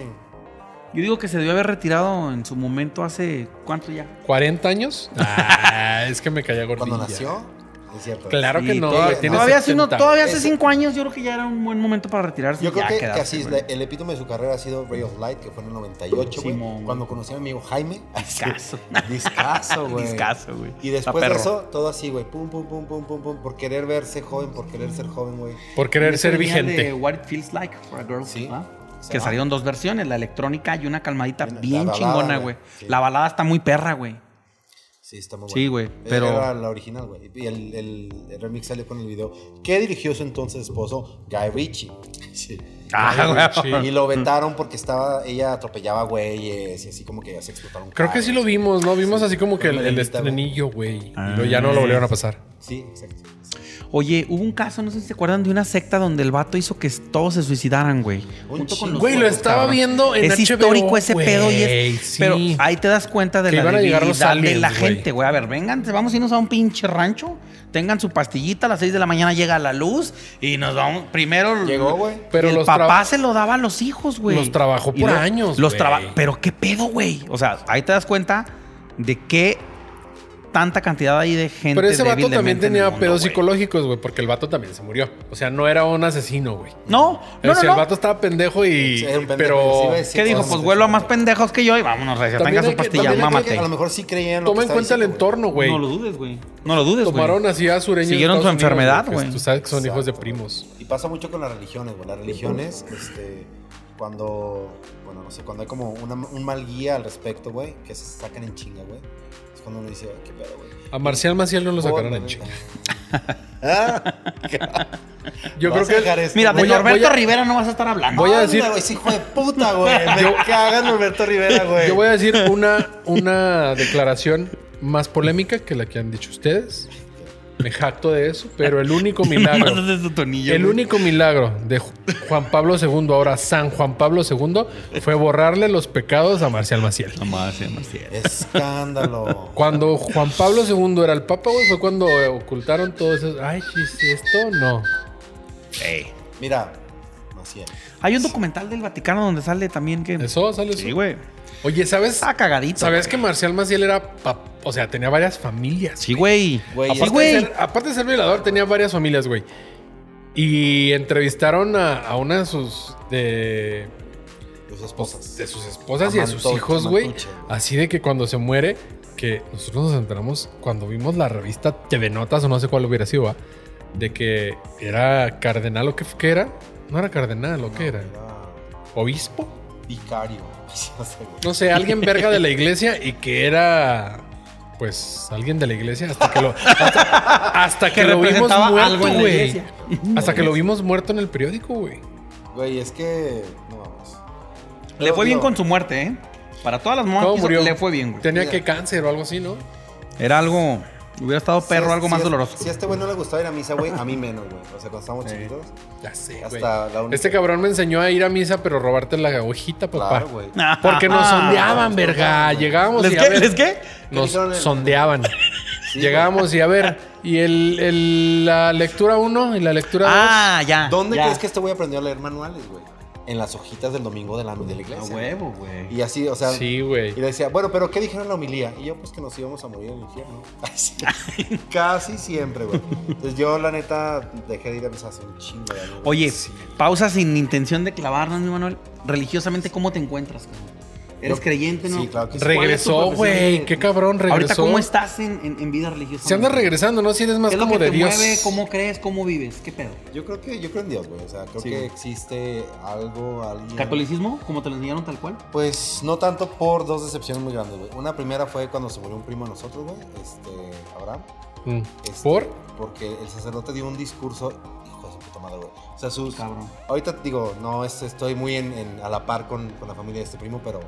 Speaker 4: Yo digo que se debió haber retirado en su momento hace. ¿Cuánto ya?
Speaker 1: 40 años. Ah, es que me caía gordilla.
Speaker 5: Cuando nació. Es cierto.
Speaker 1: Claro que
Speaker 4: Sí,
Speaker 1: no.
Speaker 4: todavía-
Speaker 1: güey, tiene
Speaker 4: todavía, hace uno-
Speaker 1: 70.
Speaker 4: todavía hace
Speaker 5: Ese-
Speaker 4: cinco años, yo creo que ya era un buen momento para retirarse.
Speaker 5: Yo creo
Speaker 4: Ya
Speaker 5: que, que
Speaker 4: quedarse,
Speaker 5: así es.
Speaker 4: güey.
Speaker 5: la- el epítome de su carrera ha sido Ray of Light, que fue en el 98, güey.
Speaker 4: Simón, güey.
Speaker 5: cuando conocí a mi amigo Jaime.
Speaker 4: Discazo.
Speaker 5: Discaso, güey.
Speaker 4: Discazo, güey.
Speaker 5: Y
Speaker 4: Está
Speaker 5: después de
Speaker 4: perro.
Speaker 5: eso, todo así, güey. Pum, pum, pum, pum, pum, pum. Por querer verse joven, por querer ser joven, güey.
Speaker 1: Por querer
Speaker 4: Eso
Speaker 1: ser
Speaker 4: venía de
Speaker 1: vigente.
Speaker 4: What It Feels Like for a Girl.
Speaker 5: Sí.
Speaker 4: ¿verdad?
Speaker 5: Sí.
Speaker 4: Que salieron dos versiones, la electrónica y una calmadita
Speaker 5: Bien, la
Speaker 4: bien
Speaker 5: balada,
Speaker 4: chingona,
Speaker 5: güey.
Speaker 4: güey.
Speaker 5: Sí.
Speaker 4: La balada está muy perra, güey.
Speaker 5: Sí, está muy
Speaker 4: Sí,
Speaker 5: buena.
Speaker 4: güey, pero-
Speaker 5: Era la original, güey. Y el, el- el remix salió con el video. ¿Qué dirigió su entonces esposo? Guy Ritchie. Sí.
Speaker 4: Ah,
Speaker 1: güey.
Speaker 5: Y lo vetaron porque estaba, ella atropellaba güeyes y así como que ya se explotaron.
Speaker 1: Creo que sí lo
Speaker 5: carros.
Speaker 1: vimos, ¿no? Vimos así como que el,
Speaker 5: Una
Speaker 1: el
Speaker 5: merenita, güey.
Speaker 1: estrenillo, güey.
Speaker 4: Ah.
Speaker 1: Y luego ya no lo volvieron a pasar.
Speaker 5: Sí, exacto.
Speaker 4: Oye, hubo un caso, no sé si se acuerdan, de una secta donde el vato hizo que todos se suicidaran, güey.
Speaker 5: Un
Speaker 4: Junto con
Speaker 5: chingo.
Speaker 4: los
Speaker 1: Güey, lo
Speaker 4: otros,
Speaker 1: estaba
Speaker 4: cabrón.
Speaker 1: viendo en
Speaker 4: Es
Speaker 1: HBO,
Speaker 4: histórico ese
Speaker 1: güey,
Speaker 4: pedo y es...
Speaker 1: sí.
Speaker 4: Pero ahí te das cuenta de
Speaker 1: Que
Speaker 4: la
Speaker 1: iban a llegar
Speaker 4: debilidad
Speaker 1: los
Speaker 4: de la
Speaker 1: aliens, güey.
Speaker 4: gente, güey. A ver, vengan, vamos a irnos a un pinche rancho. Tengan su pastillita, a las 6 de la mañana llega la luz y nos vamos... Primero...
Speaker 5: Llegó, güey.
Speaker 1: Pero
Speaker 4: Pero el
Speaker 1: los
Speaker 4: papá
Speaker 1: traba-
Speaker 4: se lo daba a los hijos, güey.
Speaker 1: Los trabajó
Speaker 4: Y
Speaker 1: por
Speaker 4: luego-
Speaker 1: años,
Speaker 4: Los
Speaker 1: güey.
Speaker 4: traba- Pero qué pedo, güey. O sea, ahí te das cuenta de qué tanta cantidad ahí de gente.
Speaker 1: Pero ese vato
Speaker 4: débil de
Speaker 1: también
Speaker 4: mente en el
Speaker 1: tenía
Speaker 4: mundo,
Speaker 1: pedos
Speaker 4: güey.
Speaker 1: psicológicos, güey, porque el vato también se murió. O sea, no era un asesino, güey.
Speaker 4: No,
Speaker 1: O sea,
Speaker 4: no, no.
Speaker 1: el
Speaker 4: no.
Speaker 1: vato estaba pendejo y.
Speaker 5: Sí, era un pendejo, sí
Speaker 1: pero.
Speaker 5: iba a decir.
Speaker 4: ¿Qué dijo? Pues vuelo a más pendejos que yo y vámonos, recia.
Speaker 1: También
Speaker 4: Tenga
Speaker 1: hay
Speaker 4: su
Speaker 1: que-
Speaker 4: pastilla,
Speaker 1: también hay que-
Speaker 4: mámate.
Speaker 5: A lo mejor sí creía en lo
Speaker 1: Toma
Speaker 5: que
Speaker 1: en
Speaker 5: está
Speaker 1: cuenta el
Speaker 5: diciendo, güey.
Speaker 1: entorno, güey.
Speaker 4: No lo dudes, güey. No lo dudes, güey.
Speaker 1: Tomaron así a sureños. de
Speaker 4: Siguieron su
Speaker 1: Estados Unidos,
Speaker 4: enfermedad,
Speaker 1: que
Speaker 4: güey.
Speaker 1: Tú sabes que son hijos de
Speaker 5: Exacto.
Speaker 1: primos.
Speaker 5: Y pasa mucho con las religiones, güey. Las religiones, este, cuando, bueno, no sé, cuando hay como una- un mal guía al respecto, güey, que se sacan en chinga, güey. Es cuando uno dice, qué pedo, güey.
Speaker 1: A Marcial Maciel no lo sacaron
Speaker 5: Oh,
Speaker 1: en
Speaker 5: no,
Speaker 1: chinga.
Speaker 5: Ah, ¿qué?
Speaker 1: Yo creo
Speaker 5: ¿Vas a
Speaker 1: que.
Speaker 5: dejar esto,
Speaker 4: Mira, de
Speaker 5: güey?
Speaker 1: Voy a-
Speaker 4: Norberto
Speaker 1: voy a-
Speaker 4: Rivera no vas a estar hablando.
Speaker 1: voy a
Speaker 5: Anda,
Speaker 1: decir-
Speaker 5: güey, ese hijo de puta, güey. Me cagan Norberto Rivera, güey.
Speaker 1: Yo voy a decir una, una declaración más polémica que la que han dicho ustedes. Me jacto de eso, pero el único milagro.
Speaker 4: Mándate tu tonillo,
Speaker 1: El
Speaker 4: güey.
Speaker 1: único milagro de Ju- Juan Pablo II, ahora San Juan Pablo II, fue borrarle los pecados a Marcial Maciel.
Speaker 4: No más, sí, no más, sí.
Speaker 5: Escándalo.
Speaker 1: Cuando Juan Pablo II era el Papa, güey, fue cuando eh, ocultaron todo eso. Ay, chis, esto no.
Speaker 4: Ey.
Speaker 5: Mira, Maciel.
Speaker 4: Hay un documental del Vaticano donde sale también que.
Speaker 1: Eso, sale eso.
Speaker 4: Sí, güey.
Speaker 1: Oye, ¿sabes?
Speaker 4: Está cagadito.
Speaker 1: ¿Sabes
Speaker 4: güey.
Speaker 1: que Marcial Maciel era pap- O sea, tenía varias familias.
Speaker 4: Sí, güey.
Speaker 5: Güey,
Speaker 4: Sí,
Speaker 1: Aparte, de
Speaker 4: güey.
Speaker 1: ser, aparte de ser violador, tenía varias familias, güey. Y entrevistaron a, a una de sus. De,
Speaker 5: Tus esposas.
Speaker 1: Pues, de sus esposas y de sus
Speaker 5: Amantoche,
Speaker 1: hijos, güey.
Speaker 5: amantuche, güey.
Speaker 1: Así de que cuando se muere, que nosotros nos enteramos cuando vimos la revista TV Notas o no sé cuál hubiera sido, ¿va? de que era cardenal o qué, qué era. No era cardenal o qué era. Obispo.
Speaker 5: Vicario. No sé, güey.
Speaker 1: No sé, alguien verga de la iglesia y que era. Pues alguien de la iglesia hasta que lo. Hasta, hasta que,
Speaker 4: Que
Speaker 1: lo vimos
Speaker 4: representaba
Speaker 1: muerto,
Speaker 4: algo en la
Speaker 1: güey.
Speaker 4: iglesia.
Speaker 1: Hasta que lo vimos muerto en el periódico, güey.
Speaker 5: Güey, es que. No vamos.
Speaker 4: Le
Speaker 5: Pero,
Speaker 4: fue bien
Speaker 5: digo,
Speaker 4: con su muerte, ¿eh? Para todas las
Speaker 1: ¿Cómo
Speaker 4: muertes
Speaker 1: murió?
Speaker 4: le fue bien, güey.
Speaker 1: Tenía que cáncer o algo así, ¿no?
Speaker 4: Era algo. Hubiera estado
Speaker 5: si
Speaker 4: perro,
Speaker 5: es-
Speaker 4: algo
Speaker 5: si
Speaker 4: más
Speaker 5: es-
Speaker 4: doloroso.
Speaker 5: Si a este güey no le gustaba ir a misa, güey, a mí menos, güey. O sea, cuando estábamos chiquitos.
Speaker 1: Ya sé, güey.
Speaker 5: Hasta la única.
Speaker 1: Este cabrón me enseñó a ir a misa, pero robarte la hojita, papá.
Speaker 5: Claro, güey.
Speaker 4: Ah,
Speaker 1: Porque nos sondeaban,
Speaker 5: Ah.
Speaker 1: verga. Llegábamos
Speaker 4: ¿Les
Speaker 1: y a
Speaker 4: qué?
Speaker 1: ver-
Speaker 4: ¿Les qué?
Speaker 1: Nos
Speaker 5: dijeron en-
Speaker 1: sondeaban.
Speaker 5: Sí,
Speaker 1: Llegábamos y a ver. Y el, el- la lectura 1 y la lectura 2.
Speaker 4: Ah, ya.
Speaker 5: ¿Dónde
Speaker 4: ya.
Speaker 5: crees que este güey aprendió a leer manuales, güey? En las hojitas del domingo de la, de la
Speaker 4: A
Speaker 5: iglesia.
Speaker 4: huevo, Ah, güey.
Speaker 5: Y así, o sea.
Speaker 1: sí, güey.
Speaker 5: Y le decía, bueno, pero ¿qué dijeron en la homilía? Y yo, pues que nos íbamos a morir en el infierno. Así. Casi siempre, güey. Entonces yo, la neta, dejé de ir a misa hace un chingo de años, güey.
Speaker 4: Oye, pausa sin intención de clavarnos, mi Manuel. Religiosamente, ¿cómo te encuentras? cabrón? ¿Eres
Speaker 5: Yo-
Speaker 4: creyente, no?
Speaker 5: Sí, claro que sí.
Speaker 4: Re-
Speaker 1: Regresó,
Speaker 4: ¿Cuál es tu profesión
Speaker 1: güey.
Speaker 4: de-
Speaker 1: Qué cabrón, regresó.
Speaker 4: Ahorita, ¿cómo estás en, en- en vida religiosa?
Speaker 1: Se anda regresando, ¿no? Si eres más
Speaker 4: ¿Qué es lo
Speaker 1: como
Speaker 4: que
Speaker 1: de
Speaker 4: te
Speaker 1: Dios.
Speaker 4: mueve? ¿Cómo crees? ¿Cómo vives? ¿Qué pedo?
Speaker 5: Yo creo que yo creo en Dios, güey. O sea, creo
Speaker 4: Sí,
Speaker 5: que
Speaker 4: güey.
Speaker 5: existe algo, alguien.
Speaker 4: ¿Catolicismo? ¿Cómo te lo enseñaron tal cual?
Speaker 5: Pues no tanto por dos decepciones muy grandes, güey. Una primera fue cuando se murió un primo de nosotros, güey. Este, Abraham.
Speaker 1: Mm.
Speaker 5: Este,
Speaker 1: ¿Por?
Speaker 5: Porque el sacerdote dio un discurso. Hijo de su puta madre, güey. O sea, sus.
Speaker 4: Cabrón.
Speaker 5: Ahorita digo, no es- estoy muy en, en- a la par con, con la familia de este primo, pero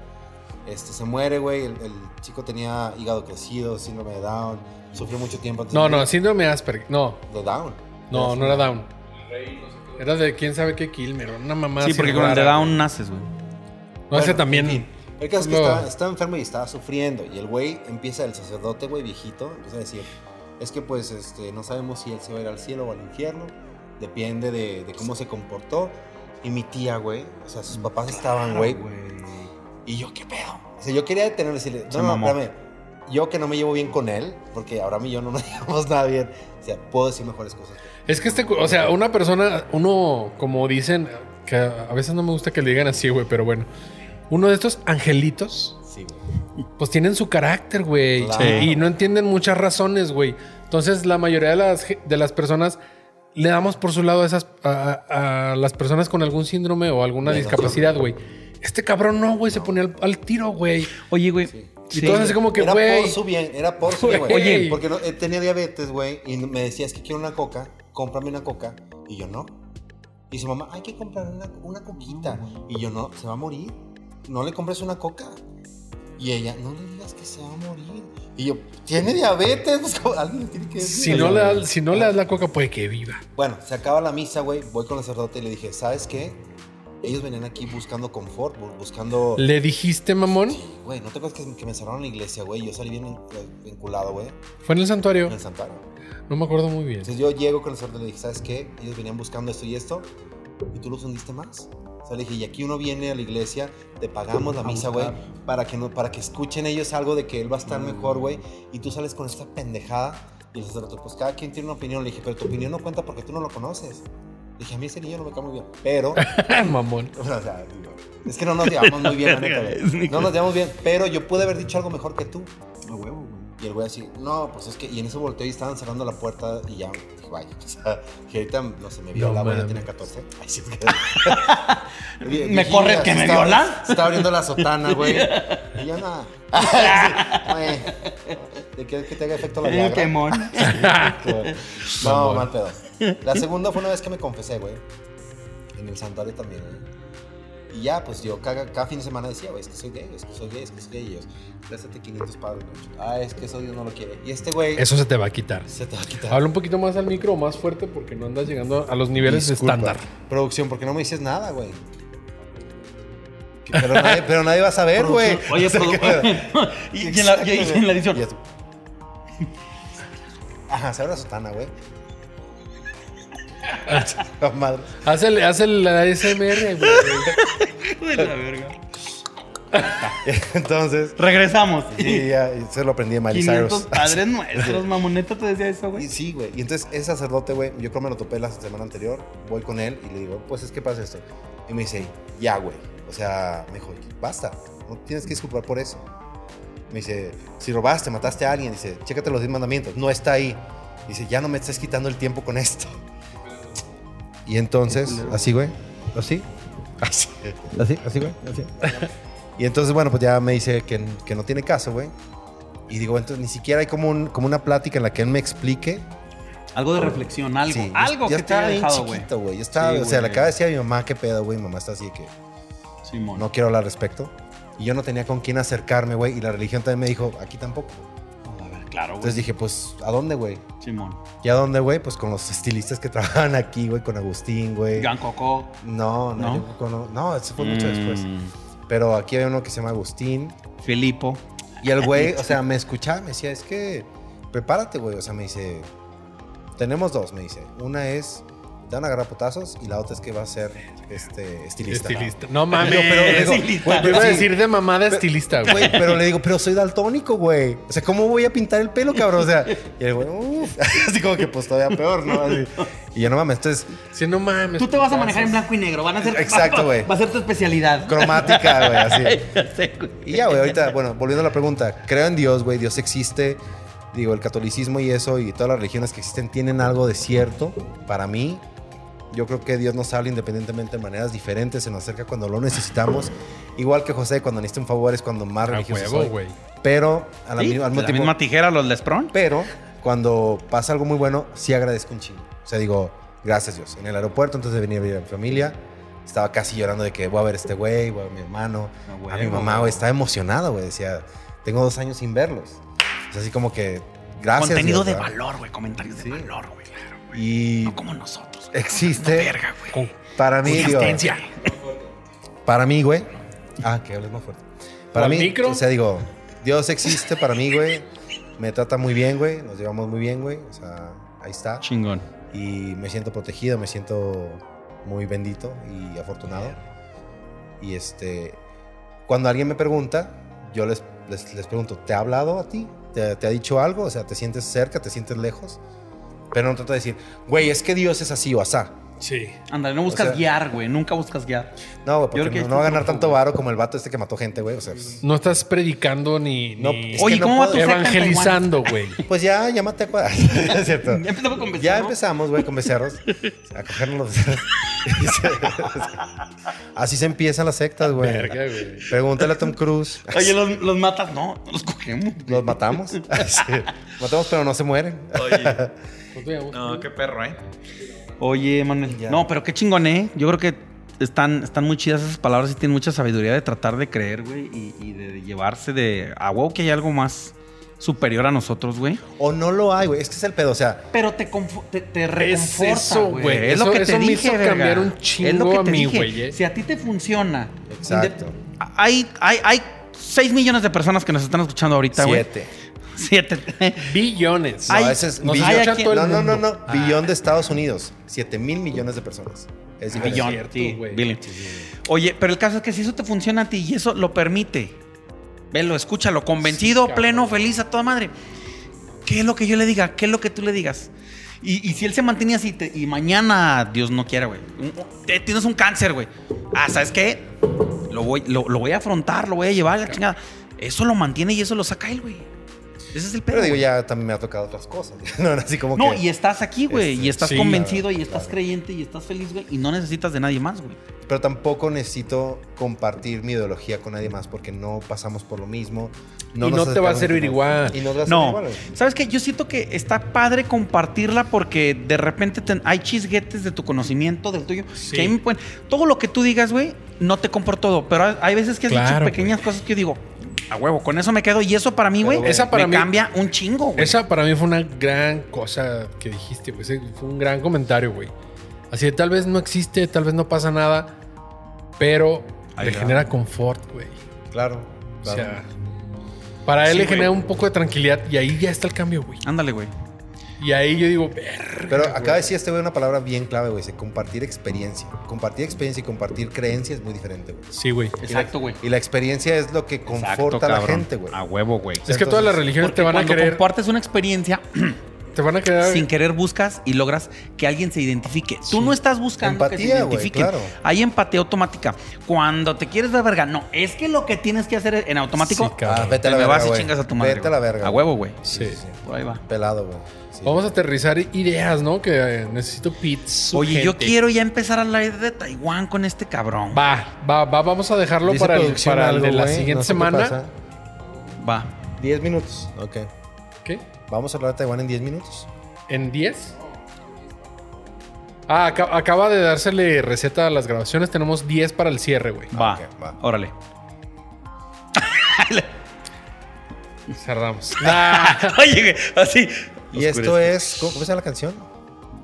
Speaker 5: este, se muere, güey. El, el chico tenía hígado crecido, síndrome de Down. Sufrió mucho tiempo. antes
Speaker 1: No,
Speaker 5: de-
Speaker 1: no, síndrome de Asperger. No,
Speaker 5: De Down.
Speaker 1: no, no era Down. Era de quién sabe qué Kilmer, una mamá.
Speaker 4: sí,
Speaker 1: así
Speaker 4: porque con el de
Speaker 1: rara.
Speaker 4: Down naces, güey.
Speaker 1: No,
Speaker 5: Bueno,
Speaker 1: ese también.
Speaker 5: en fin. el caso es que
Speaker 1: No.
Speaker 5: estaba, estaba enfermo y estaba sufriendo. Y el güey empieza, el sacerdote, güey, viejito, empieza a decir: Es que pues este, no sabemos si él se va a ir al cielo o al infierno. Depende de, de cómo se comportó. Y mi tía, güey, o sea, sus papás estaban, güey. Y yo, ¿qué pedo? O sea, yo quería detenerlo y decirle:
Speaker 4: Se
Speaker 5: No, no,
Speaker 4: mamó.
Speaker 5: espérame. Yo que no me llevo bien con él, porque ahora mí y yo no nos llevamos nada bien. O sea, puedo decir mejores cosas. que-
Speaker 1: Es que este, cu- o sea, una persona, uno, como dicen, que a veces no me gusta que le digan así, güey, pero bueno. Uno de estos angelitos,
Speaker 5: Sí, güey.
Speaker 1: pues tienen su carácter, güey.
Speaker 5: Claro.
Speaker 1: Y no entienden muchas razones, güey. Entonces, la mayoría de las, ge- de las personas le damos por su lado a, esas, a, a- a las personas con algún síndrome o alguna
Speaker 5: Bueno,
Speaker 1: discapacidad, güey. Este cabrón no, güey, se ponía al, al tiro, güey.
Speaker 4: Oey, güey.
Speaker 5: Sí.
Speaker 1: Y
Speaker 4: sí.
Speaker 1: todos así como que,
Speaker 5: era por
Speaker 1: güey.
Speaker 5: su bien, era por su bien, güey.
Speaker 1: Güey.
Speaker 5: Oye, porque no- eh, tenía diabetes, güey, y me decías que quiero una coca, cómprame una coca, y yo no. Y su mamá, hay que comprar una, una coquita, y yo no, se va a morir, no le compres una coca. Y ella, no le digas que se va a morir. Y yo, tiene diabetes, pues, como, alguien le tiene que decir.
Speaker 1: Si no, le das, si no le das la coca, puede que viva.
Speaker 5: Bueno, se acaba la misa, güey. Voy con el sacerdote y le dije, ¿sabes qué? Ellos venían aquí buscando confort, bu- buscando.
Speaker 1: ¿Le dijiste, mamón?
Speaker 5: Güey, ¿no te acuerdas que, que me encerraron en la iglesia, güey? Yo salí bien vin- vinculado, güey,
Speaker 1: Fue en el santuario.
Speaker 5: en el santuario.
Speaker 1: No me acuerdo muy bien.
Speaker 5: Entonces yo llego con el sacerdote y le dije, ¿sabes qué? Ellos venían buscando esto y esto, y tú los hundiste más. O sea, le dije, y aquí uno viene a la iglesia, te pagamos la misa, güey, para que, no, para que escuchen ellos algo de que él va a estar mejor, güey, y tú sales con esta pendejada. Y el sacerdote, pues cada quien tiene una opinión. Le dije, pero tu opinión no cuenta porque tú no lo conoces. Le dije, a mí ese niño no me cae muy bien. Pero,
Speaker 1: mamón.
Speaker 5: o sea, digo, es que no nos llevamos muy bien, la neta, güey. No nos llevamos bien, pero yo pude haber dicho algo mejor que tú.
Speaker 6: A huevo, güey.
Speaker 5: Y el güey así, no, pues es que, y en eso volteó y estaban cerrando la puerta y ya, dije, vaya, o sea, que ahorita, no sé, me viola,
Speaker 1: No
Speaker 5: güey, yo
Speaker 1: mames.
Speaker 5: tenía 14. Ay, sí,
Speaker 4: ¿Me corres que me viola?
Speaker 5: Se está abriendo la sotana, güey. Y yo nada. Sí, güey. ¿De qué que te haga efecto la
Speaker 4: Eh,
Speaker 5: Viagra?
Speaker 4: quemón.
Speaker 5: No,
Speaker 1: Mamón.
Speaker 5: mal pedo. La segunda fue una vez que me confesé, güey. En el santuario también, güey. Y ya, pues yo cada, cada fin de semana decía, güey, es que soy gay, es que soy gay, es que soy gay. Y ellos, lázate 500 padres, güey. Ah, es que eso Dios no lo quiere. Y este güey
Speaker 1: Eso se te va a quitar.
Speaker 5: se te va a quitar.
Speaker 1: Habla un poquito más al micro, más fuerte, porque no andas llegando a los niveles
Speaker 5: Disculpa,
Speaker 1: estándar.
Speaker 5: Producción, porque no me dices nada, güey. Que- Pero nadie, pero nadie va a saber, güey.
Speaker 4: Oye,
Speaker 5: O sea,
Speaker 4: produ-
Speaker 5: que-
Speaker 4: y, y en la, y en la edición.
Speaker 5: Y es- Ajá, se abre la sotana, güey. La madre.
Speaker 1: Haz el, haz el ASMR, güey.
Speaker 4: De la verga.
Speaker 5: Entonces,
Speaker 4: Regresamos.
Speaker 5: y ya, y se lo aprendí de Miley
Speaker 4: 500
Speaker 5: Cyrus.
Speaker 4: padres nuestros, mamoneta te decía eso,
Speaker 5: Y
Speaker 4: güey.
Speaker 5: sí, güey. Y entonces ese sacerdote, güey, yo creo me lo topé la semana anterior. Voy con él y le digo, pues es que pasa esto. Y me dice, ya, güey. O sea, me dijo, basta. No tienes que disculpar por eso. Me dice, si robaste, mataste a alguien. Dice, chécate los 10 mandamientos. No está ahí. Dice, ya no me estés quitando el tiempo con esto. Y entonces, así, güey. Así. Así. Así, así, güey. Así. Y entonces, bueno, pues ya me dice que, que no tiene caso, güey. Y digo, entonces ni siquiera hay como, un- como una plática en la que él me explique
Speaker 4: Algo de reflexión, algo.
Speaker 5: Sí,
Speaker 4: algo
Speaker 5: ya
Speaker 4: que te haya
Speaker 5: bien
Speaker 4: dejado, güey.
Speaker 5: chiquito, güey. Yo estaba,
Speaker 4: Sí,
Speaker 5: o sea, le
Speaker 4: güey.
Speaker 5: acaba de decir a mi mamá qué pedo, güey. Mi mamá está así de que
Speaker 4: Simón.
Speaker 5: no quiero hablar al respecto. Y yo no tenía con quién acercarme, güey. Y la religión también me dijo, aquí tampoco.
Speaker 4: A ver, claro,
Speaker 5: Entonces
Speaker 4: güey.
Speaker 5: dije, pues, ¿a dónde, güey?
Speaker 4: Simón.
Speaker 5: ¿Y a dónde, güey? Pues con los estilistas que trabajaban aquí, güey, con Agustín, güey.
Speaker 4: Gan Coco.
Speaker 5: No, no,
Speaker 4: ¿No?
Speaker 5: yo cono- no, eso eh, fue mucho
Speaker 4: Mm,
Speaker 5: después. Pero aquí había uno que se llama Agustín.
Speaker 4: Filipo.
Speaker 5: Y el güey, o sea, me escuchaba, me decía, es que prepárate, güey. O sea, me dice, tenemos dos, me dice. Una es, te van a agarrar putazos y la otra es que va a ser este, estilista.
Speaker 1: Estilista. No mames.
Speaker 5: Yo, pero
Speaker 4: Eh,
Speaker 5: digo,
Speaker 4: estilista.
Speaker 5: güey,
Speaker 1: Yo
Speaker 5: pero
Speaker 1: iba a
Speaker 5: sí,
Speaker 1: decir de mamada estilista, güey.
Speaker 5: güey, pero le digo, pero soy daltónico, güey. O sea, ¿cómo voy a pintar el pelo, cabrón? O sea, y el güey, uff, así como que pues todavía peor, ¿no? Así. Y yo, no mames, entonces,
Speaker 1: Si no mames.
Speaker 4: Tú te vas a
Speaker 1: putazos.
Speaker 4: manejar en blanco y negro. Van a ser.
Speaker 5: Exacto, güey.
Speaker 4: Va a ser tu especialidad.
Speaker 5: cromática, güey, así.
Speaker 4: Ya sé, güey.
Speaker 5: Y ya, güey, ahorita, bueno, volviendo a la pregunta, creo en Dios, güey, Dios existe. Digo, el catolicismo y eso y todas las religiones que existen tienen algo de cierto para mí. Yo creo que Dios nos habla independientemente de maneras diferentes, se nos acerca cuando lo necesitamos. Igual que José, cuando necesita un favor es cuando más
Speaker 1: A
Speaker 5: religioso
Speaker 1: huevo,
Speaker 5: soy.
Speaker 1: güey.
Speaker 5: Pero a la,
Speaker 4: Sí,
Speaker 5: mi- al mismo
Speaker 4: la
Speaker 5: tiempo-
Speaker 4: misma tijera, los Lesprón.
Speaker 5: pero cuando pasa algo muy bueno, sí agradezco un chingo. O sea, digo, gracias Dios. En el aeropuerto, antes de venir a ver a mi familia, estaba casi llorando de que voy a ver a este güey, voy a ver a mi hermano,
Speaker 4: Ah, güey,
Speaker 5: a mi
Speaker 4: güey.
Speaker 5: mamá, güey. Estaba emocionada, güey. Decía, tengo dos años sin verlos. O sea, así como que, gracias
Speaker 4: Contenido
Speaker 5: Dios,
Speaker 4: de
Speaker 5: ¿verdad?
Speaker 4: valor, güey. Comentarios
Speaker 5: Sí.
Speaker 4: de valor, güey. Claro, güey.
Speaker 5: Y
Speaker 4: No como nosotros. güey.
Speaker 5: existe,
Speaker 4: Verga, güey.
Speaker 1: Con
Speaker 5: para mí, digo,
Speaker 1: consistencia.
Speaker 5: para mí, güey. Ah, que hables más fuerte. Para
Speaker 1: ¿O al
Speaker 5: mí,
Speaker 1: micro?
Speaker 5: o sea, digo, Dios existe para mí, güey. Me trata muy bien, güey. Nos llevamos muy bien, güey. O sea, ahí está.
Speaker 4: Chingón.
Speaker 5: y me siento protegido, me siento muy bendito y afortunado. Y este, cuando alguien me pregunta, yo les, les, les pregunto, ¿te ha hablado a ti? ¿Te, te ha dicho algo? O sea, ¿te sientes cerca? ¿Te sientes lejos? Pero no trato de decir, güey, es que Dios es así o asá.
Speaker 1: Sí.
Speaker 4: Ándale, no buscas
Speaker 5: O sea-
Speaker 4: guiar, güey. Nunca buscas guiar.
Speaker 5: No, güey,
Speaker 4: Yo creo que
Speaker 5: porque no,
Speaker 4: ahí
Speaker 5: no va a
Speaker 4: está
Speaker 5: ganar
Speaker 4: tu
Speaker 5: tanto
Speaker 4: punto, güey.
Speaker 5: varo como el vato este que mató gente, güey. O sea, pues,
Speaker 1: No estás predicando ni,
Speaker 5: No,
Speaker 1: ni
Speaker 5: es que
Speaker 4: Oye,
Speaker 5: no
Speaker 4: ¿cómo va tu
Speaker 5: puedo.
Speaker 4: secta en Taiwán?
Speaker 1: evangelizando, güey.
Speaker 5: pues ya, ya maté a cua- Es cierto.
Speaker 4: Ya empezamos con
Speaker 5: Ya
Speaker 4: becerro.
Speaker 5: empezamos, güey, con becerros. A cogernos los becerros. Así se empiezan las sectas, güey.
Speaker 1: Verga, güey.
Speaker 5: Pregúntale a Tom Cruise.
Speaker 4: Oye, los, los matas. No, no los cogemos.
Speaker 5: Los matamos. Sí. Matamos, pero no se mueren.
Speaker 4: Oye.
Speaker 1: Nos veamos.
Speaker 4: qué perro, ¿eh? Oye, Manuel.
Speaker 5: Ya.
Speaker 4: No, pero qué chingón, ¿eh? Yo creo que están, están muy chidas esas palabras y tienen mucha sabiduría de tratar de creer, güey, y, y de llevarse de a huevo que hay algo más superior a nosotros, güey.
Speaker 5: O no lo hay, güey. Es que es el pedo. O sea,
Speaker 4: Pero te, confo- te, te
Speaker 1: Es
Speaker 4: reconforta,
Speaker 1: eso,
Speaker 4: güey.
Speaker 1: güey.
Speaker 4: Es lo
Speaker 1: Eso-
Speaker 4: que te
Speaker 1: eso me
Speaker 4: dije,
Speaker 1: hizo
Speaker 4: verga.
Speaker 1: cambiar un
Speaker 4: Es lo que
Speaker 1: chingo a
Speaker 4: te
Speaker 1: mí,
Speaker 4: dije.
Speaker 1: güey, eh.
Speaker 4: Si a ti te funciona.
Speaker 5: Exacto.
Speaker 4: inde- Hay, hay, hay 6 millones de personas que nos están escuchando ahorita, güey.
Speaker 5: siete.
Speaker 4: 7.
Speaker 1: Billones.
Speaker 4: Ay,
Speaker 5: no, ese es
Speaker 1: nos
Speaker 5: billón.
Speaker 4: hay aquí-
Speaker 5: No, no, no,
Speaker 1: todo el
Speaker 5: no,
Speaker 1: mundo.
Speaker 5: Billón de Estados Unidos. Siete mil millones de personas. Es diferente.
Speaker 4: Ah, Billón.
Speaker 1: cierto,
Speaker 4: sí,
Speaker 1: güey.
Speaker 4: billion. Oye, pero el caso es que si eso te funciona a ti y eso lo permite, velo, escúchalo, convencido,
Speaker 1: Sí, cabrón.
Speaker 4: pleno, feliz a toda madre. ¿Qué es lo que yo le diga? ¿Qué es lo que tú le digas? Y, y si él se mantiene así te- y mañana, Dios no quiera, güey, un- te- tienes un cáncer, güey. Ah, ¿sabes qué? Lo voy, lo, lo voy a afrontar, lo voy a llevar a la chingada. Eso lo mantiene y eso lo saca él, güey. Ese es el pedo.
Speaker 5: Pero digo,
Speaker 4: güey.
Speaker 5: ya también me ha tocado otras cosas. No, así como
Speaker 4: No,
Speaker 5: que.
Speaker 4: y estás aquí, güey,
Speaker 5: Este,
Speaker 4: y estás
Speaker 1: sí,
Speaker 4: convencido,
Speaker 5: claro,
Speaker 4: y estás
Speaker 5: claro.
Speaker 4: creyente, y estás feliz, güey, y no necesitas de nadie más, güey.
Speaker 5: Pero tampoco necesito compartir mi ideología con nadie más porque no pasamos por lo mismo.
Speaker 1: Y
Speaker 5: nos
Speaker 1: no te va a
Speaker 5: acercamos
Speaker 1: servir
Speaker 5: como-
Speaker 1: igual.
Speaker 5: Y no te va a servir
Speaker 4: No,
Speaker 5: igual, güey.
Speaker 4: ¿sabes qué? Yo siento que está padre compartirla porque de repente te- hay chisguetes de tu conocimiento, del tuyo.
Speaker 1: Sí.
Speaker 4: Que ahí me pueden- todo lo que tú digas, güey, no te compro todo, pero hay, hay veces que has dicho
Speaker 1: Claro,
Speaker 4: pequeñas cosas que yo digo, a huevo, con eso me quedo. Y eso para mí,
Speaker 5: Pero,
Speaker 4: güey,
Speaker 5: güey,
Speaker 1: Esa para mí-
Speaker 4: me cambia un chingo, güey.
Speaker 1: Esa para mí fue una gran cosa que dijiste, güey. Ese Fue un gran comentario, güey. Así de tal vez no existe, tal vez no pasa nada, pero
Speaker 4: Ahí
Speaker 1: le
Speaker 4: va.
Speaker 1: genera confort, güey.
Speaker 5: Claro.
Speaker 1: O
Speaker 5: claro.
Speaker 1: sea, para él
Speaker 4: Sí,
Speaker 1: le
Speaker 4: güey.
Speaker 1: genera un poco de tranquilidad y ahí ya está el cambio, güey.
Speaker 4: Ándale, güey.
Speaker 1: Y ahí yo digo, verga.
Speaker 5: Pero acá
Speaker 1: güey.
Speaker 5: decía este güey una palabra bien clave, güey. dice, Compartir experiencia. Compartir experiencia y compartir creencia es muy diferente, güey.
Speaker 1: Sí, güey.
Speaker 4: Exacto, güey.
Speaker 5: Y la experiencia es lo que
Speaker 4: Exacto,
Speaker 5: conforta a la
Speaker 4: cabrón.
Speaker 5: gente, güey. Ah,
Speaker 4: A huevo, güey.
Speaker 1: Es que todas las religiones
Speaker 4: Porque
Speaker 1: te van a
Speaker 4: cuando
Speaker 1: querer.
Speaker 4: compartes una experiencia,
Speaker 1: Te van a querer.
Speaker 4: sin querer buscas y logras que alguien se identifique. Tú
Speaker 1: Sí.
Speaker 4: no estás buscando que se
Speaker 5: Empatía, güey,
Speaker 4: identifiquen.
Speaker 5: claro.
Speaker 4: Hay empatía automática. Cuando te quieres ver verga, no, es que lo que tienes que hacer en automático,
Speaker 1: Sí, cabrón.
Speaker 5: Ah, vete
Speaker 4: te
Speaker 5: a la
Speaker 4: me
Speaker 5: verga,
Speaker 4: vas y
Speaker 5: güey.
Speaker 4: chingas a tu madre.
Speaker 5: Vete a la
Speaker 4: güey.
Speaker 5: verga.
Speaker 4: A huevo, güey.
Speaker 1: Sí.
Speaker 4: Por ahí va.
Speaker 5: Pelado, güey. Sí.
Speaker 1: Vamos a aterrizar ideas, ¿no? Que eh, necesito pits.
Speaker 4: Oye, yo
Speaker 1: urgente.
Speaker 4: quiero ya empezar a hablar de Taiwán con este cabrón.
Speaker 1: Va, va, va, vamos a dejarlo
Speaker 5: Dice
Speaker 1: para el,
Speaker 5: producción
Speaker 1: para el
Speaker 5: algo,
Speaker 1: de la
Speaker 5: güey,
Speaker 1: siguiente
Speaker 5: no sé qué pasa.
Speaker 1: semana.
Speaker 4: Va.
Speaker 5: 10 minutos. Ok.
Speaker 1: ¿Qué?
Speaker 5: Vamos a hablar de Taiwán en 10 minutos.
Speaker 1: ¿En 10? Ah, aca- acaba de dársele receta a las grabaciones. Tenemos 10 para el cierre, güey.
Speaker 4: Va.
Speaker 5: ok, va.
Speaker 4: Órale.
Speaker 1: Cerramos.
Speaker 4: Oye, güey, así.
Speaker 5: Y esto es. ¿Cómo, cómo se llama la canción?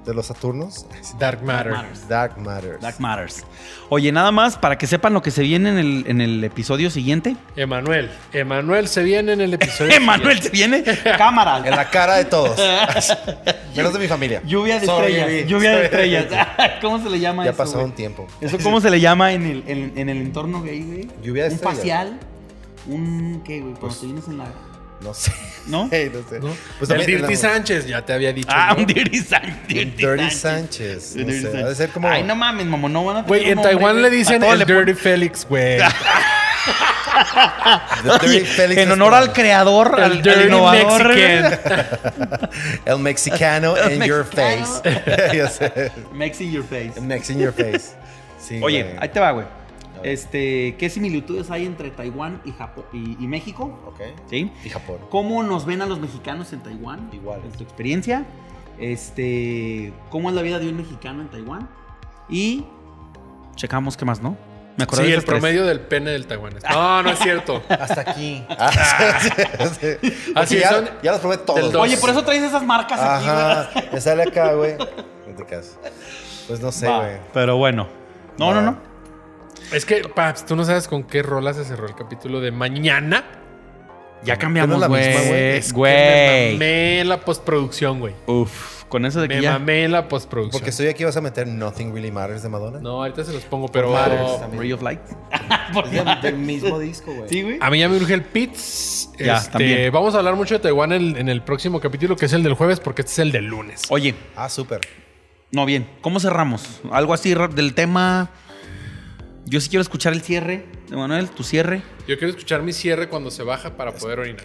Speaker 5: De los Saturnos.
Speaker 1: Dark Matter.
Speaker 5: Dark Matters.
Speaker 4: Black Matters. Oye, nada más para que sepan lo que se viene en el, en el episodio siguiente.
Speaker 1: Emanuel. Emanuel se viene en el episodio.
Speaker 4: Emanuel se viene. Cámara.
Speaker 5: En la cara de todos. Menos de mi familia.
Speaker 4: Lluvia de
Speaker 5: Sorry,
Speaker 4: estrellas.
Speaker 5: baby.
Speaker 4: Lluvia de
Speaker 5: Sorry.
Speaker 4: estrellas. ¿Cómo se le llama
Speaker 5: Ya
Speaker 4: eso?
Speaker 5: pasó
Speaker 4: güey?
Speaker 5: un tiempo.
Speaker 4: ¿Eso cómo se le llama en el, en, en el entorno gay, güey?
Speaker 5: Lluvia de
Speaker 4: Un
Speaker 5: estrellas.
Speaker 4: facial. Un. ¿Qué, güey? Cuando
Speaker 5: Pues-
Speaker 4: te vienes en la.
Speaker 5: No sé.
Speaker 4: ¿No?
Speaker 5: Hey, no sé.
Speaker 1: ¿no?
Speaker 5: Pues
Speaker 1: el
Speaker 5: también-
Speaker 1: Dirty
Speaker 5: no.
Speaker 1: Sánchez, ya te había dicho.
Speaker 4: Ah,
Speaker 1: ¿no?
Speaker 4: un Dirty Sánchez.
Speaker 5: Dirty Sánchez. No
Speaker 4: Dirty
Speaker 5: sé.
Speaker 4: Sánchez.
Speaker 5: Ha de ser como.
Speaker 4: Ay, no mames, mamón. No van a tener
Speaker 1: Güey,
Speaker 4: un
Speaker 1: en
Speaker 4: nombre,
Speaker 1: Taiwán
Speaker 4: güey.
Speaker 1: le dicen
Speaker 4: A todos
Speaker 1: el
Speaker 4: le ponen-
Speaker 1: Dirty Félix, güey.
Speaker 5: The Dirty
Speaker 4: Oye,
Speaker 5: Felix
Speaker 4: en
Speaker 5: es
Speaker 4: honor
Speaker 5: como
Speaker 4: al creador, al,
Speaker 1: El
Speaker 4: al
Speaker 1: Dirty
Speaker 4: innovador.
Speaker 1: Mexican.
Speaker 5: El Mexicano
Speaker 4: El
Speaker 5: in your
Speaker 4: mexicano.
Speaker 5: face. ya sé.
Speaker 4: Mex in your face.
Speaker 5: El Mex in your face. Sí,
Speaker 4: Oye,
Speaker 5: güey.
Speaker 4: ahí te va, güey.
Speaker 5: A ver.
Speaker 4: Este, ¿qué similitudes hay entre Taiwán y, Japo- y, y México?
Speaker 5: Ok.
Speaker 4: ¿Sí?
Speaker 5: Y Japón.
Speaker 4: ¿Cómo nos ven a los mexicanos en Taiwán?
Speaker 5: Igual.
Speaker 4: En tu experiencia. Este, ¿Cómo es la vida de un mexicano en Taiwán? Y checamos qué más, ¿no? Me acordé
Speaker 1: Sí,
Speaker 4: de
Speaker 1: el
Speaker 4: esos tres.
Speaker 1: promedio del pene del taiwanés. No, no es cierto.
Speaker 5: Hasta aquí. Ah, Así
Speaker 1: Así
Speaker 5: ya,
Speaker 1: son-
Speaker 5: ya los probé
Speaker 1: del
Speaker 5: todos.
Speaker 1: dos.
Speaker 4: Oye, por eso traes esas marcas aquí, güey.
Speaker 5: Ajá. Me sale acá, güey. No te caso. Pues no sé,
Speaker 4: Va,
Speaker 5: güey.
Speaker 4: pero bueno. No,
Speaker 5: Va.
Speaker 4: no, no.
Speaker 1: Es que, paps, tú no sabes con qué rola se cerró el capítulo de mañana.
Speaker 4: Ya
Speaker 5: no
Speaker 4: cambiamos,
Speaker 5: es la misma, güey.
Speaker 4: güey.
Speaker 1: Es que Me
Speaker 4: Eh, Güey.
Speaker 1: mamé en la postproducción, güey.
Speaker 4: Uf, con eso de que
Speaker 1: Me
Speaker 4: ya...
Speaker 1: mamé en la postproducción.
Speaker 5: Porque estoy aquí, vas a meter Nothing Really Matters de Madonna.
Speaker 1: No, ahorita se los pongo, pero
Speaker 5: Matters también.
Speaker 4: Ray of Light.
Speaker 5: Es del, del mismo disco, güey.
Speaker 4: Sí, güey.
Speaker 1: a mí ya me urge el Pits.
Speaker 4: Ya,
Speaker 1: Este,
Speaker 4: también.
Speaker 1: Vamos a hablar mucho de Taiwán en, en el próximo capítulo, que es el del jueves, porque este es el del lunes.
Speaker 4: Oye,
Speaker 5: Ah, súper.
Speaker 4: No, bien. ¿Cómo cerramos? Algo así ra- del tema. Yo sí quiero escuchar el cierre. Emanuel, tu cierre.
Speaker 1: Yo quiero escuchar mi cierre cuando se baja para poder orinar.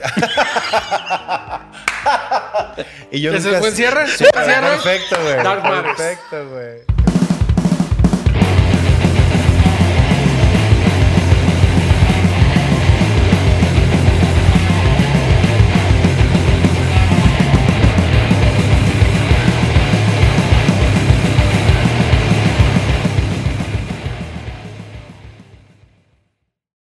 Speaker 5: Y yo
Speaker 1: ¿Ese
Speaker 5: nunca-
Speaker 1: es buen cierre?
Speaker 5: Sí,
Speaker 1: ¿Buen cierre?
Speaker 5: Perfecto, güey.
Speaker 1: Dark Matters.
Speaker 5: Perfecto, güey.